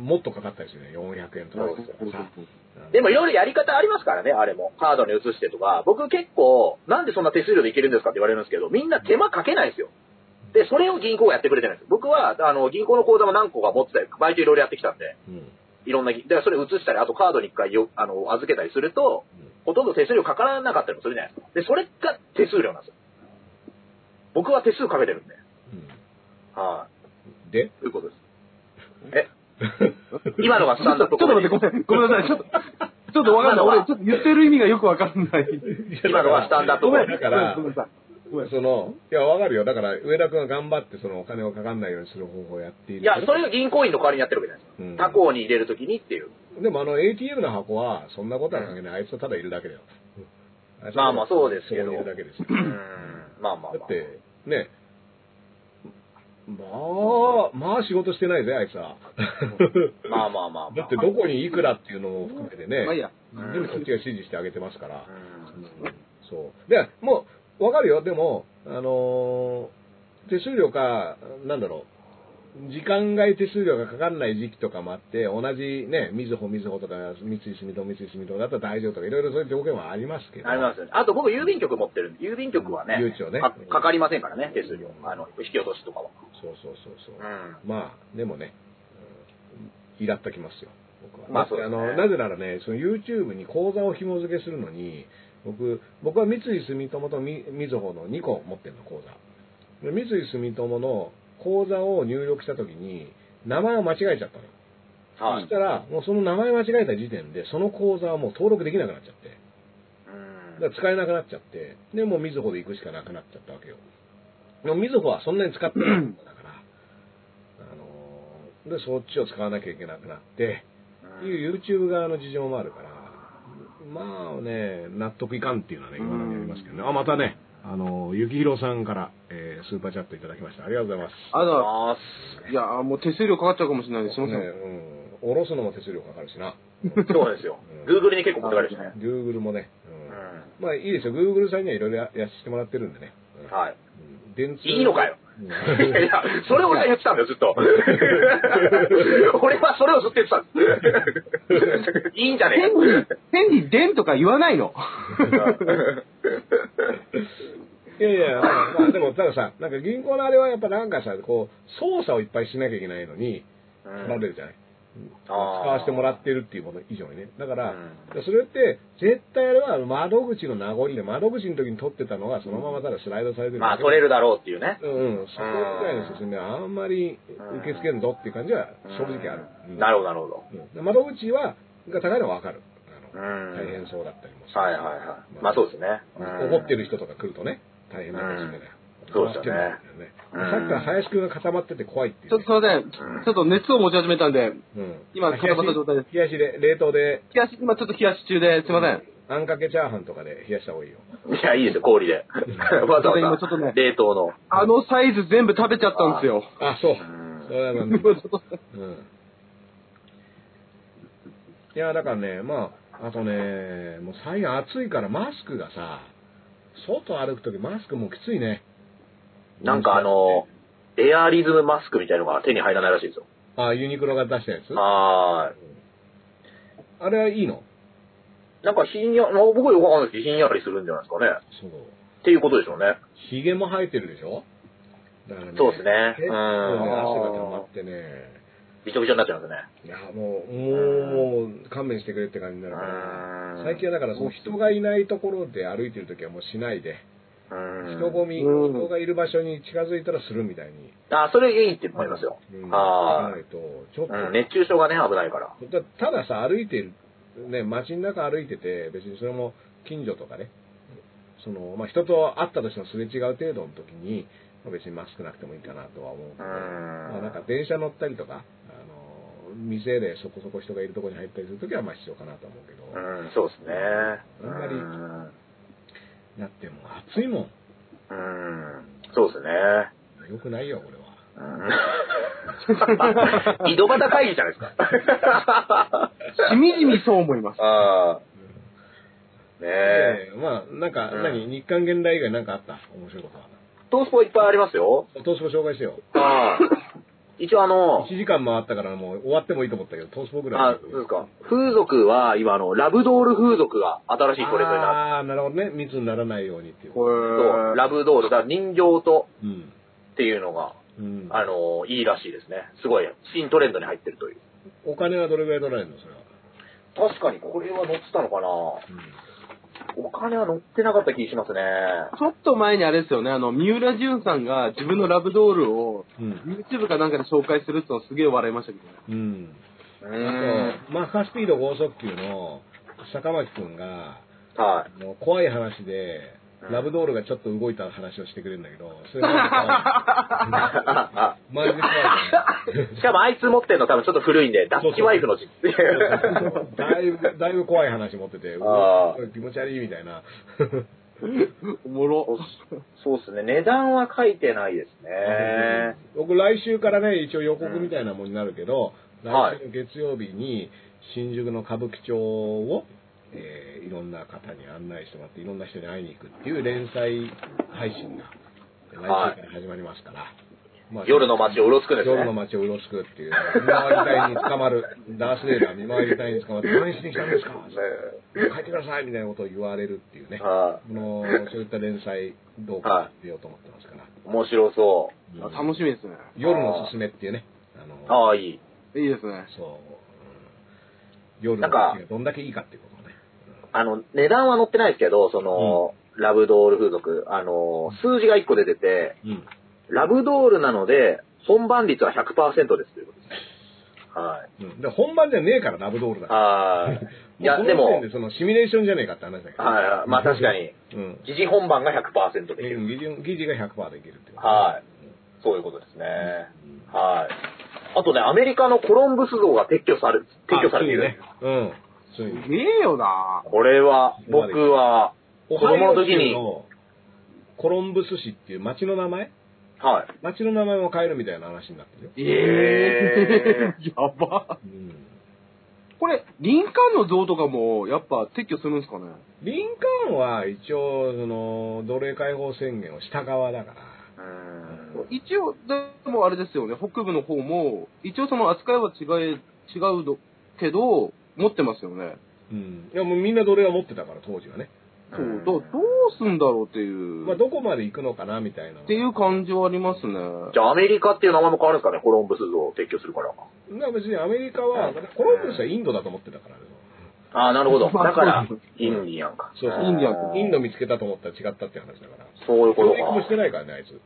Speaker 3: もっとかかったりするよね。400円とか
Speaker 4: そう
Speaker 3: です
Speaker 5: そ
Speaker 3: よ
Speaker 5: うそう
Speaker 3: さ
Speaker 5: そう
Speaker 4: でもいろいろやり方ありますからね、あれも。カードに移してとか。僕結構、なんでそんな手数料でいけるんですかって言われるんですけど、みんな手間かけないんですよ。で、それを銀行がやってくれてないんです。僕は、あの、銀行の口座も何個か持ってたり、バイトいろいろやってきたんで、
Speaker 3: うん。
Speaker 4: いろんなぎ、だからそれ移したり、あとカードに一回よ、あの、預けたりすると
Speaker 3: うん、
Speaker 4: ほとんど手数料かからなかったりもするじゃないですか。で、それが手数料なんですよ。僕は手数かけてるんで。は
Speaker 3: うん。で
Speaker 4: い、ということです。え 今のがスタンダップ
Speaker 5: ちょ
Speaker 4: コ
Speaker 5: っと
Speaker 4: メ
Speaker 5: 待
Speaker 4: デ
Speaker 5: って、
Speaker 4: ィ
Speaker 5: ご めん、ごめんなさい。ちょっと、ちょっとわかんな
Speaker 4: 今
Speaker 5: い。
Speaker 4: のは
Speaker 5: 俺、ちょっと言ってる意味がよくわかんない。
Speaker 4: 今のはスタンダップ
Speaker 5: ご
Speaker 4: コ
Speaker 5: め
Speaker 4: メデ
Speaker 5: ん、
Speaker 4: ィ
Speaker 3: だから
Speaker 5: ごめんなさい。ごめん
Speaker 3: その、いや、わかるよ。だから、上田君は頑張って、その、お金をかかんないようにする方法をやっている。
Speaker 4: いや、それを銀行員の代わりにやってるわけじゃないですか。
Speaker 3: うん
Speaker 4: 他行に入れるときにっていう。
Speaker 3: でも、あの、ATM の箱は、そんなことは関係ない。あいつはただいるだけだよ。あいつは
Speaker 4: まあまあそうですけど
Speaker 3: そこにいるだけですよ。
Speaker 4: うん。まあまあ
Speaker 3: だ
Speaker 4: まあ
Speaker 3: っ。て、ね、まあ、まあ仕事してないぜ、あいつは。
Speaker 4: まあまあまあまあ。
Speaker 3: だって、どこにいくらっていうのも含めてね、
Speaker 5: まあいいや。
Speaker 4: うん
Speaker 3: 全部そっちが指示してあげてますから
Speaker 4: う。ん
Speaker 3: そう。で、もう、わかるよ。でも、あのー手数料か、なんだろう。時間外手数料がかかんない時期とかもあって、同じね、みずほみずほとか、三井住友三井住友だったら大丈夫とか、いろいろそういう条件はありますけど。
Speaker 4: ありますよね。あと僕、郵便局持ってるんで、郵便局はね、
Speaker 3: うん郵長ね
Speaker 4: かかかりませんからね、手数料。あの、引き落としとかは。
Speaker 3: そうそうそうそう。
Speaker 4: うん。
Speaker 3: まあ、でもね、うんイラっときますよ、僕は。
Speaker 4: まあそうで
Speaker 3: あ
Speaker 4: すね
Speaker 3: の、なぜならね、その YouTube に口座を紐付けするのに、僕、僕は三井住友とみみずほの2個持ってるの、口座。で三井住友の口座を入力したときに、名前を間違えちゃったの。
Speaker 4: は
Speaker 3: そし
Speaker 4: い。
Speaker 3: たら、もうその名前間違えた時点で、その口座はもう登録できなくなっちゃって、
Speaker 4: うん
Speaker 3: だから使えなくなっちゃって、で、もうみずほで行くしかなくなっちゃったわけよ。でもみずほはそんなに使ってないんだから、あのーで、そっちを使わなきゃいけなくなって、っていう YouTube 側の事情もあるから、まあね、納得いかんっていうのはね、今のにありますけどね。あ、またね、あのー、ゆきひろさんから、えースーパーチャットいただきました。ありがとうございます。
Speaker 5: あだ、
Speaker 4: あ
Speaker 5: いや、もう手数料かかっちゃうかもしれないです。すいません。
Speaker 3: ねうん。下ろすのも手数料かかるしな。
Speaker 4: ーそうですよ。Google に結構持ってかれるしね。
Speaker 3: Google もね。
Speaker 4: う
Speaker 3: うんま
Speaker 4: ん。
Speaker 3: あいいですよ。Google さんにはいろいろややしてもらってるんでね。うん
Speaker 4: はい。
Speaker 3: うん電通
Speaker 4: いいの かよ。
Speaker 3: うん
Speaker 4: いやいや、それ俺が言ってたんだよ、ず っと。俺はそれをずっと言ってたんです。いいんじゃねえ
Speaker 5: 変にでんとか言わないの。
Speaker 3: いやいや、まあまあでも、たださ、なんか銀行のあれはやっぱなんかさ、こう、操作をいっぱいしなきゃいけないのに、
Speaker 4: う
Speaker 3: 取られ
Speaker 4: ん
Speaker 3: るじゃない、使
Speaker 4: あー
Speaker 3: わせてもらってるっていうこと以上にね。だから、
Speaker 4: う
Speaker 3: それって、絶対あれは窓口の名残で、窓口の時に取ってたのが、そのままただスライドされてるだけ
Speaker 4: まあ、取れるだろうっていうね。
Speaker 3: うんうん、そこぐらいの進めはあんまり受け付けんぞっていう感じは正直ある。うん
Speaker 4: なるほど、なるほど。
Speaker 3: うんで窓口は、が高いのはわかる。あ
Speaker 4: う
Speaker 3: の
Speaker 4: ん。
Speaker 3: 大変そうだったりもする
Speaker 4: はいはいはい。まあそうですね。うん
Speaker 3: 怒ってる人とか来るとね、大変なことですよね。
Speaker 4: うんそうですよね
Speaker 3: さっきから林くんが固まってて怖いっていう
Speaker 5: ちょっ
Speaker 3: ね、
Speaker 5: とすいません。ちょっと熱を持ち始めたんで、
Speaker 3: うん
Speaker 5: 今固まった状態です。
Speaker 3: 冷やしで、冷凍で、
Speaker 5: 冷やし、今ちょっと冷やし中で、すいません。
Speaker 3: あんかけチャーハンとかで冷やした方が いいよ。
Speaker 4: いや、いいですよ、氷で。 わざ
Speaker 5: 今
Speaker 4: わ
Speaker 5: ちょっ
Speaker 4: ざ
Speaker 5: とね、
Speaker 4: 冷凍の。
Speaker 5: あのサイズ全部食べちゃったんですよ。
Speaker 3: あ、そう。
Speaker 4: ん
Speaker 3: それは なんだうん。いや、だからね、まあ、あとね、もう最近暑いからマスクがさ、外歩くときマスクもうきついね。
Speaker 4: なんかあの、エアリズムマスクみたいのが手に入らないらしいですよ。
Speaker 3: あ、ユニクロが出したやつ
Speaker 4: はーい。
Speaker 3: あれはいいの
Speaker 4: なんかひんや、まあ僕はよくわかんないですけど、ひんやりするんじゃないですかね。
Speaker 3: そう。
Speaker 4: っていうことでしょうね。
Speaker 3: ヒゲも生えてるでしょだからね
Speaker 4: そうですね。
Speaker 3: 結
Speaker 4: う
Speaker 3: 構ね、
Speaker 4: ん。
Speaker 3: 汗が溜まってね。
Speaker 4: びちょびちょになっちゃいますね。
Speaker 3: いや、もう、もう、勘弁してくれって感じになるから。最近はだから、その人がいないところで歩いてるときはもうしないで、
Speaker 4: うん。
Speaker 3: 人混み、
Speaker 5: うん
Speaker 3: 人がいる場所に近づいたらするみたいに。
Speaker 4: あ、それいいって思いますよ。
Speaker 3: うん
Speaker 4: あ
Speaker 3: しないと、ちょっと、
Speaker 4: あ。うん、熱中症がね、危ないから。
Speaker 3: だたださ、歩いてる、ね、街の中歩いてて、別にそれも近所とかね、その、まあ、人と会ったとしてもすれ違う程度の時に、まあ別にマスクなくてもいいかなとは思うけ
Speaker 4: う
Speaker 3: ど、まあ、なんか
Speaker 4: ん。
Speaker 3: 電車乗ったりとか、あの、店でそこそこ人がいるところに入ったりするときは、まあ、必要かなと思うけど、
Speaker 4: うん、そうですね。
Speaker 3: あんまり
Speaker 4: うん
Speaker 3: だってもう暑いもん。
Speaker 4: うん。そうですね。
Speaker 3: よくないよ、これは。
Speaker 4: うん井戸端会議じゃな いですか。
Speaker 5: しみじみそう思います。
Speaker 4: ああ。ねえ。
Speaker 3: ええまあ、なんか、
Speaker 4: うん
Speaker 3: 何日韓現代以外なんかあった面白いことは。
Speaker 4: トースポいっぱいありますよ。
Speaker 3: トースポ紹介してよ。
Speaker 4: ああ。一応あの、
Speaker 3: 1時間回ったからもう終わってもいいと思ったけど、トースポぐらい。
Speaker 4: あ、そうですか。風俗は、今、あの、ラブドール風俗が新しいトレンドになっ
Speaker 3: ああー、なるほどね。密にならないようにっていう。
Speaker 5: こ
Speaker 4: て、そう
Speaker 5: れ、
Speaker 4: ラブドール、だから人形と
Speaker 3: うん。
Speaker 4: っていうのが、
Speaker 3: うん。
Speaker 4: あの、いいらしいですね。すごい、新トレンドに入ってるという。
Speaker 3: お金はどれぐらい取られるのそれは。
Speaker 4: 確かにこれは乗ってたのかなお金は乗ってなかった気がしますね。
Speaker 5: ちょっと前にあれですよね、あの、三浦淳さんが自分のラブドールを
Speaker 3: うん。
Speaker 5: YouTube かなんかで紹介するってのすげえ笑いましたけどね。
Speaker 3: うん。
Speaker 4: う
Speaker 3: あと、マッハスピード剛速球の坂巻くんが、
Speaker 4: はい。
Speaker 3: もう怖い話で、
Speaker 4: うん
Speaker 3: ラブドールがちょっと動いた話をしてくれるんだけ ど、それマ
Speaker 4: あ
Speaker 3: ジで怖い。マジで怖い
Speaker 4: あしかもあいつ持ってんの多分ちょっと古いんで、ダッキワイフの実っていう。
Speaker 3: よね。だいぶ、だいぶ怖い話持ってて、う
Speaker 4: あ
Speaker 3: わ気持ち悪いみたいな。
Speaker 5: おもろ。
Speaker 4: そうですね。値段は書いてないですね。
Speaker 3: 僕来週からね、一応予告みたいなものになるけど、
Speaker 4: うんはい
Speaker 3: 来週の月曜日に新宿の歌舞伎町を、えーいろんな方に案内してもらって、いろんな人に会いに行くっていう連載配信が来週から始まりますから。まあ
Speaker 4: 夜の街をうろつくんですね
Speaker 3: 夜の街をうろつくっていう、見回り隊に捕まる、ダース・レイダー見回り隊に捕まって、何しに来たん ですか帰ってくださいみたいなことを言われるっていうね、あ
Speaker 4: は
Speaker 3: のそういった連載どうかやってようと思ってますから。
Speaker 4: い。面白そ
Speaker 3: うん
Speaker 5: 楽しみですね。
Speaker 3: 夜のすすめっていうね、あの
Speaker 4: う。ああ、いい。
Speaker 5: いいですね。
Speaker 3: そう、うん夜の
Speaker 4: なんか
Speaker 3: 話がどんだけいいかっていうことね。
Speaker 4: あの、値段は載ってないですけど、その、ラブドール風俗。あの、数字が1個出てて、
Speaker 3: うん。
Speaker 4: ラブドールなので、本番率は100%ですということですね。はい。
Speaker 3: うん、で本番じゃねえから、ラブドールだ。
Speaker 4: あ ーいや、
Speaker 3: う
Speaker 4: で
Speaker 3: その時
Speaker 4: も
Speaker 3: 点、そのシミュレーションじゃねえかって話だけど。
Speaker 4: はい。まあ確かに、
Speaker 3: うん。
Speaker 4: 疑似本番が100%でき
Speaker 3: う
Speaker 4: る。
Speaker 3: ん疑似疑似が100%できるっていう。
Speaker 4: はい。そういうことですね。はい。あとね、アメリカのコロンブス像が撤去され、撤去されている。
Speaker 3: ね。うん。そういう
Speaker 5: ねえよな
Speaker 4: これは、僕は、子供の時
Speaker 3: オハイオ州
Speaker 4: に、
Speaker 3: のコロンブス市っていう町の名前
Speaker 4: はい。
Speaker 3: 町の名前を変えるみたいな話になってるよ。
Speaker 5: ええ やば。
Speaker 3: うん。
Speaker 5: これ、林間の像とかも、やっぱ撤去するんですかね
Speaker 3: リンカーンは一応、その、奴隷解放宣言をした側だから。
Speaker 4: うーん
Speaker 5: 一応、でもあれですよね、北部の方も、一応その扱いは違え、違うどけど、持ってますよね。
Speaker 3: うん。いや、もうみんな奴隷は持ってたから、当時はね。
Speaker 5: そう
Speaker 4: うん
Speaker 5: だどうすんだろうっていう、
Speaker 3: まあ、どこまで行くのかな、みたいな。
Speaker 5: っていう感じはありますね。
Speaker 4: じゃあ、アメリカっていう名前も変わるんですかねコロンブス像を撤去するから。
Speaker 3: だから別にアメリカは、コロンブスはインドだと思ってたからね。
Speaker 4: ああ、なる ほど。だ
Speaker 5: まあ
Speaker 4: から
Speaker 5: そう、
Speaker 4: インディアンか。
Speaker 3: そうそう
Speaker 5: インディア
Speaker 4: あ
Speaker 5: ン
Speaker 4: ー
Speaker 3: インド見つけたと思ったら違ったって話だから。
Speaker 4: そういうこと
Speaker 3: 教
Speaker 4: か
Speaker 3: 育。もしてないからね、あいつ。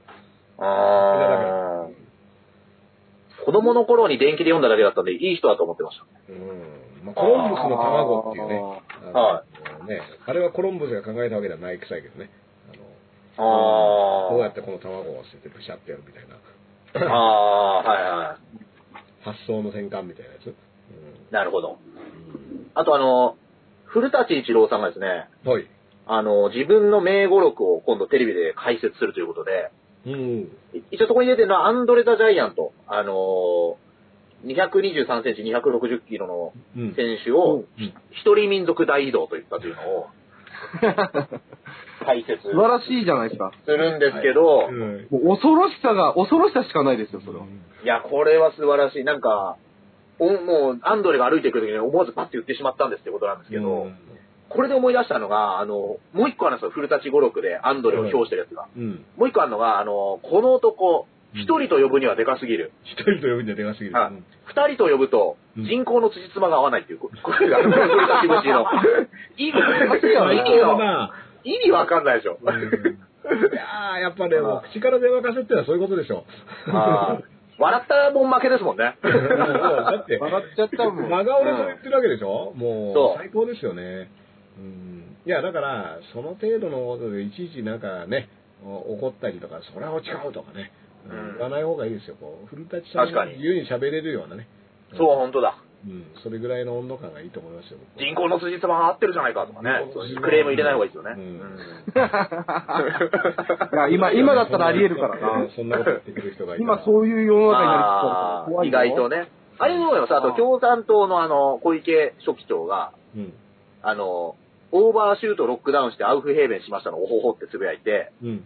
Speaker 4: ああ。子供の頃に電気で読んだだけだったんで、いい人だと思ってまし
Speaker 3: うん。まあ、コロンブスの卵っていうね。あの
Speaker 4: は
Speaker 3: ね、あれはコロンブスが考えたわけではない臭いけどね。あの
Speaker 4: た。ああ。
Speaker 3: どうやってこの卵を捨ててブシャってやるみたいな
Speaker 4: ああ、はいは
Speaker 3: 発想の転換みたいなやつ、
Speaker 4: い。なるほど。あとあの、古舘一郎さんがですね、
Speaker 3: うん、はい、
Speaker 4: あの、自分の名語録を今度テレビで解説するということで、
Speaker 3: うん、
Speaker 4: い一応そこに出てるのはアンドレ・ザ・ジャイアント、あのー、223センチ260キロの
Speaker 3: うん、
Speaker 4: 選手を
Speaker 3: うん
Speaker 4: 一人民族大移動と言ったというの を解説
Speaker 5: 素晴らしいじゃないですか。
Speaker 4: するんですけど、
Speaker 3: うん
Speaker 5: もう恐ろしさが、恐ろしさしかないですよ、それは。
Speaker 4: いや、これは素晴らしい。なんか、おもう、アンドレが歩いてくる時に思わずパッて言ってしまったんですってことなんですけど、
Speaker 3: うん
Speaker 4: これで思い出したのが、あの、もう一個あるんですよ。古立語録でアンドレを表してるやつが。
Speaker 3: うん、
Speaker 4: もう一個あるのが、あの、この男、
Speaker 3: うん
Speaker 4: 一人と呼ぶにはでかすぎる。
Speaker 3: 一人と呼ぶんじゃでかすぎる、
Speaker 4: はい二人と呼ぶと、
Speaker 3: うん
Speaker 4: 人口の辻褄が合わないっていう、ここれが、これが気持ち の。意味、意味
Speaker 3: そう
Speaker 4: が、
Speaker 3: だ
Speaker 4: 意味わかんないでしょ。
Speaker 3: な、うん、いやーやっぱねもう口から電話かせってのはそういうことでしょ
Speaker 4: あー笑ったもん負けですもんね。
Speaker 3: もう だって
Speaker 5: 笑っちゃったもん。
Speaker 3: 真顔でそう言ってるわけでしょ、も
Speaker 4: そう
Speaker 3: う最高ですよねうんいやだからその程度のことでいちいちなんかねお怒ったりとかそれは違うとかね、う
Speaker 4: うん
Speaker 3: ん、言わない方がいいですよこう古舘さん
Speaker 4: 確
Speaker 3: が
Speaker 4: かに
Speaker 3: 自由に喋れるようなね
Speaker 4: そう、本当だ。
Speaker 3: うん、それぐらいの温度感がいいと思いますよ僕は
Speaker 4: 人口の辻褄が合ってるじゃないかとかね。クレーム入れない方がいいですよね。
Speaker 3: うん
Speaker 4: うん
Speaker 5: いや今、今だったらあり得るからな。
Speaker 3: そんなこと言ってくる人がいたら
Speaker 5: 今そうい う世の中にな
Speaker 4: ま
Speaker 5: りつつあるから
Speaker 4: あ
Speaker 5: 怖い
Speaker 4: 意
Speaker 5: よ
Speaker 4: 外とね。あれどう思いますあと、共産党のあの、小池書記長が、
Speaker 3: うん
Speaker 4: あの、オーバーシュートロックダウンしてアウフヘーベンしましたの、おほほってつぶやいて、
Speaker 3: うん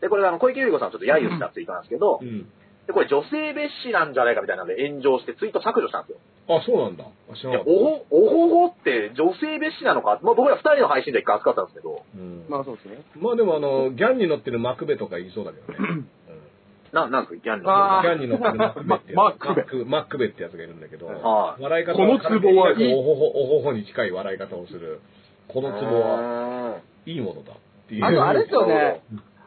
Speaker 4: で、これあの、小池百合子さんをちょっと揶揄したツイートなんですけど
Speaker 3: う、ん
Speaker 4: で、これ女性蔑視なんじゃないかみたいなので炎上してツイート削除したんですよ。
Speaker 3: あそうなんだあ知ら
Speaker 4: い
Speaker 3: な
Speaker 4: や
Speaker 3: かった
Speaker 4: おほ、おほほって女性蔑視なのか、まあ僕ら二人の配信で一回扱ったんですけど、
Speaker 3: うん
Speaker 5: まあそうですね。
Speaker 3: まあでもあのギャンに乗ってるマクベとか言いそうだけど ね、うん
Speaker 4: な、なんですか、ギャンル
Speaker 5: あ
Speaker 3: ギャンに乗ってるマックベっていう
Speaker 5: ママックベ
Speaker 3: マックベってやつがいるんだけど、
Speaker 4: はい
Speaker 3: 笑い方
Speaker 5: この壺はいい
Speaker 3: おほほ、おほほに近い笑い方をする。このツボは
Speaker 4: はい
Speaker 3: いものだっていう。
Speaker 5: あとあれですよ
Speaker 4: なる
Speaker 5: ね。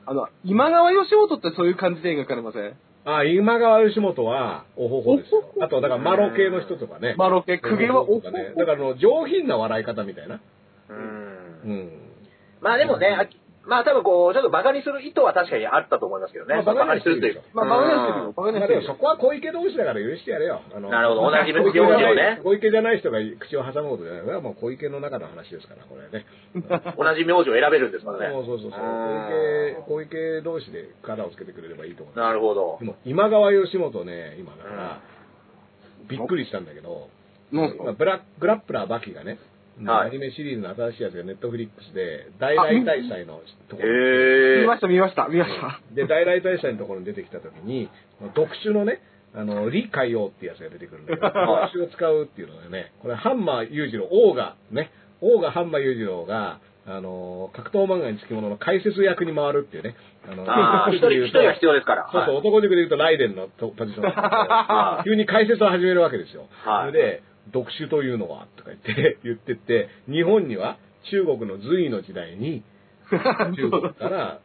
Speaker 5: あの、今川義元ってそういう感じで描かれません
Speaker 3: あ、今川義元は、おほほですよ。あと、だからマロ系の人とかね。
Speaker 5: マロケ、
Speaker 3: おほ
Speaker 5: 公家は
Speaker 3: ほ
Speaker 5: お
Speaker 3: とかね。だからあの、上品な笑い方みたいな。
Speaker 4: うん
Speaker 3: うん。
Speaker 4: まあでもね、あきまあ多分こう、ちょっとバカにする意図は確かにあったと思いますけどね。
Speaker 3: まあ馬鹿にはして
Speaker 4: す
Speaker 3: る
Speaker 4: ると
Speaker 3: で
Speaker 4: い
Speaker 3: しょ
Speaker 4: う。
Speaker 5: まあ、バカにはしてるよ。バカに
Speaker 3: ま
Speaker 5: は
Speaker 3: あで
Speaker 5: してる
Speaker 3: もそ
Speaker 5: よ。
Speaker 3: こは小池同士だから許してやれよ。あの
Speaker 4: なるほど同じ
Speaker 3: 小池じゃない
Speaker 4: 領事をね
Speaker 3: 小池じゃない人が口を挟むことじゃない。これはもう小池の中の話ですから、これはね。
Speaker 4: 同じ名字を選べるんですから
Speaker 3: も
Speaker 4: ね。
Speaker 3: うそうそうそう。
Speaker 4: うん
Speaker 3: 小池、小池同士でカラーをつけてくれればいいと思う。
Speaker 4: なるほど
Speaker 3: で。も、今川義元ね、今だから、びっくりしたんだけど、
Speaker 5: なんす
Speaker 3: まあ
Speaker 5: か
Speaker 3: ブラグラップラーバキがね、
Speaker 4: は
Speaker 3: ア
Speaker 4: い
Speaker 3: ニメシリーズの新しいやつがネットフリックスで、大来大祭のとこ
Speaker 4: へ
Speaker 3: ろ
Speaker 5: 見
Speaker 4: え
Speaker 5: ました、見ました、見ました。
Speaker 3: で、大来大祭のところに出てきたときに、特殊のね、あの、理海王ってやつが出てくるんだけど、
Speaker 4: はい
Speaker 3: 私を使うっていうのがね、これ、ハンマー裕次郎、王が、ね、王がハンマー裕次郎が、あの、格闘漫画につきものの解説役に回るっていうね、あの
Speaker 4: ああ、一人、一人が必要ですか
Speaker 3: そ
Speaker 4: ら。
Speaker 3: うそう、
Speaker 4: はい
Speaker 3: 男塾で言うとライデンのとポジション なんですけど急に解説を始めるわけですよ。
Speaker 4: はい
Speaker 3: それで、読書というのはとか言って、 言ってって、日本には中国の隋の時代 に、中国から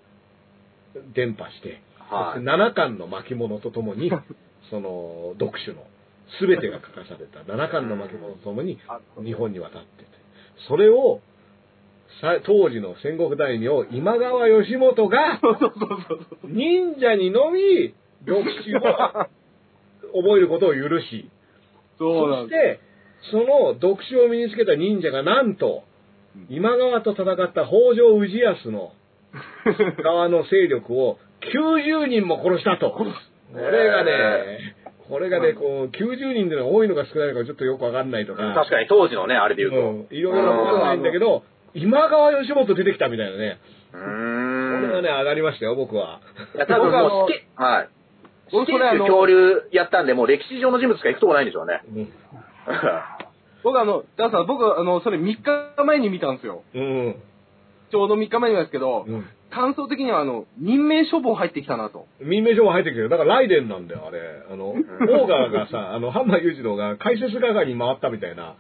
Speaker 3: 伝播して、
Speaker 4: は
Speaker 3: そ
Speaker 4: い
Speaker 3: して7巻の巻物ととも に、その、読書の全てが書かされた7巻の巻物とともに日本に渡ってて、それを、さ当時の戦国大名今川義元 が 忍者にのみ読書を 覚えることを許し、
Speaker 5: そうな
Speaker 3: そ
Speaker 5: ん
Speaker 3: して、
Speaker 5: です。
Speaker 3: その読書を身につけた忍者がなんと、今川と戦った北条氏康の側の勢力を90人も殺したと。これがね、これがね、こう、90人での多いのか少ないのかちょっとよくわかんないとか、
Speaker 4: 確かに当時のね、あれで言う
Speaker 3: うんいろいろわかんないんだけど、今川義元出てきたみたいなね、
Speaker 4: と。う
Speaker 3: こ
Speaker 4: ーん。
Speaker 3: れがね、上がりましたよ、僕は。
Speaker 4: いや、多分もう、スケ、はい。ス
Speaker 5: 俺
Speaker 4: ケ
Speaker 5: これあ
Speaker 4: ー
Speaker 5: の
Speaker 4: 恐竜やったんで、もう歴史上の人物しか行くとこないんでしょうね。
Speaker 3: うん
Speaker 5: 僕あの、ダンさん、僕あの、それ3日前に見たんですよ。
Speaker 3: うん。
Speaker 5: ちょうど3日前にですけど、
Speaker 3: うん
Speaker 5: 感想的にはあの、任命処分入ってきたなと。
Speaker 3: 民名書も入ってきてる。だからライデンなんだよ、あれ。あの、オーガーがさ、あ の、ハンマー裕次郎が解説係に回ったみたいな。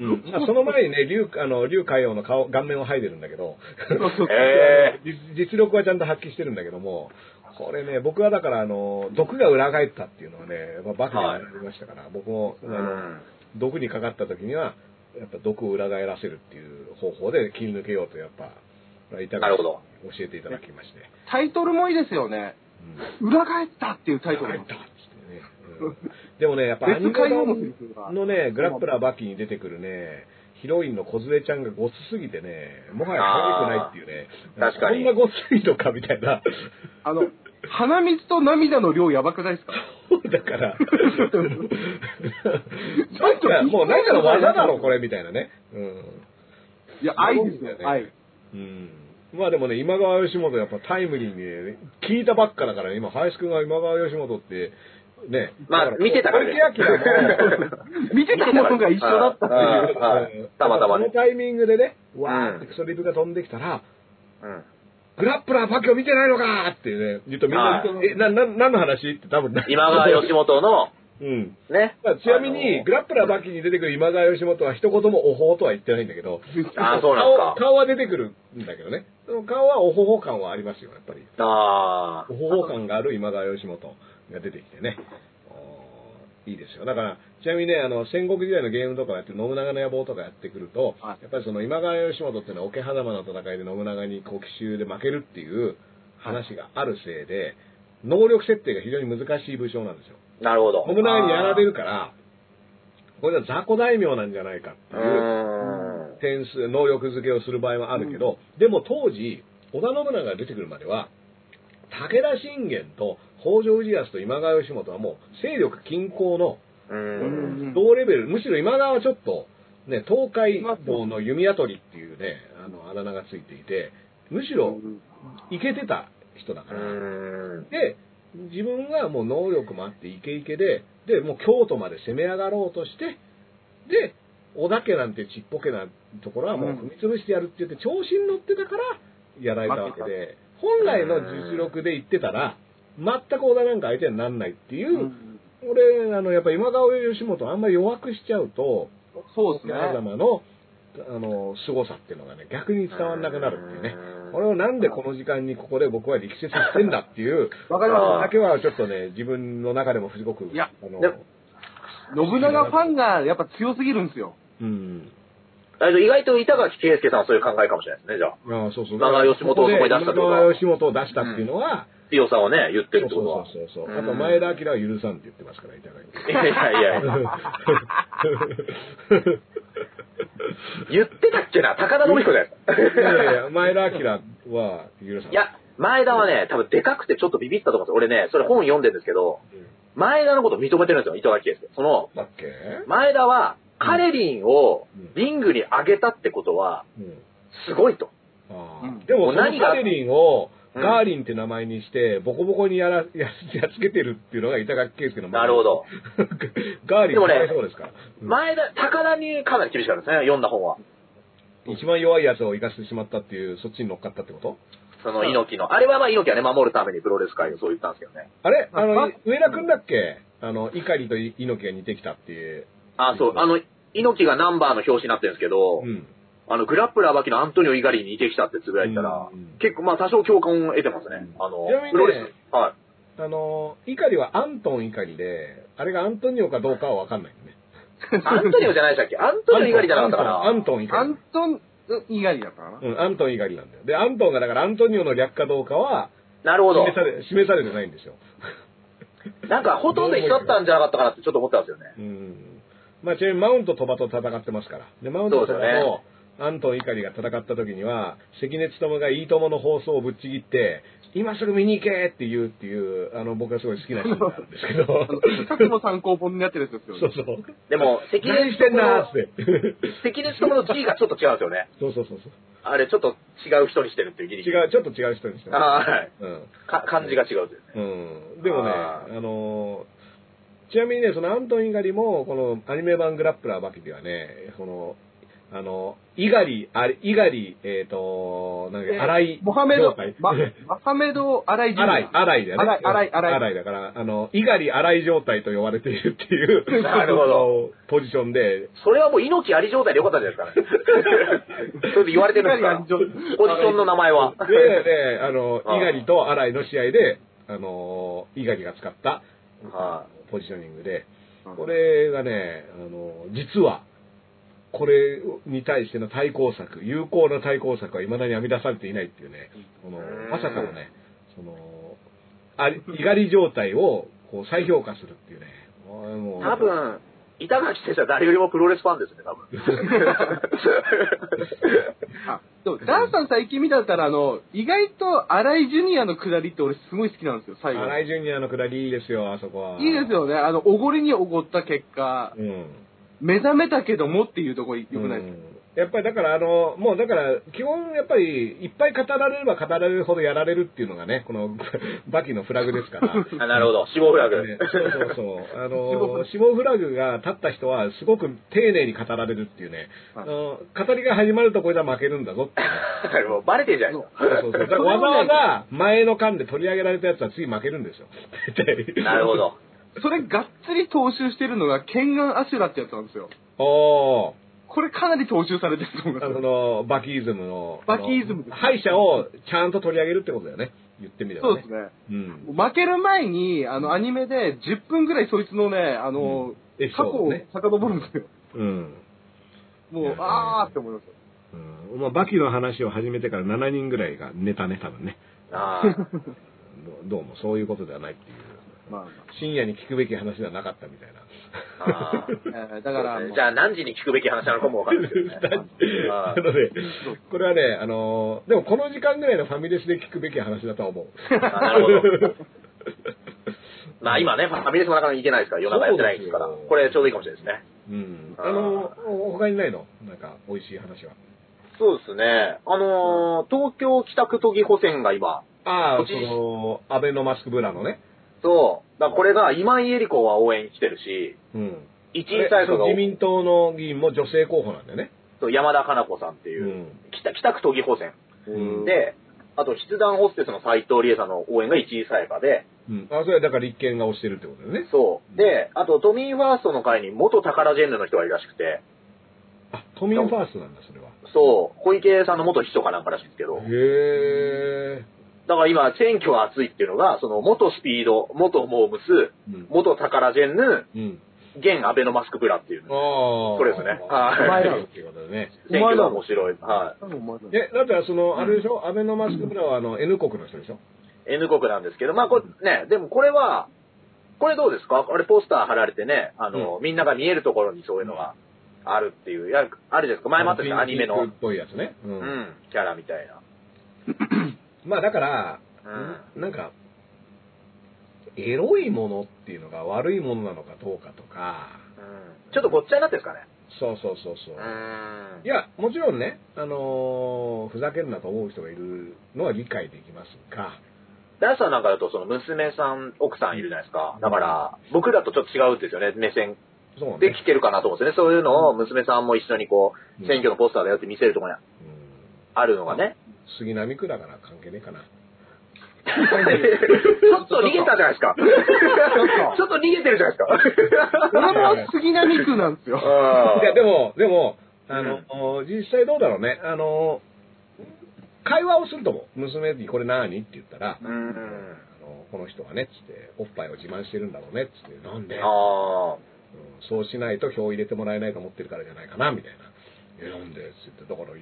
Speaker 3: うん。まあその前にね、竜、あの、竜海王の顔、顔面を剥いでるんだけど、
Speaker 4: へえ
Speaker 3: 実実力はちゃんと発揮してるんだけども、これね、僕はだから、あの、毒が裏返ったっていうのはね、やっぱバカになりましたから、僕も、あ
Speaker 4: う
Speaker 3: の、
Speaker 4: ん。
Speaker 3: 毒にかかった時には、やっぱ毒を裏返らせるっていう方法で切り抜けようと、やっぱ、板
Speaker 4: な
Speaker 3: 垣さ
Speaker 4: るほ
Speaker 3: ん
Speaker 4: ど
Speaker 3: に教えていただきまして。
Speaker 5: タイトルもいいですよね。
Speaker 3: うん
Speaker 5: 裏返ったっていうタイトル
Speaker 3: 入っ。たっつってね、うんでもね、やっぱアニメ
Speaker 5: 別海王のセリフが
Speaker 3: 版のね、グラップラーバキに出てくるね、ヒロインの小連れちゃんがごつすぎてね、もはや可愛くないっていうね、
Speaker 4: あー確かに
Speaker 3: こんなごついのかみたいな、
Speaker 5: あの、鼻水と涙の量やばくないですか
Speaker 3: だから、なんかもうなんかの技だろ、これみたいなね。うん
Speaker 5: いや、愛ですよね。愛。
Speaker 3: うんまあでもね、今川義元やっぱタイムリーにね、聞いたばっかだからね、今、林くんが今川義元って、ね。
Speaker 4: まあ
Speaker 3: だら
Speaker 4: 見てたからね
Speaker 3: 小池晃も
Speaker 5: 見てたものが一緒だったっていう。
Speaker 4: は い
Speaker 3: うん
Speaker 4: たまたまね
Speaker 3: そのタイミングでね、わーってクソリプが飛んできたら、
Speaker 4: うん。
Speaker 3: グラップラーパキを見てないのかーってね、言うとみんな、
Speaker 4: は
Speaker 3: え、な、な、何の話って多分な
Speaker 4: 今川義元の、
Speaker 3: うん。
Speaker 4: ね
Speaker 3: まあ。ちなみに、グ
Speaker 4: ラ
Speaker 3: ラップラーバキに出てくる今川義元は一言もおほほとは言ってないんだけど、
Speaker 4: あーそうなんすか
Speaker 3: 顔顔は出てくるんだけどね。その顔はおほほ感はありますよ、やっぱり。
Speaker 4: あ
Speaker 3: おほほ感がある今川義元が出てきてね。おーいいですよ。だから、ちなみにね、あの、戦国時代のゲームとかやって、信長の野望とかやってくると、
Speaker 5: はい
Speaker 3: やっぱりその今川義元っていうのは桶狭間の戦いで信長にこう奇襲で負けるっていう話があるせいで、能力設定が非常に難しい武将なんですよ。
Speaker 4: あ、なるほど。
Speaker 3: 信長にやられるから、これは雑魚大名なんじゃないかって
Speaker 4: う
Speaker 3: いう
Speaker 4: ーん。
Speaker 3: 点数、能力付けをする場合もあるけど、でも当時、織田信長が出てくるまでは、武田信玄と北条氏康と今川義元はもう勢力均衡の
Speaker 4: う。
Speaker 5: うんん
Speaker 3: 同レベル、むしろ今川はちょっと、ね、東海道の弓矢取りっていうね、あの、あだ名がついていて、むしろ、イケてた人だか
Speaker 4: う
Speaker 3: ら、
Speaker 4: ん。
Speaker 3: で、自分がもう能力もあってイケイケで、で、もう京都まで攻め上がろうとして、で、織田家なんてちっぽけなところはもう踏み潰してやるって言って、調子に乗ってたから、やられたわけ
Speaker 5: 負
Speaker 3: で、本来の実力で言ってたら、全く織田なんか相手になんないっていう、俺、あの、やっぱ今川義元あんまり弱くしちゃうと、
Speaker 5: そうです
Speaker 3: 神
Speaker 5: ね。
Speaker 3: 様の、あの、凄さっていうのがね、逆に伝わんなくなるっていうね。
Speaker 4: うん
Speaker 3: これをなんでこの時間にここで僕は力説してんだっていう、
Speaker 5: わかり
Speaker 4: あ
Speaker 5: ま
Speaker 4: ー
Speaker 3: だけはちょっとね、自分の中でもすごく、
Speaker 5: いや
Speaker 3: あの
Speaker 4: で、
Speaker 5: す。信長ファンがやっぱ強すぎるんですよ。
Speaker 3: うん。
Speaker 4: あ意外と板垣圭介さんはそういう考えかもしれないですね、じゃあ。
Speaker 3: ああ、そうそう。
Speaker 4: 長良元をそこに出したってことは
Speaker 3: ここで長良元を出したっていうのは、
Speaker 4: ピオさんはね、言ってるって
Speaker 3: そ
Speaker 4: こ
Speaker 3: う
Speaker 4: とは。
Speaker 3: そうそうそう。
Speaker 4: うん
Speaker 3: あと、前田明は許さんって言ってます から、板垣。
Speaker 4: いやい やいや、言ってたっけな、高田信彦じゃないです
Speaker 3: いやいや、前田明は許さ
Speaker 4: か。
Speaker 3: ん。
Speaker 4: いや、前田はね、多分でかくてちょっとビビったと思うんですよ。俺ね、それ本読んでるんですけど、前田のこと認めてるんですよ、糸垣圭介。その、
Speaker 3: だっけ
Speaker 4: 前田は、カレリンをリングに上げたってことは、
Speaker 3: うん。
Speaker 4: すごいと。
Speaker 3: あ
Speaker 5: うん
Speaker 3: あ。でも、そ
Speaker 4: 何
Speaker 3: の
Speaker 4: が
Speaker 3: カレリンを、
Speaker 4: うん
Speaker 3: ガーリンって名前にして、ボコボコにやら、や やっつけてるっていうのが板垣圭介の前
Speaker 4: なるほ。ど。
Speaker 3: ガーリン
Speaker 4: でもね
Speaker 3: そうですか。うん
Speaker 4: 前田、高田にかなり厳しかったですね、読んだ本は。
Speaker 3: 一番弱いやつを生かしてしまったっていう、そっちに乗っかったってこと
Speaker 4: その猪木の。あれはまあ猪木はね、守るためにプロレス界をそう言ったんですけどね。
Speaker 3: あれ
Speaker 5: あ
Speaker 3: あの
Speaker 5: あ、
Speaker 3: 上田くんだっけあの、碇と猪木が似てきたっていう。
Speaker 4: あ、そう、あの、猪木がナンバーの表紙になってるんですけど、
Speaker 3: うん。
Speaker 4: あの、グラップラーバキのアントニオ・イガリに似てきたってつぶやいたら、
Speaker 3: うんうん
Speaker 4: 結構まあ多少共感を得てますね。あの、
Speaker 3: ちなみにね
Speaker 4: プロレス。はい。
Speaker 3: あの、碇はアントン碇で、あれがアントニオかどうかはわかんないよね。
Speaker 4: アントニオじゃないでしたっけアントニオ・イガリじゃなかったかな
Speaker 3: アントン
Speaker 5: ア
Speaker 3: 碇
Speaker 5: ン。トン、以外だったかな。
Speaker 3: うん、アントン碇なんだよ。で、アントンがだからアントニオの略かどうかは、
Speaker 4: なるほど
Speaker 3: 示。され、示されてないんですよ。
Speaker 4: なんかほとんど一緒だったんじゃなかったかなってちょっと思ったんですよね。
Speaker 3: うん。まあ、ちなみにマウント鳥羽と戦ってますから。で、マウント
Speaker 4: そう
Speaker 3: 鳥
Speaker 4: です
Speaker 3: 羽
Speaker 4: よ
Speaker 3: と、アントン碇が戦った時には、関根勤がいいともの放送をぶっちぎって、今すぐ見に行けって言うっていう、あの、僕がすごい好きな人なんですけ ど。
Speaker 5: あの、一冊の参考本になってるんですよ。
Speaker 3: そうそう。
Speaker 4: でも、関
Speaker 3: 何
Speaker 4: 根
Speaker 3: してんだーっ
Speaker 4: の
Speaker 3: つって。
Speaker 4: 関根勤の G がちょっと違うんですよね。
Speaker 3: そうそうそうそう。
Speaker 4: あれちょっと違う人にしてるっていうギリギリ。
Speaker 3: 違う、ちょっと違う人にして
Speaker 4: あ
Speaker 3: ま
Speaker 4: ーはい。
Speaker 3: す。うん。
Speaker 4: か漢字が違うというね。
Speaker 3: うん。でもね、
Speaker 4: あ
Speaker 3: あのー、ちなみにね、そのアントン・イガリも、このアニメ版グラップラーバキではね、この、あの、イガリ、あれイガリ、えっ、と、なん
Speaker 5: で
Speaker 3: か、荒い。
Speaker 5: モハメド
Speaker 3: 状態、
Speaker 5: ま、マハメド・アライ・ジュ ニア
Speaker 3: 荒い、荒いだよね。
Speaker 5: 荒い荒い荒い
Speaker 3: だから、あの、イガリ荒い状態と呼ばれているって いう、
Speaker 4: なるほど
Speaker 3: あ の。ポジションで、
Speaker 4: それはもう猪木あり状態でよかったんじゃない ですかね。それで言われてるんですから。ポジションの名前は。
Speaker 3: で、で、あの、
Speaker 4: あー
Speaker 3: 猪狩と新井の試合で、あの、猪狩が使った
Speaker 4: は
Speaker 3: ポジショニングで、
Speaker 5: うん
Speaker 3: これがね、あの、実は、これに対しての対抗策、有効な対抗策は未だに編み出されていないっていうね、この
Speaker 4: うん、
Speaker 3: まさかのね、その、あ猪狩状態をこう再評価するっていうね、もう
Speaker 4: 多分、板垣選手は誰よりもプロレスファンですね、多分。
Speaker 5: あでもダンさん最近見たったら、あの、意外と荒井ジュニアの下りって俺すごい好きなんですよ、最後。
Speaker 3: 新井ジュニアのくだりいいですよ、あそこは。
Speaker 5: いいです。よね。あの、おごりにおごった結果、
Speaker 3: うん。
Speaker 5: 目覚めたけどもっていうところ良くないですか、
Speaker 3: やっぱりだからあのもうだから基本やっぱりいっぱい語られれば語られるほどやられるっていうのがねこの バキのフラグですから。
Speaker 4: あ なるほど、死亡フラグ。
Speaker 3: ねそうそうそう。あの、死亡フラグが立った人は、すごく丁寧に語られるっていうね。
Speaker 5: は
Speaker 3: あ
Speaker 5: い
Speaker 3: の、語りが始まるとこれでは負けるんだぞっていうね。
Speaker 4: もうバレてるじ ゃないです
Speaker 3: そうそうそう。だからわざわざ前の間で取り上げられたやつは次負けるんですよ。絶
Speaker 4: か。
Speaker 3: 対
Speaker 4: なるほど。
Speaker 5: それがっつり踏襲してるのが、ケンガン・アシュラってやつなんですよ。
Speaker 3: おー。
Speaker 5: これかなり踏襲されてると思い
Speaker 3: あ
Speaker 5: ます。
Speaker 3: の、バキイズムの。
Speaker 5: バキイズム
Speaker 3: あの敗者をちゃんと取り上げるってことだよね。言ってみれば
Speaker 5: そう
Speaker 3: ね。
Speaker 5: ですね。
Speaker 3: うん。
Speaker 5: 負ける前に、あの、アニメで10分ぐらいそいつのね、あの、
Speaker 3: エピ
Speaker 5: 過
Speaker 3: ソ
Speaker 5: 去
Speaker 3: ード
Speaker 5: を
Speaker 3: ね。
Speaker 5: 遡るんですよ。
Speaker 3: うん。
Speaker 5: もう
Speaker 3: う、ん
Speaker 5: あーって思いますよ。
Speaker 3: うんまあ、バキの話を始めてから7人ぐらいがネタね、多分ね。
Speaker 4: あ
Speaker 3: どどうもそういうことではないっていう。
Speaker 5: まあま
Speaker 3: 深夜に聞くべき話ではなかったみたいな。
Speaker 4: あああ
Speaker 5: あ。えーだから、
Speaker 4: じゃあ何時に聞くべき話なのかもわかん ないですけどね。あ
Speaker 3: なので、これはね、あのーでもこの時間ぐらいのファミレスで聞くべき話だとは思う。
Speaker 4: あなるほど。まあ今ね、ファミレスもなかなか行けないですから、夜中やってないですから
Speaker 3: そうです、よ
Speaker 4: これちょうどいいかもしれないですね。
Speaker 3: うん。あのーお他にないのなんか、美味しい話は。
Speaker 4: そうですね。あのー東京北区都議補選が今、
Speaker 3: ああ、
Speaker 4: こっち
Speaker 3: その、アベノマスクブラのね。
Speaker 4: そう。だからこれが今井絵理子は応援に来てるし、
Speaker 3: うん。
Speaker 4: 一
Speaker 3: あれ
Speaker 4: 位最初
Speaker 3: そ
Speaker 4: が
Speaker 3: う自民党の議員も女性候補なんだよね。
Speaker 4: そう山田花子さんっていう、北北区都議補選
Speaker 3: うん
Speaker 4: で、あと筆談ホステスの斎藤理恵さんの応援が一位最下で、
Speaker 3: うん。あ、それはだから立憲が推してるってことだよね。
Speaker 4: そう。で、あと都民ファーストの会に元宝ジェンヌの人がいるらしくて、
Speaker 3: あ、都民ファーストなんだ、それは。
Speaker 4: そう、小池さんの元秘書かなんからしいんですけど、
Speaker 3: へえ。
Speaker 4: だから今、選挙は熱いっていうのが、その元スピード、元モームス、
Speaker 3: うん。
Speaker 4: 元宝ジェンヌ、
Speaker 3: うん。
Speaker 4: 現アベノマスクブラっていう。
Speaker 3: ああ。
Speaker 4: これですねはい
Speaker 3: 前だろっていうことでね。
Speaker 5: お前
Speaker 4: 選
Speaker 5: だ
Speaker 4: 挙が面白い。は
Speaker 5: 多分お前だ
Speaker 3: え、だってその、あれでしょアベノマスクブラはあの、N 国の人でしょ
Speaker 4: い。N 国なんですけど、まあこれ、ね、でもこれは、これどうですかあれポスター貼られてね、あの、みんなが見えるところにそういうのがあるっていう、やあるじゃないですか。前もあったじゃん、アニメ
Speaker 3: ピ
Speaker 4: の
Speaker 3: ンク、っぽいやつね。う。
Speaker 4: うんん、キャラみたいな。
Speaker 3: まあだから、
Speaker 4: うん。
Speaker 3: なんか、エロいものっていうのが悪いものなのかどうかとか、
Speaker 4: うんちょっとごっちゃになってるんですかね。
Speaker 3: そうそうそうそう。
Speaker 4: うん
Speaker 3: いや、もちろんね、あのーふざけんなと思う人がいるのは理解できますが、
Speaker 4: ダンさんなんかだと、その娘さん、奥さんいるじゃないですか。だから、僕だとちょっと違うんですよね、目線。
Speaker 3: そうね。
Speaker 4: できてるかなと思うんですよね。そういうのを娘さんも一緒にこ
Speaker 3: う
Speaker 4: う、
Speaker 3: ん
Speaker 4: 選挙のポスターだよって見せるところに
Speaker 3: うん
Speaker 4: あるのがね。
Speaker 3: 杉並区だから関係ねえかな。
Speaker 4: ちょっと逃げたじゃないですか。ちょっと逃げてるじゃないですか。
Speaker 5: 俺も杉並区なん ですよ。
Speaker 3: いや、でも、でも、あの、実際どうだろうね。あの、会話をすると思う。娘にこれ何って言ったら、
Speaker 4: うん。
Speaker 3: あのこの人はね、つって、おっぱいを自慢してるんだろうね、つって、なんで、うん
Speaker 4: ああ。
Speaker 3: そうしないと票を入れてもらえないと思ってるからじゃないかな、みたいな。え、なんでつって、だから、い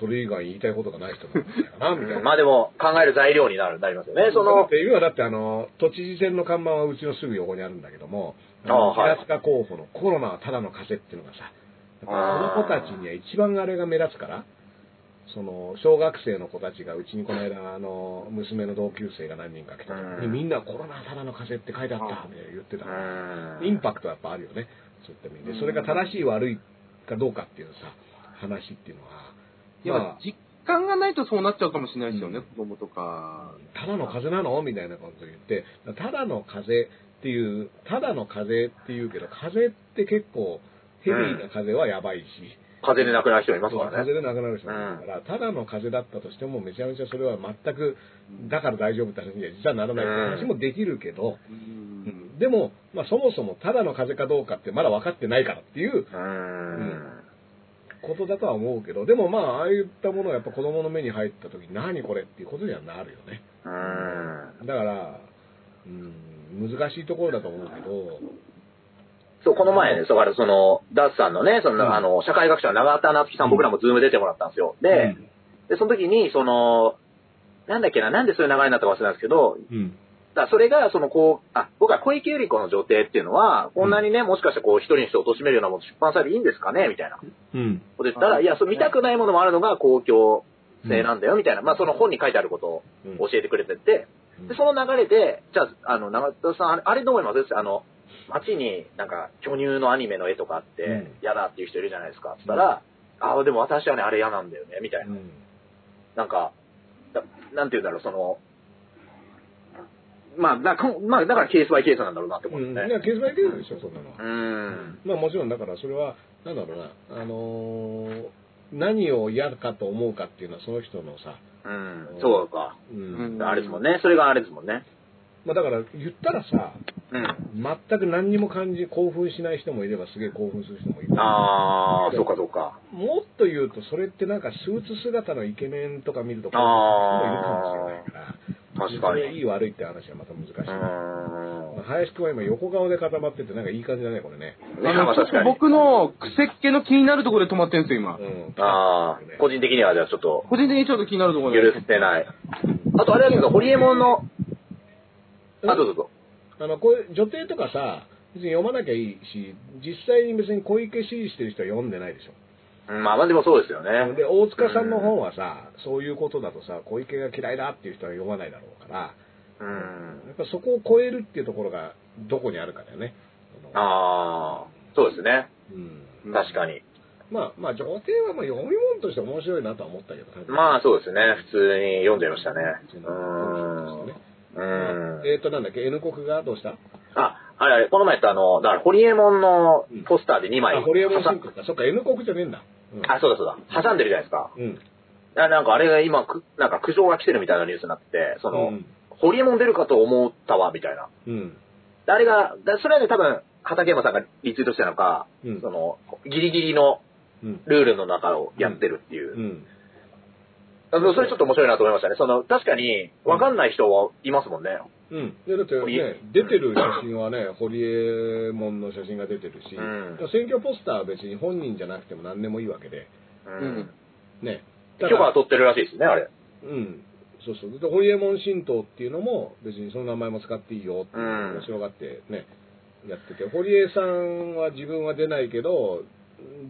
Speaker 3: それ以外言いたいことがない人なんじゃないかな、みたいな。
Speaker 4: まあでも、考える材料になる、なりますよね。そ
Speaker 3: だっ
Speaker 4: の、
Speaker 3: て今だってあの、都知事選の看板はうちのすぐ横にあるんだけども、あ
Speaker 4: あ
Speaker 3: の
Speaker 4: あはい
Speaker 3: 平塚候補のコロナはただの風邪っていうのがさ、やっぱ
Speaker 4: ああ
Speaker 3: 子供たちには一番あれが目立つから、その、小学生の子たちがうちにこの間、あの、娘の同級生が何人か来た時
Speaker 4: う
Speaker 3: に、
Speaker 4: ん
Speaker 3: みんなコロナはただの風邪って書いてあったって言ってたから、イン
Speaker 4: う
Speaker 3: パクトはやっぱあるよね。そういった意味で。それが正しい悪いかどうかっていうさ、話っていうのは、
Speaker 5: いや
Speaker 3: まあ、
Speaker 5: 実感がないとそうなっちゃうかもしれないですよね、
Speaker 3: うん
Speaker 5: 子供とか。
Speaker 3: ただの風邪なのみたいなこと言って、ただの風邪っていう、ただの風邪っていうけど、風邪って結構ヘビーな風邪はやばいし、
Speaker 4: 風で亡くなる人います
Speaker 3: そう
Speaker 4: から
Speaker 3: 風
Speaker 4: ね。
Speaker 3: 邪で亡くなる人もいるから、ただの風邪だったとしても、めちゃめちゃそれは全く、だから大丈夫って話には実はならないって話もできるけど、
Speaker 5: う
Speaker 3: うんんでも、まあ、そもそもただの風邪かどうかってまだ分かってないからっていう
Speaker 4: うん。
Speaker 3: ことだとは思うけど、でもまあ、ああいったものがやっぱ子供の目に入った時に、何これっていうことにはなるよね。
Speaker 4: うん。
Speaker 3: だから、うん、難しいところだと思うけど、
Speaker 4: そう、この前ね、そうだからその、ダースさんのね、その、
Speaker 3: うん
Speaker 4: あの、社会学者の永田夏樹さん、僕らもズーム出てもらったんですよ。で、で、その時に、その、なんだっけな、なんでそういう流れになったか忘れたんですけど、
Speaker 3: うん、
Speaker 4: だからそれが、その、こう、あ、僕は小池百合子の女帝っていうのは、こんなにね、もしかしてこう、一人にして貶めるようなもの出版されていいんですかねみたいなこ
Speaker 3: うん、
Speaker 4: と言ったら、いや、そう見たくないものもあるのが公共性なんだよ、みたいな、まあ、その本に書いてあることを
Speaker 3: うん
Speaker 4: 教えてくれてて、で、その流れで、じゃあ、あの、長田さん、あれ、あれどう思いますあの、街になんか巨乳のアニメの絵とかあっ
Speaker 3: う
Speaker 4: て
Speaker 3: ん
Speaker 4: 嫌だっていう人いるじゃないですか。つったら、ああ、でも私はね、あれ嫌なんだよね、みたいな。
Speaker 3: うん
Speaker 4: なんか、だなんて言うんだろう、その、まあ、だかまあ、だからケースバイケースなんだろうなって思
Speaker 3: う、
Speaker 4: うんん
Speaker 3: い
Speaker 4: ですね。
Speaker 3: や、ケースバイケースでしょ、そんなのは
Speaker 4: う。ん。
Speaker 3: まあもちろん、だからそれは、なんだろうな、あのー何を嫌かと思うかっていうのはその人のさ、
Speaker 4: うん。そうか。
Speaker 3: うん
Speaker 5: うん
Speaker 4: あれですもんね。それがあれですもんね。
Speaker 3: まあだから言ったらさ、
Speaker 4: うん。
Speaker 3: 全く何にも感じ、興奮しない人もいればすげえ興奮する人もいる。
Speaker 4: ああ、そうかそうか。
Speaker 3: もっと言うと、それってなんかスーツ姿のイケメンとか見ると、もいるかもしれないから。
Speaker 4: 確か
Speaker 3: い
Speaker 4: に。
Speaker 3: い悪いって話はまた難しい。
Speaker 4: う
Speaker 3: まあ
Speaker 4: ん。
Speaker 3: 林くんは今横顔で固まってて、なんかいい感じだね、これね。
Speaker 5: あ
Speaker 4: ま
Speaker 5: の
Speaker 4: あ
Speaker 5: ちょ
Speaker 4: 確
Speaker 5: っ
Speaker 4: か
Speaker 5: と
Speaker 4: に。
Speaker 5: 僕の癖っ気の気になるところで止まってるんですよ、今
Speaker 3: う。ん。
Speaker 4: ああ、個人的にはじゃあちょっと、
Speaker 5: 個人的にちょっと気になるところで。
Speaker 4: 許せない。あとあれだけど、ホリエモンの、あ、どうぞどうぞ。
Speaker 3: あの、こういう女帝とかさ、別に読まなきゃいいし、実際に別に小池支持してる人は読んでないでしょ。
Speaker 4: うんまあまあでもそうですよね。
Speaker 3: で、大塚さんの本はさ、そういうことだとさ、小池が嫌いだっていう人は読まないだろうから、
Speaker 4: うん。
Speaker 3: やっぱそこを超えるっていうところがどこにあるかだよね。あの
Speaker 4: ああ、そうですね。
Speaker 3: うん。
Speaker 4: 確かに。
Speaker 3: まあ、まあ、女帝はまあ読み物として面白いなとは思ったけど、
Speaker 4: まあそううですね。普通に読んじゃいましたね。うーん。うーん。
Speaker 3: えっ、と、なんだっけ、N 国がどうした
Speaker 4: あ、あれあれ、この前言ったあの、だから、ホリエモンのポスターで2枚。
Speaker 3: あ、ホリエモン
Speaker 4: 挟
Speaker 3: 新国か。そっか、N 国じゃねえんだ。うん
Speaker 4: あ、そうだそうだ。挟んでるじゃないですか。
Speaker 3: うん。
Speaker 4: あなんかあれが今、くなんか苦情が来てるみたいなニュースになってて、その、
Speaker 3: うん
Speaker 4: ホリエモン出るかと思ったわ、みたいな。
Speaker 3: うん。
Speaker 4: であれが、だそれはね、多分、畠山さんがリツイートしたのか、
Speaker 3: うん
Speaker 4: その、ギリギリの
Speaker 3: うん。
Speaker 4: ルールの中をやってるっていう
Speaker 3: う。ん。
Speaker 4: あのそれちょっと面白いなと思いましたね。その、確かに、わかんない人はいますもんね。
Speaker 3: うん、いやだって
Speaker 4: 堀江
Speaker 3: ね、出てる写真はね、 堀江門の写真が出てるし、
Speaker 4: うん
Speaker 3: 選挙ポスターは別に本人じゃなくても何でもいいわけで、
Speaker 4: うん。
Speaker 3: ね。ただ
Speaker 4: 許可は取ってるらしいですね、あれ。
Speaker 3: うん。そうそう。で、堀江門神道っていうのも、別にその名前も使っていいよって面白がってね、やってて、堀江さんは自分は出ないけど、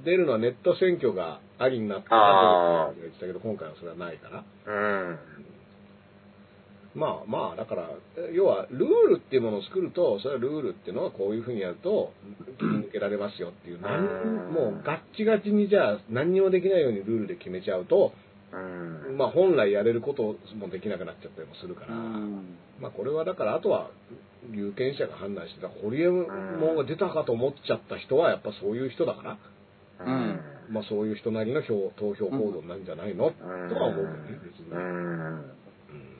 Speaker 3: 出るのはネット選挙がありになった
Speaker 4: あー
Speaker 3: って言ってたけど、今回はそれはないから。
Speaker 4: うん。
Speaker 3: まあまあ、だから、え要は、ルールっていうものを作ると、それはルールっていうのはこういうふうにやると、切り抜けられますよっていう、なん
Speaker 4: うん
Speaker 3: もうガッチガチにじゃあ、何にもできないようにルールで決めちゃうと、
Speaker 4: うん。
Speaker 3: まあ本来やれることもできなくなっちゃったりもするから、まあこれはだから、あとは、有権者が判断してた、堀江門が出たかと思っちゃった人は、やっぱそういう人だから、
Speaker 4: うん。
Speaker 3: まあそういう人なりの票投票行動なんじゃないの、とは思うけどね、別に。
Speaker 4: うん。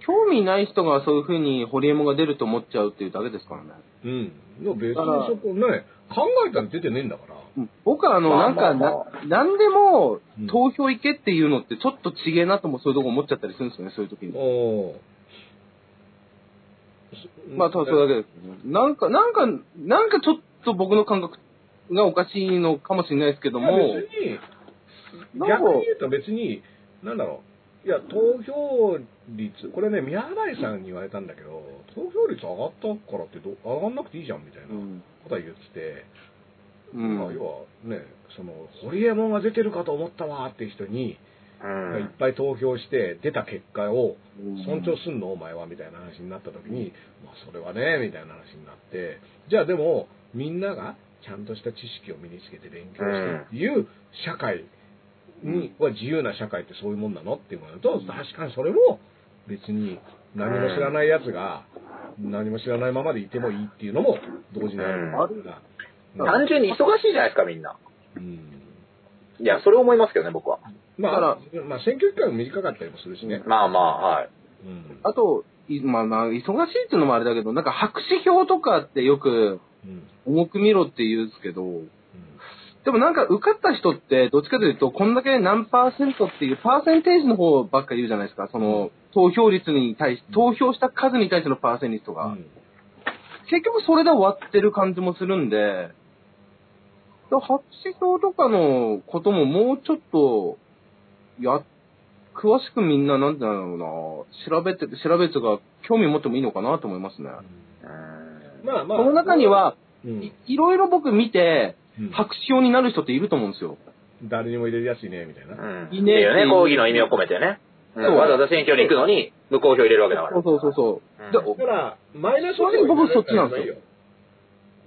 Speaker 5: 興味ない人がそういう風にホリエモンが出ると思っちゃうっていうだけですからね。
Speaker 3: うん。でも別に
Speaker 5: だから
Speaker 3: そこね、考えたら出てねえんだから。
Speaker 5: 僕はあの、
Speaker 4: ま
Speaker 5: な
Speaker 4: あ
Speaker 5: んか、
Speaker 4: まあ
Speaker 5: な、なんでも
Speaker 3: うん、
Speaker 5: 投票行けっていうのって、ちょっとちげえなともそういうとこ思っちゃったりするんですよね、そういう時に。
Speaker 3: おお。
Speaker 5: まあ、ただそれだけですね。なんか、なんか、なんかちょっと僕の感覚がおかしいのかもしれないですけど
Speaker 3: いや
Speaker 5: も、
Speaker 3: 別に、
Speaker 5: なん
Speaker 3: 逆
Speaker 5: か
Speaker 3: に言うと別に、なんだろう。いや、投票率、これね、宮台さんに言われたんだけど、投票率上がったからってど、上がんなくていいじゃんみたいな
Speaker 5: う
Speaker 3: こ
Speaker 5: ん。
Speaker 3: とは言ってて、
Speaker 5: う
Speaker 3: まあ、
Speaker 5: ん。
Speaker 3: 要はね、その、堀江門が出てるかと思ったわーって人に、
Speaker 4: う
Speaker 3: いっ
Speaker 4: ん。
Speaker 3: ぱい投票して出た結果を、
Speaker 5: うん
Speaker 3: 尊重すんのお前はみたいな話になった時に、まあ、それはねみたいな話になってじゃあでもみんながちゃんとした知識を身につけて勉強してっていう社会には自由な社会ってそういうもんなのっていうものと確かにそれも別に何も知らないやつが何も知らないままでいてもいいっていうのも同時にあるから、うん
Speaker 4: 単純に忙しいじゃないですか、みんな。
Speaker 3: うん
Speaker 4: いや、それ思いますけどね、僕は。
Speaker 3: ま
Speaker 5: だ
Speaker 3: あ、まあ選挙期間が短かったりもするしね、
Speaker 4: まあまあ、はい。
Speaker 3: うん
Speaker 5: あと、いまあまあ、忙しいっていうのもあれだけど、なんか白紙票とかってよく
Speaker 3: うん
Speaker 5: 重く見ろって言うんですけど、でもなんか受かった人って、どっちかというと、こんだけ何パーセントっていう、パーセンテージの方ばっかり言うじゃないですか。その、投票率に対し、投票した数に対してのパーセン率と
Speaker 3: う
Speaker 5: か。
Speaker 3: ん
Speaker 5: 結局それで終わってる感じもするんで、だ白紙票とかのことももうちょっと、や、詳しくみんな、なんてなんだろうな、調べて、調べてが興味持ってもいいのかなと思いますね。
Speaker 4: うん
Speaker 3: まあまあ
Speaker 5: この中には、
Speaker 3: うん
Speaker 5: いいろいろ僕見て、
Speaker 3: うん
Speaker 5: 白紙票になる人っていると思うんですよ。
Speaker 3: 誰にも入れるやついねえみたいな。
Speaker 4: うん。
Speaker 5: いいね
Speaker 4: いいよね、抗議の意味を込めてね。うん
Speaker 5: そう
Speaker 4: わざわざ選挙に行くのに、無効票入れるわけだから。
Speaker 5: そうそうそうそう。で
Speaker 4: うん
Speaker 5: お
Speaker 3: だから、マイナスを
Speaker 5: 正直僕そっちなんですよ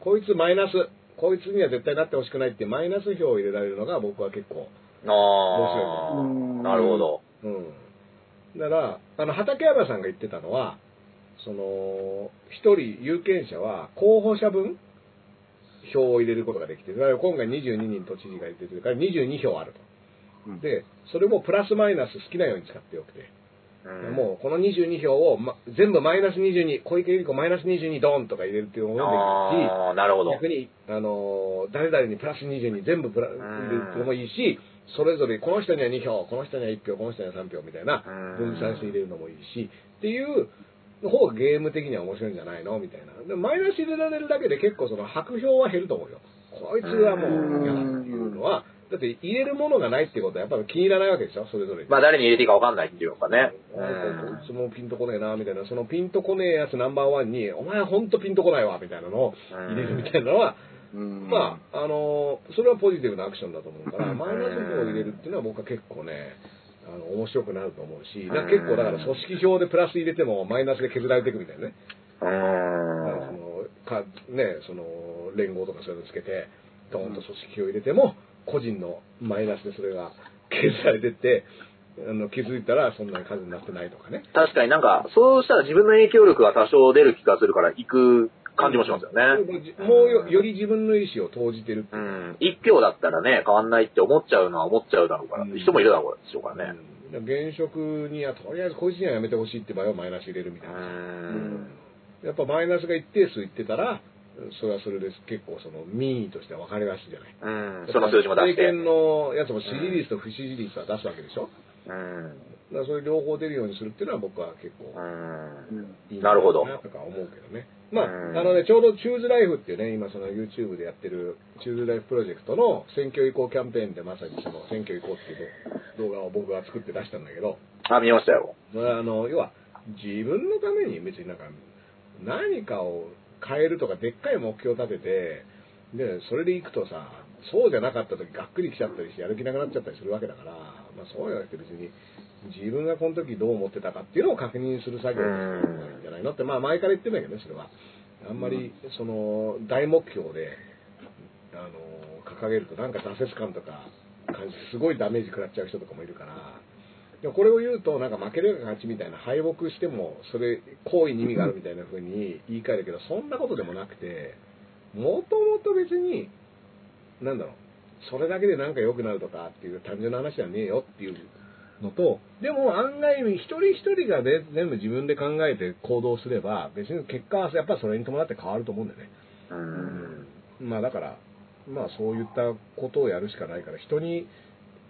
Speaker 3: こいつマイナス、こいつには絶対なってほしくないってマイナス票を入れられるのが僕は結構。
Speaker 4: ああ、
Speaker 5: うん
Speaker 4: なるほど。
Speaker 3: うん。だから、あの、畠山さんが言ってたのは、その、一人有権者は候補者分票を入れることができてる。だから今回22人都知事が言ってるから22票あると
Speaker 5: うん。
Speaker 3: で、それもプラスマイナス好きなように使ってよくて。
Speaker 4: うん
Speaker 3: もうこの22票を、ま、全部マイナス22、小池百合子マイナス22ドーンとか入れるっていうのもできるし、
Speaker 4: ああ、なるほど。
Speaker 3: 逆に、あのー誰々にプラス22全部プラ
Speaker 4: ん
Speaker 3: 入れるってのもいいし、それぞれこの人には2票、この人には1票、この人には3票みたいな
Speaker 4: うん
Speaker 3: 分散して入れるのもいいし、っていう方がゲーム的には面白いんじゃないのみたいな。でマイナス入れられるだけで結構その白票は減ると思うよ。こいつはもう嫌だっていうのは、だって入れるものがないってことはやっぱり気に入らないわけでしょ、それぞれに。
Speaker 4: まあ、誰に入れていいかわかんないっていうかね。う
Speaker 3: なんかこ
Speaker 4: ん
Speaker 3: いつもピンとこねえなみたいなそのピンとこねえやつナンバーワンにお前ほんとピンとこないわみたいなのを入れるみたいなのは、
Speaker 5: うん
Speaker 3: まああのーそれはポジティブなアクションだと思うからマイナス票を入れるっていうのは僕は結構ねあの面白くなると思うしだから結構だから組織票でプラス入れてもマイナスで削られていくみたいなねだからその
Speaker 4: うん
Speaker 3: かねその連合とかそういうのつけてドーンと組織票入れても個人のマイナスでそれが削られてってあの気づいたらそんなに数になってないとかね
Speaker 4: 確かになんか、そうしたら自分の影響力が多少出る気がするから、行く感じもしますよね。
Speaker 3: もうよより自分の意思を投じてるって
Speaker 4: う
Speaker 3: い
Speaker 4: ん。一票だったらね、変わんないって思っちゃうのは思っちゃうだろうから、
Speaker 3: うん
Speaker 4: 人もいるだろうでしょうか
Speaker 3: う
Speaker 4: らね。
Speaker 3: うん現職にはとりあえず個人はやめてほしいって場合はマイナス入れるみ
Speaker 4: う
Speaker 3: たいな、
Speaker 4: ん。
Speaker 3: やっぱマイナスが一定数いってたらそれはそれです結構その民意としては分かりやすいじゃない
Speaker 4: うん。その数字も出して。
Speaker 3: 政権のやつも支持率と不支持率は出すわけでしょ、
Speaker 4: うん。
Speaker 3: だからそういう両方出るようにするっていうのは僕は結構
Speaker 4: うん。
Speaker 3: いいんじゃ
Speaker 4: ない
Speaker 3: か
Speaker 4: るほど。
Speaker 3: とか思うけどね。まあ、
Speaker 4: うん
Speaker 3: あのね、ちょうどチューズライフっていうね、今その YouTube でやってるチューズライフプロジェクトの選挙移行キャンペーンでまさにその選挙移行っていう動画を僕が作って出したんだけど、
Speaker 4: あ、見ましたよ。
Speaker 3: それはあの、要は自分のために別になんか何かを変えるとかでっかい目標を立てて、で、それで行くとさ、そうじゃなかった時がっくり来ちゃったりしてやる気なくなっちゃったりするわけだから、まあそうじゃなくて別に自分がこの時どう思ってたかっていうのを確認する作業がいいんじゃないのって、まあ前から言ってんだけどね、それは。あんまりその大目標で、あの、掲げるとなんか挫折感とか感じてすごいダメージ食らっちゃう人とかもいるから、でもこれを言うと、なんか負ければ勝ちみたいな、敗北しても、それ、行為に意味があるみたいな風に言い換えるけど、そんなことでもなくて、もともと別に、なんだろう、それだけでなんか良くなるとかっていう単純な話じゃねえよっていうのと、でも案外、一人一人がね全部自分で考えて行動すれば、別に結果はやっぱそれに伴って変わると思うんだよね。
Speaker 4: うん。
Speaker 3: まあだから、まあそういったことをやるしかないから、人に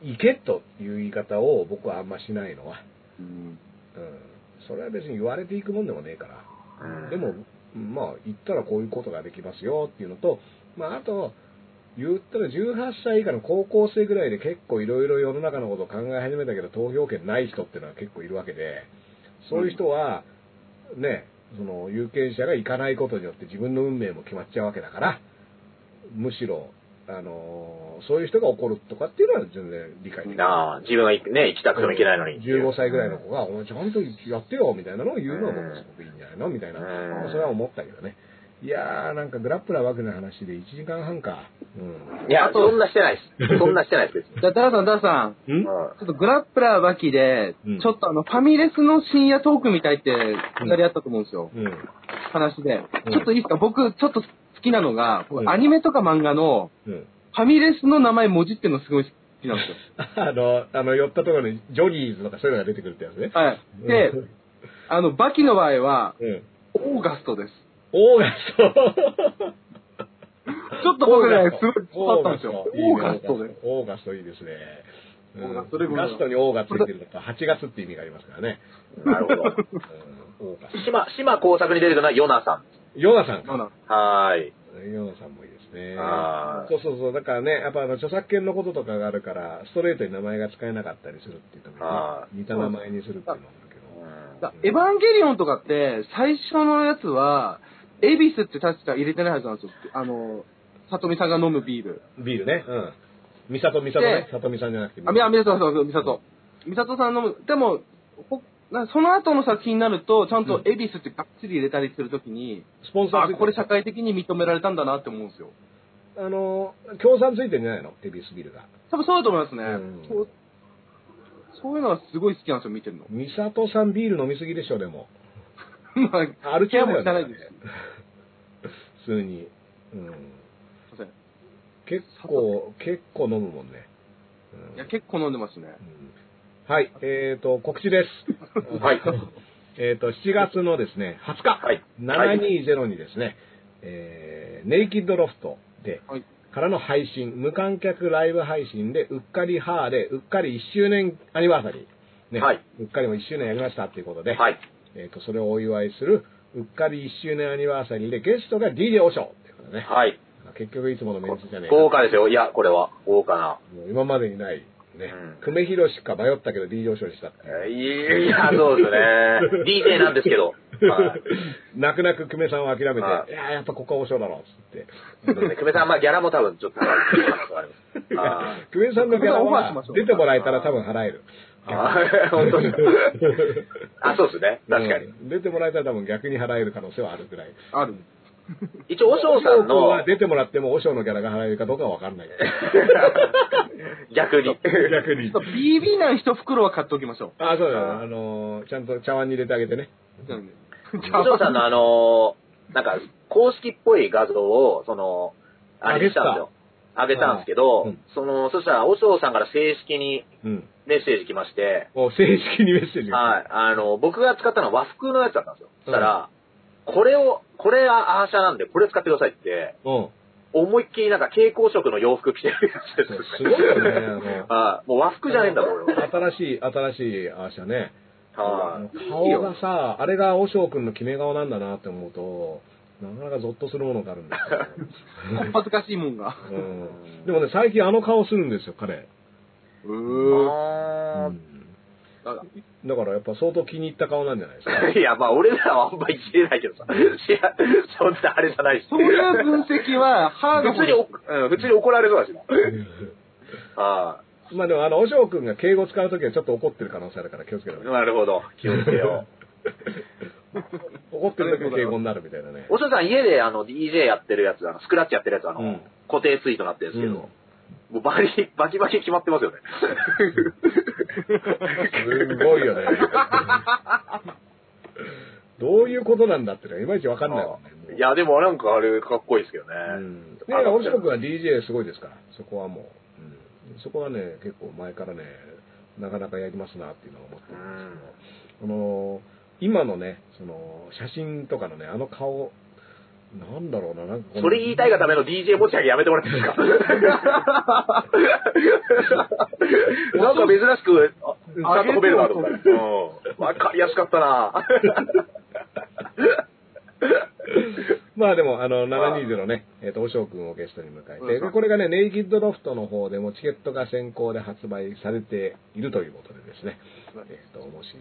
Speaker 3: 行けという言い方を僕はあんましないのは。
Speaker 5: うん
Speaker 3: うんそれは別に言われていくもんでもねえから。
Speaker 4: うん
Speaker 3: でも、まあ、言ったらこういうことができますよっていうのと、まあ、あと、言ったら18歳以下の高校生ぐらいで結構いろいろ世の中のことを考え始めたけど、投票権ない人っていうのは結構いるわけで、そういう人は、ね、その有権者が行かないことによって自分の運命も決まっちゃうわけだから、むしろ、あのそういう人が怒るとかっていうのは全然理解できない。
Speaker 4: ああ、自分が行くね、行きたくても行けないのに。
Speaker 3: 15歳ぐらいの子が、お前ちゃんとやってよ、みたいなのを言うのは僕はすごくいいんじゃないのみたいな。
Speaker 4: うん
Speaker 3: まあそれは思ったけどね。いやー、なんかグラップラーわけの話で1時間半か。うん。
Speaker 4: いや、そんなしてないです。そんなしてないです。別に
Speaker 5: じゃあ、ダラさん、ダラさん、
Speaker 3: うん
Speaker 5: ちょっとグラップラーバキで、
Speaker 3: うん
Speaker 5: ちょっとあの、ファミレスの深夜トークみたいって、二人あったと思うんですよ。
Speaker 3: うん。
Speaker 5: 話で。
Speaker 3: うん
Speaker 5: ちょっといいですか僕、ちょっと好きなのが、
Speaker 3: うん
Speaker 5: アニメとか漫画の、
Speaker 3: うん。
Speaker 5: ファミレスの名前文字ってるのすごい好きなんですよ。
Speaker 3: あの、あの、寄ったところにジョニーズとかそういうのが出てくるってやつね。
Speaker 5: はい。で、あの、バキの場合は、
Speaker 3: うん。
Speaker 5: オーガストです。
Speaker 3: オーガスト。
Speaker 5: ちょっと僕ね、すごい
Speaker 3: オ
Speaker 5: 刺さったんですよ。オーガスト
Speaker 3: いい
Speaker 5: で
Speaker 3: ね。オーガストいいですね。うん
Speaker 5: オーガストでござい
Speaker 3: ガ
Speaker 5: ます
Speaker 3: ストにオーがついてるのと8月って意味がありますからね。
Speaker 4: なるほど。
Speaker 3: うん、オーガスト。
Speaker 4: 島、島工作に出てくるのはヨナさんで
Speaker 3: ヨガさんか
Speaker 5: まあ
Speaker 4: す。
Speaker 5: な
Speaker 4: はーい。
Speaker 3: ヨナさんもいいですね。
Speaker 4: あー
Speaker 3: そうそうそう。だからね、やっぱあの著作権のこととかがあるから、ストレートに名前が使えなかったりするっていうところ
Speaker 4: あ
Speaker 3: に、似た名前にするっていうのもあるけど。
Speaker 5: だエヴァンゲリオンとかって、最初のやつは、エビスって確か入れてないはずなんですよ。あの、さとみさんが飲むビール。
Speaker 3: ビールね。うん。ミサトミサトね
Speaker 5: で。
Speaker 3: サトミさんじゃなくて。
Speaker 5: あ、みあ、みさとさん、みさと。みさとさん飲む。でも、ほなその後の作品になると、ちゃんとエビスってがっつり入れたりするときに、
Speaker 3: スポンサーついて、
Speaker 5: あ
Speaker 3: る
Speaker 5: これ社会的に認められたんだなって思うんですよ。
Speaker 3: あの、協賛ついてるんじゃないのテビスビールが。
Speaker 5: 多分そうだと思いますね。
Speaker 3: うん
Speaker 5: そうそういうのはすごい好きなんですよ、見てるの。
Speaker 3: ミサトさんビール飲みすぎでしょ、でも。
Speaker 5: まあ、
Speaker 3: アルチ
Speaker 5: ケ
Speaker 3: ャ
Speaker 5: ア
Speaker 3: ーだ
Speaker 5: も
Speaker 3: よ
Speaker 5: 知らないで
Speaker 3: ね
Speaker 5: す。
Speaker 3: 普通に。うん。
Speaker 5: すいません。
Speaker 3: 結構、結構飲むもんね。うん
Speaker 5: いや、結構飲んでますね。
Speaker 3: うんはい、えっ、と、告知 です。
Speaker 4: はい。
Speaker 3: えっと、7月のですね、20日、
Speaker 4: はい
Speaker 3: 720にですね、えーネイキッドロフトで、
Speaker 5: はい
Speaker 3: からの配信、無観客ライブ配信で、うっかりハーレー、うっかり1周年アニバーサリー、ね
Speaker 4: はいう
Speaker 3: っかりも1周年やりましたということで、
Speaker 4: はい。
Speaker 3: えっと、それをお祝いする、うっかり1周年アニバーサリーで、ゲストが DJ おしょうっていうことでね、
Speaker 4: はい。
Speaker 3: 結局いつものメンツじゃねえな
Speaker 4: 豪華ですよ。いや、これは。豪華な。
Speaker 3: もう今までにない、ね
Speaker 4: う
Speaker 3: 久
Speaker 4: ん、
Speaker 3: 米宏か迷ったけど DJ おしょうにしたっていう。
Speaker 4: いや、そうですね。DJ なんですけど。はい。
Speaker 3: 泣く泣く久米さんを諦めて、
Speaker 4: はい
Speaker 3: い、やーやっぱここはお尚だろ、っつって。
Speaker 4: そうですね久米さん、まあ、ギャラも多分、ちょっと、あります。あ
Speaker 3: 久米さんのギャラ
Speaker 5: オファーし
Speaker 3: は
Speaker 5: ましょう
Speaker 3: 出てもらえたら多分払える。
Speaker 4: ーあー、本当ですかあ、そうですね。確かに。
Speaker 3: うん出てもらえたら多分逆に払える可能性はあるぐらい。
Speaker 5: ある。
Speaker 4: 一応、おしょうさん
Speaker 3: 君
Speaker 4: の
Speaker 3: は、出てもらってもお尚のギャラが払えるかどうかは分かんない。
Speaker 4: 逆に。
Speaker 3: 逆に
Speaker 5: ちょ。っと BB なん一袋は買っておきましょ
Speaker 3: あ、そうだよ。あのーちゃんと茶碗に入れてあげてね。
Speaker 5: う。なんで。 じゃ
Speaker 4: お
Speaker 5: あ
Speaker 4: しょうさんの、あのー、なんか、公式っぽい画像を、その、あれにしたんですよ。あげたんですけど、
Speaker 3: うん
Speaker 4: その、そしたら、おしょうさんから正式に
Speaker 3: うん。
Speaker 4: メッセージ来まして、
Speaker 3: お正式にメッセージが。
Speaker 4: はい。あの、僕が使ったのは和服のやつだったんですよ。そしたら、これを、これがアーシャなんで、これ使ってくださいって、
Speaker 3: うん。
Speaker 4: 思いっきりなんか蛍光色の洋服着てるやつです
Speaker 3: そう
Speaker 4: ね。
Speaker 3: すごいよ ね。あの、
Speaker 4: ああ、もう和服じゃねえんだも ん、俺は。
Speaker 3: 新しい、新しいアーシャね。
Speaker 4: は
Speaker 5: よ
Speaker 3: 顔がさ、あれが和尚君の決め顔なんだなって思うと、なかなかゾッとするものがあるんです
Speaker 5: こっぱずかしいもんが。
Speaker 3: よ、うん。でもね、最近あの顔するんですよ、彼。
Speaker 5: う
Speaker 4: い
Speaker 5: ーん。
Speaker 4: あ
Speaker 3: だからやっぱ相当気に入った顔なんじゃないですか。
Speaker 4: ーいや、まあ、俺らはあんまり知れないけどさ。いや、そんなあれじゃないし。
Speaker 5: そういう分析は、ハード
Speaker 4: 普通に、うん、普通に怒られそうだしな。あ
Speaker 3: まあでも、あの、お嬢くんが敬語使うときはちょっと怒ってる可能性あるから気をつけ
Speaker 4: あ、
Speaker 3: ろ。
Speaker 4: なるほど。気をつけよ
Speaker 3: 怒ってるときは敬語になるみたいなね
Speaker 4: う。。おしょさん、家であの、DJ やってるやつ、あのスクラッチやってるやつ、あの、
Speaker 3: うん
Speaker 4: 固定ツイートになってるんですけど、
Speaker 3: うん
Speaker 4: もうバリ、バキバキ決まってますよね。
Speaker 3: すごい よね。どういうことなんだってね、いまいちわかんないわ、ね。もう
Speaker 4: いや、でもなんかあれ、かっこいいですけどね。
Speaker 3: うん。ねおしょくんは DJ すごいですから、そこはもう。うんそこはね、結構前からね、なかなかやりますなっていうのは思ってるんですけど、あの、今のね、その、写真とかのね、あの顔、なんだろうな、なんかこの
Speaker 4: それ言いたいがための DJ 持ち上げやめてもらっていい ですかなんか珍しく、あちゃんと褒めるなと思って。うんわかりやすかったな
Speaker 3: まあでも、あの、720のね、えっ、と、おしょうくんをゲストに迎え
Speaker 4: そうで
Speaker 3: て、
Speaker 4: すね
Speaker 3: これがね、ネイキッドロフトの方でもチケットが先行で発売されているということでですね、えっ、と、もし、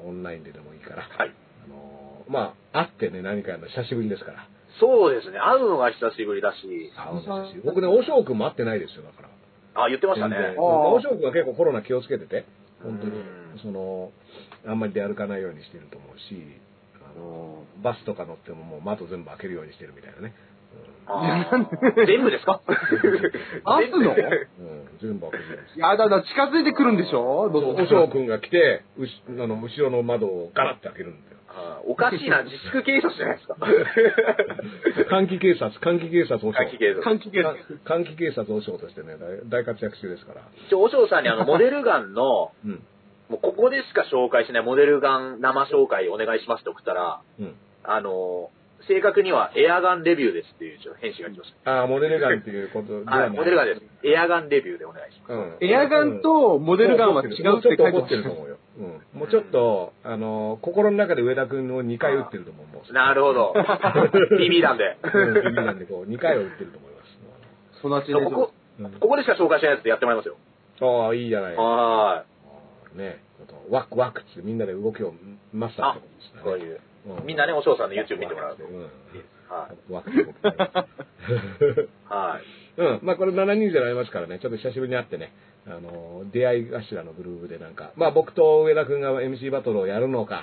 Speaker 3: あの、オンラインででもいいから、
Speaker 4: はい
Speaker 3: あの、まあ、会ってね、何かやるの久しぶりですから、
Speaker 4: そうですね。会うのが久しぶりだし、
Speaker 3: 会うの久しぶり僕ね、おしょうくんも会ってないですよ、だから。
Speaker 4: あ、言ってましたね。
Speaker 3: 全然
Speaker 5: あー
Speaker 3: おしょうくんは結構コロナ気をつけてて、本当に
Speaker 4: うん、
Speaker 3: その、あんまり出歩かないようにしてると思うし、あの、バスとか乗ってももう窓全部開けるようにしてるみたいなね。
Speaker 4: あー全部ですか
Speaker 5: 会うの
Speaker 3: うん、全部開けるようにしてる
Speaker 5: やだな、近づいてくるんでしょどう
Speaker 3: おしょうくんが来て、うしあの後ろの窓をガラッて開けるんだよ。
Speaker 4: あーおかしいな、自粛警察じゃないですか。
Speaker 3: 換気警察、換気警察おしょ
Speaker 4: 換気警察。
Speaker 5: 関係ない。
Speaker 3: 換気警察おしょうとしてね、大大活躍中ですから。
Speaker 4: 一応、お嬢さんにあの、モデルガンの、
Speaker 3: うん。
Speaker 4: もうここでしか紹介しないモデルガン生紹介お願いしますって送ったら、
Speaker 3: うん。
Speaker 4: あの、正確にはエアガンレビューですっていう一応返信が来まし
Speaker 3: ああ、モデルガンっていうことで。
Speaker 4: た。はい、モデルガンですす。エアガンレビューでお願いしま
Speaker 3: うん
Speaker 5: エアガンとモデルガンは違うって書
Speaker 3: もうちょっ
Speaker 5: いて
Speaker 3: と怒
Speaker 5: ま
Speaker 3: ってると
Speaker 5: す。
Speaker 3: 思うよ。うん。もうちょっと、あの、心の中で上田君を2回打ってると思う。も
Speaker 4: す。
Speaker 3: う
Speaker 4: なるほど。耳なんで。
Speaker 3: うんビビなんでこう、2回は打ってると思います。
Speaker 5: そのうちね
Speaker 4: こ
Speaker 3: うん
Speaker 4: こ、ここでしか紹介しないやつでやってもらいますよ。
Speaker 3: ああ、いいじゃない。あ
Speaker 4: は
Speaker 3: あね、ちょっとワクワクってみんなで動きをマスターってことです
Speaker 4: ー
Speaker 3: ね
Speaker 4: い。こういう。
Speaker 3: う
Speaker 4: みんなね、お嬢さんの YouTube 見てもらうと。
Speaker 3: うん。
Speaker 4: はい。
Speaker 3: ワクワク
Speaker 4: はい。
Speaker 3: うん。まあこれ7人じゃなりますからね、ちょっと久しぶりに会ってね、あのー、出会い頭のグループでなんか、まあ僕と上田くんが MC バトルをやるのか、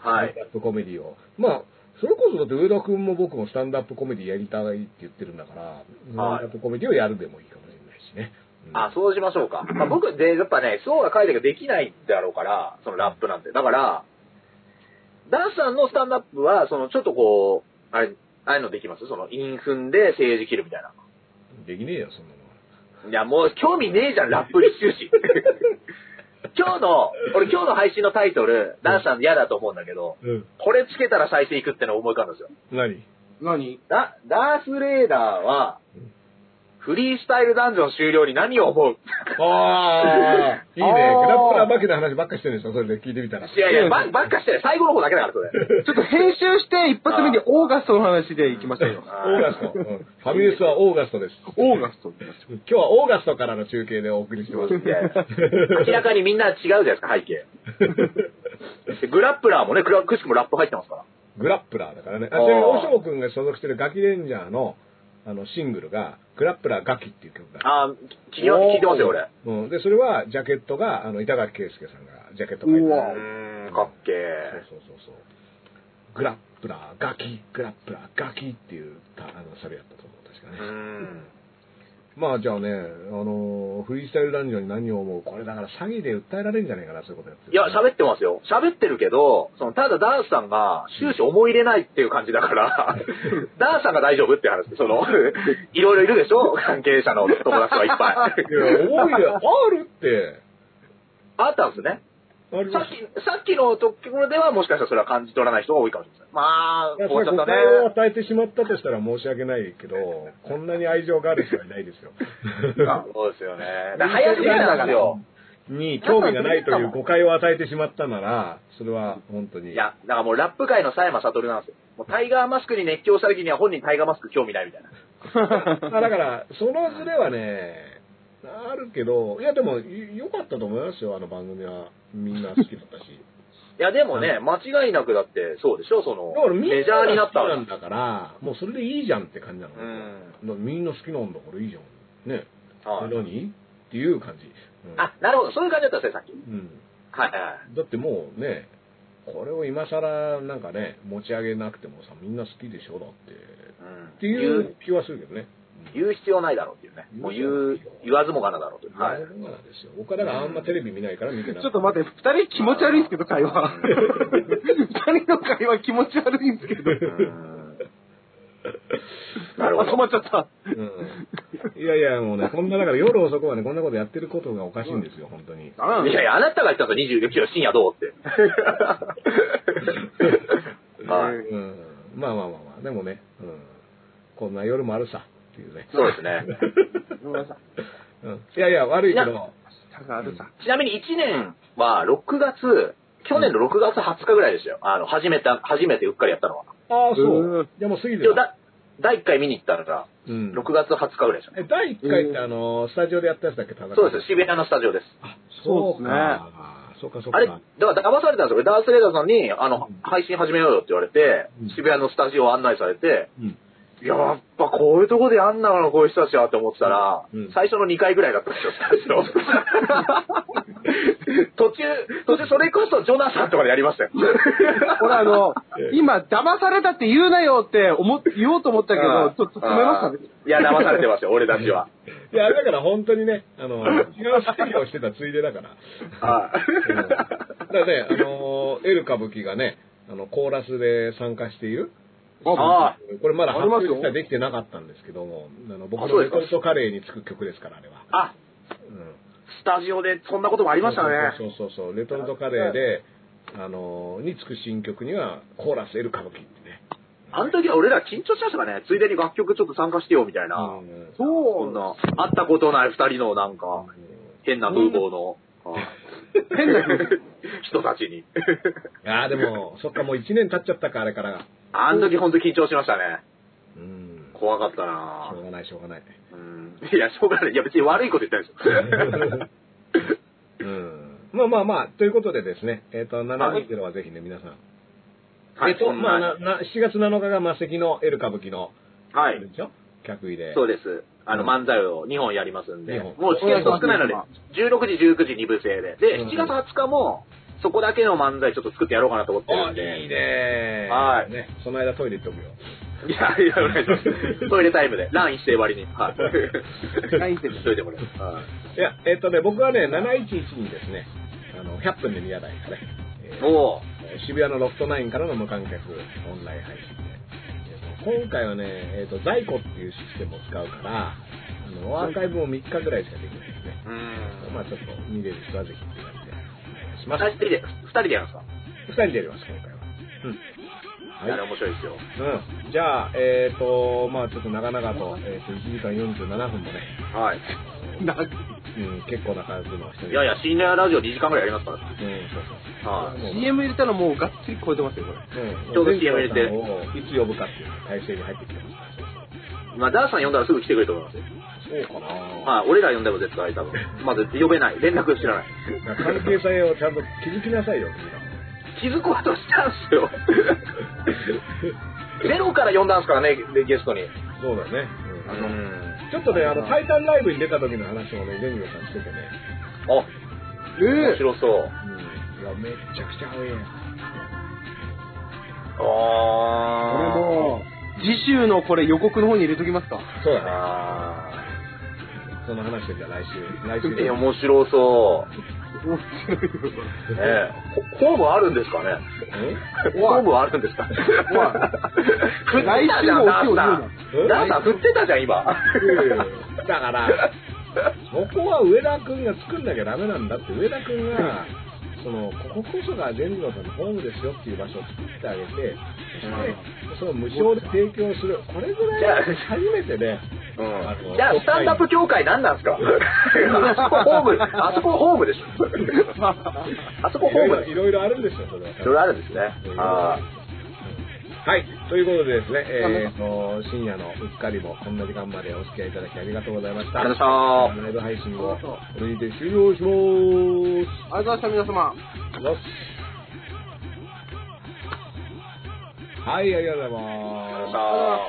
Speaker 4: は
Speaker 3: スタ。
Speaker 4: い
Speaker 3: ンダップコメディを。まあ、それこそだって上田くんも僕もスタンダップコメディやりたいって言ってるんだから、スタンダップコメディをやるでもいいかもしれないしね。うん
Speaker 4: あ、そうしましょうか。まあ、僕、で、やっぱね、そうが書いてができないだろうから、そのラップなんて。だから、ダンスさんのスタンダップは、その、ちょっとこう、あれ、ああいうのできますその、インフンで政治切るみたいな。
Speaker 3: できねえよ、そんなのは。
Speaker 4: いや、もう、興味ねえじゃん、ラップに終始。 今日の、俺今日の配信のタイトル、ダンスさん嫌だと思うんだけど、
Speaker 3: うん。
Speaker 4: これつけたら再生いくってのを思い浮かんだんですよ。
Speaker 3: 何
Speaker 5: 何
Speaker 4: ダ、ダースレーダーは
Speaker 3: うん、
Speaker 4: フリースタイルダンジョン終了に何を思う
Speaker 3: ああ、いいね。
Speaker 5: あー
Speaker 3: グラップラーバキの話ばっかしてるでしょ、それで聞いてみたら。
Speaker 4: いやいや、ばばっかしてない。最後の方だけだから、それ。
Speaker 5: ちょっと編集して一発目にオーガストの話でいきましょうよ。
Speaker 3: オーガスト、うん。ファミレスはオーガストです。
Speaker 5: オーガストで
Speaker 3: 今日はオーガストからの中継でお送りしてます。
Speaker 4: いやいや明らかにみんな違うじゃないですか、背 景。でグラップラーもね、くらくしくもラップ入ってますから。
Speaker 3: グラップラーだからね。あ、
Speaker 4: あー
Speaker 3: ちなみに、おしょうくんが所属してるガキレンジャーの、あの、シングルが、グラップラーガキっていう曲がある。
Speaker 4: あー聞きま聞いてますよ、俺。
Speaker 3: うん。で、それは、ジャケットが、あの、板垣圭介さんが、ジャケット書いて
Speaker 5: う
Speaker 4: う
Speaker 5: わ
Speaker 4: ーん、かっけ
Speaker 3: そう
Speaker 4: え。
Speaker 3: そうそうそう。グラップラーガキ、グラップラーガキっていう、たあの、サビやったと思う、確か
Speaker 4: う
Speaker 3: ね。
Speaker 4: ーん。
Speaker 3: まあじゃあね、あのーフリースタイルダンジョンに何を思うこれだから詐欺で訴えられるんじゃないかな、そういうことやってる
Speaker 4: いや、喋ってますよ。喋ってるけど、その、ただダースさんが終始思い入れないっていう感じだから、ダースさんが大丈夫っていう話。その、いろいろいるでしょ関係者の友達はいっぱい。
Speaker 3: いや、思い出あるって。
Speaker 4: あったんですね。
Speaker 3: あり
Speaker 4: さ
Speaker 3: ま
Speaker 4: っ
Speaker 3: す
Speaker 4: き、さっきのところではもしかしたらそれは感じ取らない人が多いかもしれない。まあ、
Speaker 3: いや
Speaker 4: 終
Speaker 3: そ
Speaker 4: わっ
Speaker 3: れ
Speaker 4: ち
Speaker 3: 誤
Speaker 4: ゃったね。
Speaker 3: 解を与えてしまったとしたら申し訳ないけど、こんなに愛情がある人はいないですよ。
Speaker 4: そうですよね。だから早すぎるんですよ。
Speaker 3: に興味がないという誤解を与えてしまったなら、それは本当に。
Speaker 4: いや、だからもうラップ界の佐山悟なんですよ。もうタイガーマスクに熱狂した時には本人タイガーマスク興味ないみたいな。
Speaker 3: まあだから、そのズレはね、あるけど、いやでも、い良かったと思いますよ、あの番組は。みんな好きだったし。
Speaker 4: いや、でもね、間違いなくだって、そうでしょ、その
Speaker 3: だから、みん
Speaker 4: メジャーにな
Speaker 3: な
Speaker 4: った
Speaker 3: 好きな
Speaker 4: ら
Speaker 3: ん。だから、もうそれでいいじゃんって感じなの。
Speaker 4: う
Speaker 3: だ
Speaker 4: ん。
Speaker 3: からみんな好きなんだからいいじゃん。ね。
Speaker 4: はい
Speaker 3: 何っていう感じ。うん、
Speaker 4: あ、なるほど、そういう感じだったんですね、さっき。
Speaker 3: うん。
Speaker 4: はいはいはい。
Speaker 3: だってもうね、これを今更なんかね、持ち上げなくてもさ、みんな好きでしょ、だって。
Speaker 4: うん
Speaker 3: っていう気はするけどね。うん
Speaker 4: 言う、言う必要ないだろうっていうね。もう言う、言わずもがなだろうという。
Speaker 3: な
Speaker 4: はい
Speaker 3: る。ほどなんですよ。岡田があんまテレビ見ないから見てない。
Speaker 5: ちょっと待って、二人気持ち悪いんですけど、会 話。二人の会話気持ち悪いんですけど。
Speaker 4: うんなるほ
Speaker 5: あ、
Speaker 4: ど
Speaker 5: 止。まっちゃった。
Speaker 3: うんいやいや、もうね、こんな、だから夜遅くはね、こんなことやってることがおかしいんですよ、本当に。
Speaker 5: ダメな
Speaker 4: い
Speaker 5: んだ
Speaker 4: やいや、あなたが言ったんですよ、26キロ深夜どう って。はい
Speaker 5: うん
Speaker 3: うん。まあまあまあまあ、でもね、うん。こんな夜もあるさ、っていうね。
Speaker 4: そうですね。
Speaker 5: ごめんなさい
Speaker 3: うん。いやいや、悪いけ
Speaker 4: い
Speaker 3: ど、
Speaker 5: 下があるさ。。
Speaker 4: ちなみに1年は6月、去年の6月20日ぐらいでしたよ。あの、初めて、初めてうっかりやったのは。
Speaker 3: ああ、そううんじゃあもう過ぎて
Speaker 4: 一応
Speaker 3: た。
Speaker 4: だ、第1回見に行ったのが、
Speaker 3: うん。
Speaker 4: 6月20日ぐらいでしたね。
Speaker 3: え、第1回ってあの、スタジオでやったやつだっけ、田中
Speaker 4: そうです、渋谷のスタジオです。
Speaker 3: そう
Speaker 5: そうですね
Speaker 3: か。そうか、そう
Speaker 4: あれ、だ
Speaker 3: か。
Speaker 4: から騙されたんですよ。ダースレーダーさんに、あの、配信始めようよって言われて
Speaker 3: うん、
Speaker 4: 渋谷のスタジオを案内されて、
Speaker 3: うん
Speaker 4: やっぱこういうとこでやんながらこういう人たちはって思ってたら、
Speaker 3: うん
Speaker 4: 最初の2回ぐらいだったんですよ、途中、途中それこそジョナサンとかでやりましたよ。
Speaker 5: 俺あ の、今、騙されたって言うなよって思っ、言おうと思ったけ
Speaker 4: あ
Speaker 5: ど
Speaker 4: ー、
Speaker 5: ちょっと止めましたね。
Speaker 4: いや、騙されてますよ、俺たちは。
Speaker 3: いや、だから本当にね、あの、違う作業をしてたついでだから。うんだからね、あの、エル歌舞伎がね、あの、コーラスで参加している、
Speaker 4: あ
Speaker 3: これまだ
Speaker 5: あ
Speaker 3: 発
Speaker 5: りま
Speaker 3: 表
Speaker 5: すよ
Speaker 3: 自体できてなかったんですけども、あの僕
Speaker 4: あそ
Speaker 3: の
Speaker 4: う
Speaker 3: レ
Speaker 4: です
Speaker 3: ト
Speaker 4: か
Speaker 3: ルトカレーにつく曲ですから、あれは。
Speaker 4: あ、
Speaker 3: うん
Speaker 4: スタジオでそんなこともありましたね。
Speaker 3: そうそうそうそう、レトルトカレーで、あの、につく新曲には、コーラスエル歌舞伎ってね。
Speaker 4: あの時は俺ら緊張しましたからね、ついでに楽曲ちょっと参加してよ、みたいな。
Speaker 3: うん
Speaker 4: そんな、会ったことない二人のなんか、変な風貌の、
Speaker 5: 変な風
Speaker 4: 人たちに。
Speaker 3: ああ、でも、そっか、もう1年経っちゃったか、あれからが。
Speaker 4: あの時ほんと緊張しましたね。
Speaker 3: うん。し
Speaker 4: 怖かった
Speaker 3: ょう
Speaker 4: な
Speaker 3: がない、しょうがない。
Speaker 4: ぁ。うんいや、しょうがない。いや、別に悪いこと言ってないですよ。
Speaker 3: うん。まあまあまあ、ということでですね、えっ、と、720はぜひね、皆さん。
Speaker 4: はい
Speaker 3: えっ、と、
Speaker 4: そん
Speaker 3: まあ
Speaker 4: な
Speaker 3: な、な、7月7日が魔石のエル歌舞伎の、
Speaker 4: は
Speaker 3: あれ
Speaker 4: い。
Speaker 3: でしょ客入れ。
Speaker 4: そうです。あの、
Speaker 3: うん
Speaker 4: 漫才を2本やりますんで、
Speaker 3: 二本
Speaker 4: もうチケット少ないので
Speaker 5: お願い、
Speaker 4: 16時、19時2部制で。で、
Speaker 3: うん
Speaker 4: 7月20日も、そこだけの漫才ちょっと作ってやろうかなと思ってる
Speaker 3: あ
Speaker 4: んで。
Speaker 3: いいねー
Speaker 4: はい
Speaker 3: ね、その間トイレ行っておくよ。
Speaker 4: いや、いや、お願いします。トイレタイムで、ランして終わりに。はい。
Speaker 5: ラインして
Speaker 4: しといてもらえますはい
Speaker 3: いや、えっ、とね、僕はね、711にですね、あの、100分で宮台ですね、えー
Speaker 4: おー
Speaker 3: えー渋谷のロフトナインからの無観客オンライン配信で、えーと今回はね、えっ、と、在庫っていうシステムを使うから、あの、アーカイブも3日ぐらいしかできないですね。
Speaker 4: うーん。
Speaker 3: まあちょっと見れる人はぜひって感じで、お願いし
Speaker 4: ま
Speaker 3: ます。
Speaker 4: あ、二人で、二人でやるんですか
Speaker 3: 2人でやります、今回は。うん。
Speaker 4: あ
Speaker 3: はい
Speaker 4: れ。面白いですよ。
Speaker 3: うん、じゃあ、えっ、ー、と、まあちょっと長々と、えっ、と、1時間47分もね、
Speaker 4: はい。
Speaker 3: うん、結構な感じの人
Speaker 4: いやいや、深夜ラジオ2時間ぐらいやりますか
Speaker 3: う
Speaker 4: ら。
Speaker 3: ん、そうそう。
Speaker 4: はい
Speaker 5: CM 入れたらもうがっつり超えてますよ、こ
Speaker 3: う
Speaker 5: れ。
Speaker 3: ん
Speaker 4: ちょうど CM 入れて
Speaker 3: 全部の歌をいつ呼ぶかっていう体制に入ってきてますから
Speaker 4: い。まあ、ダースさん呼んだらすぐ来てくれると思いますよ。
Speaker 3: そうかな
Speaker 4: はい。俺ら呼んでも絶対多分。まず呼べない。連絡知らない。
Speaker 3: 関係性をちゃんと気づきなさいよ、君らも
Speaker 4: 気づくことしたんす よ。ゼロから呼んだんすからね、でゲストに。う
Speaker 3: そうだね。うんあの
Speaker 4: ん。
Speaker 3: ちょっとね、あの、タイタンライブに出た時の話をね、デニオさんしててね、
Speaker 4: あ、面
Speaker 5: え
Speaker 4: 白そう。
Speaker 3: うん、いや、めっちゃくちゃ合うやん。
Speaker 5: こ
Speaker 4: あ
Speaker 5: れ
Speaker 4: ー。
Speaker 5: もう、次週のこれ予告の方に入れときますか。
Speaker 3: そうだね。
Speaker 4: あー。
Speaker 3: その話でじゃあ 来週、来週
Speaker 4: え、面白そう。ねえ、 ホホームあるんですかねホームあるんですか振ってたじ
Speaker 5: 来週
Speaker 4: ゃ
Speaker 5: の
Speaker 4: ん、
Speaker 5: オ
Speaker 4: ダ
Speaker 5: チ
Speaker 4: ン
Speaker 5: を言う
Speaker 4: さ。
Speaker 5: なん
Speaker 4: ダンさん振ってたじゃん、今。
Speaker 3: うんだから、そこは上田君が作んなきゃダメなんだって、上田君が、そのこここそが全部のホームですよっていう場所を作ってあげて、そしてその無償で提供する、これぐ
Speaker 4: じゃ
Speaker 3: らい初めてね、
Speaker 5: うん。
Speaker 3: の
Speaker 4: じゃあ、スタンダップ協会何なんですかあそこホーム、あそこホームでしょ。あそこ
Speaker 3: い
Speaker 4: ホー
Speaker 3: ろいろ
Speaker 4: ムで し
Speaker 3: い
Speaker 4: ょ。
Speaker 3: ろいろあるんですよ、それは。
Speaker 4: いろいろあるんですね。あ
Speaker 3: はい、ということでですね、えーと、深夜のうっかりもこんな時間までお付き合いいただきありがとうございました。
Speaker 4: ありがとうございました
Speaker 3: ライブ配信をこれにて終了します。
Speaker 5: ありがとうございました、皆様。
Speaker 3: はい、ありがとうござい
Speaker 4: あ
Speaker 3: ます。
Speaker 4: さあ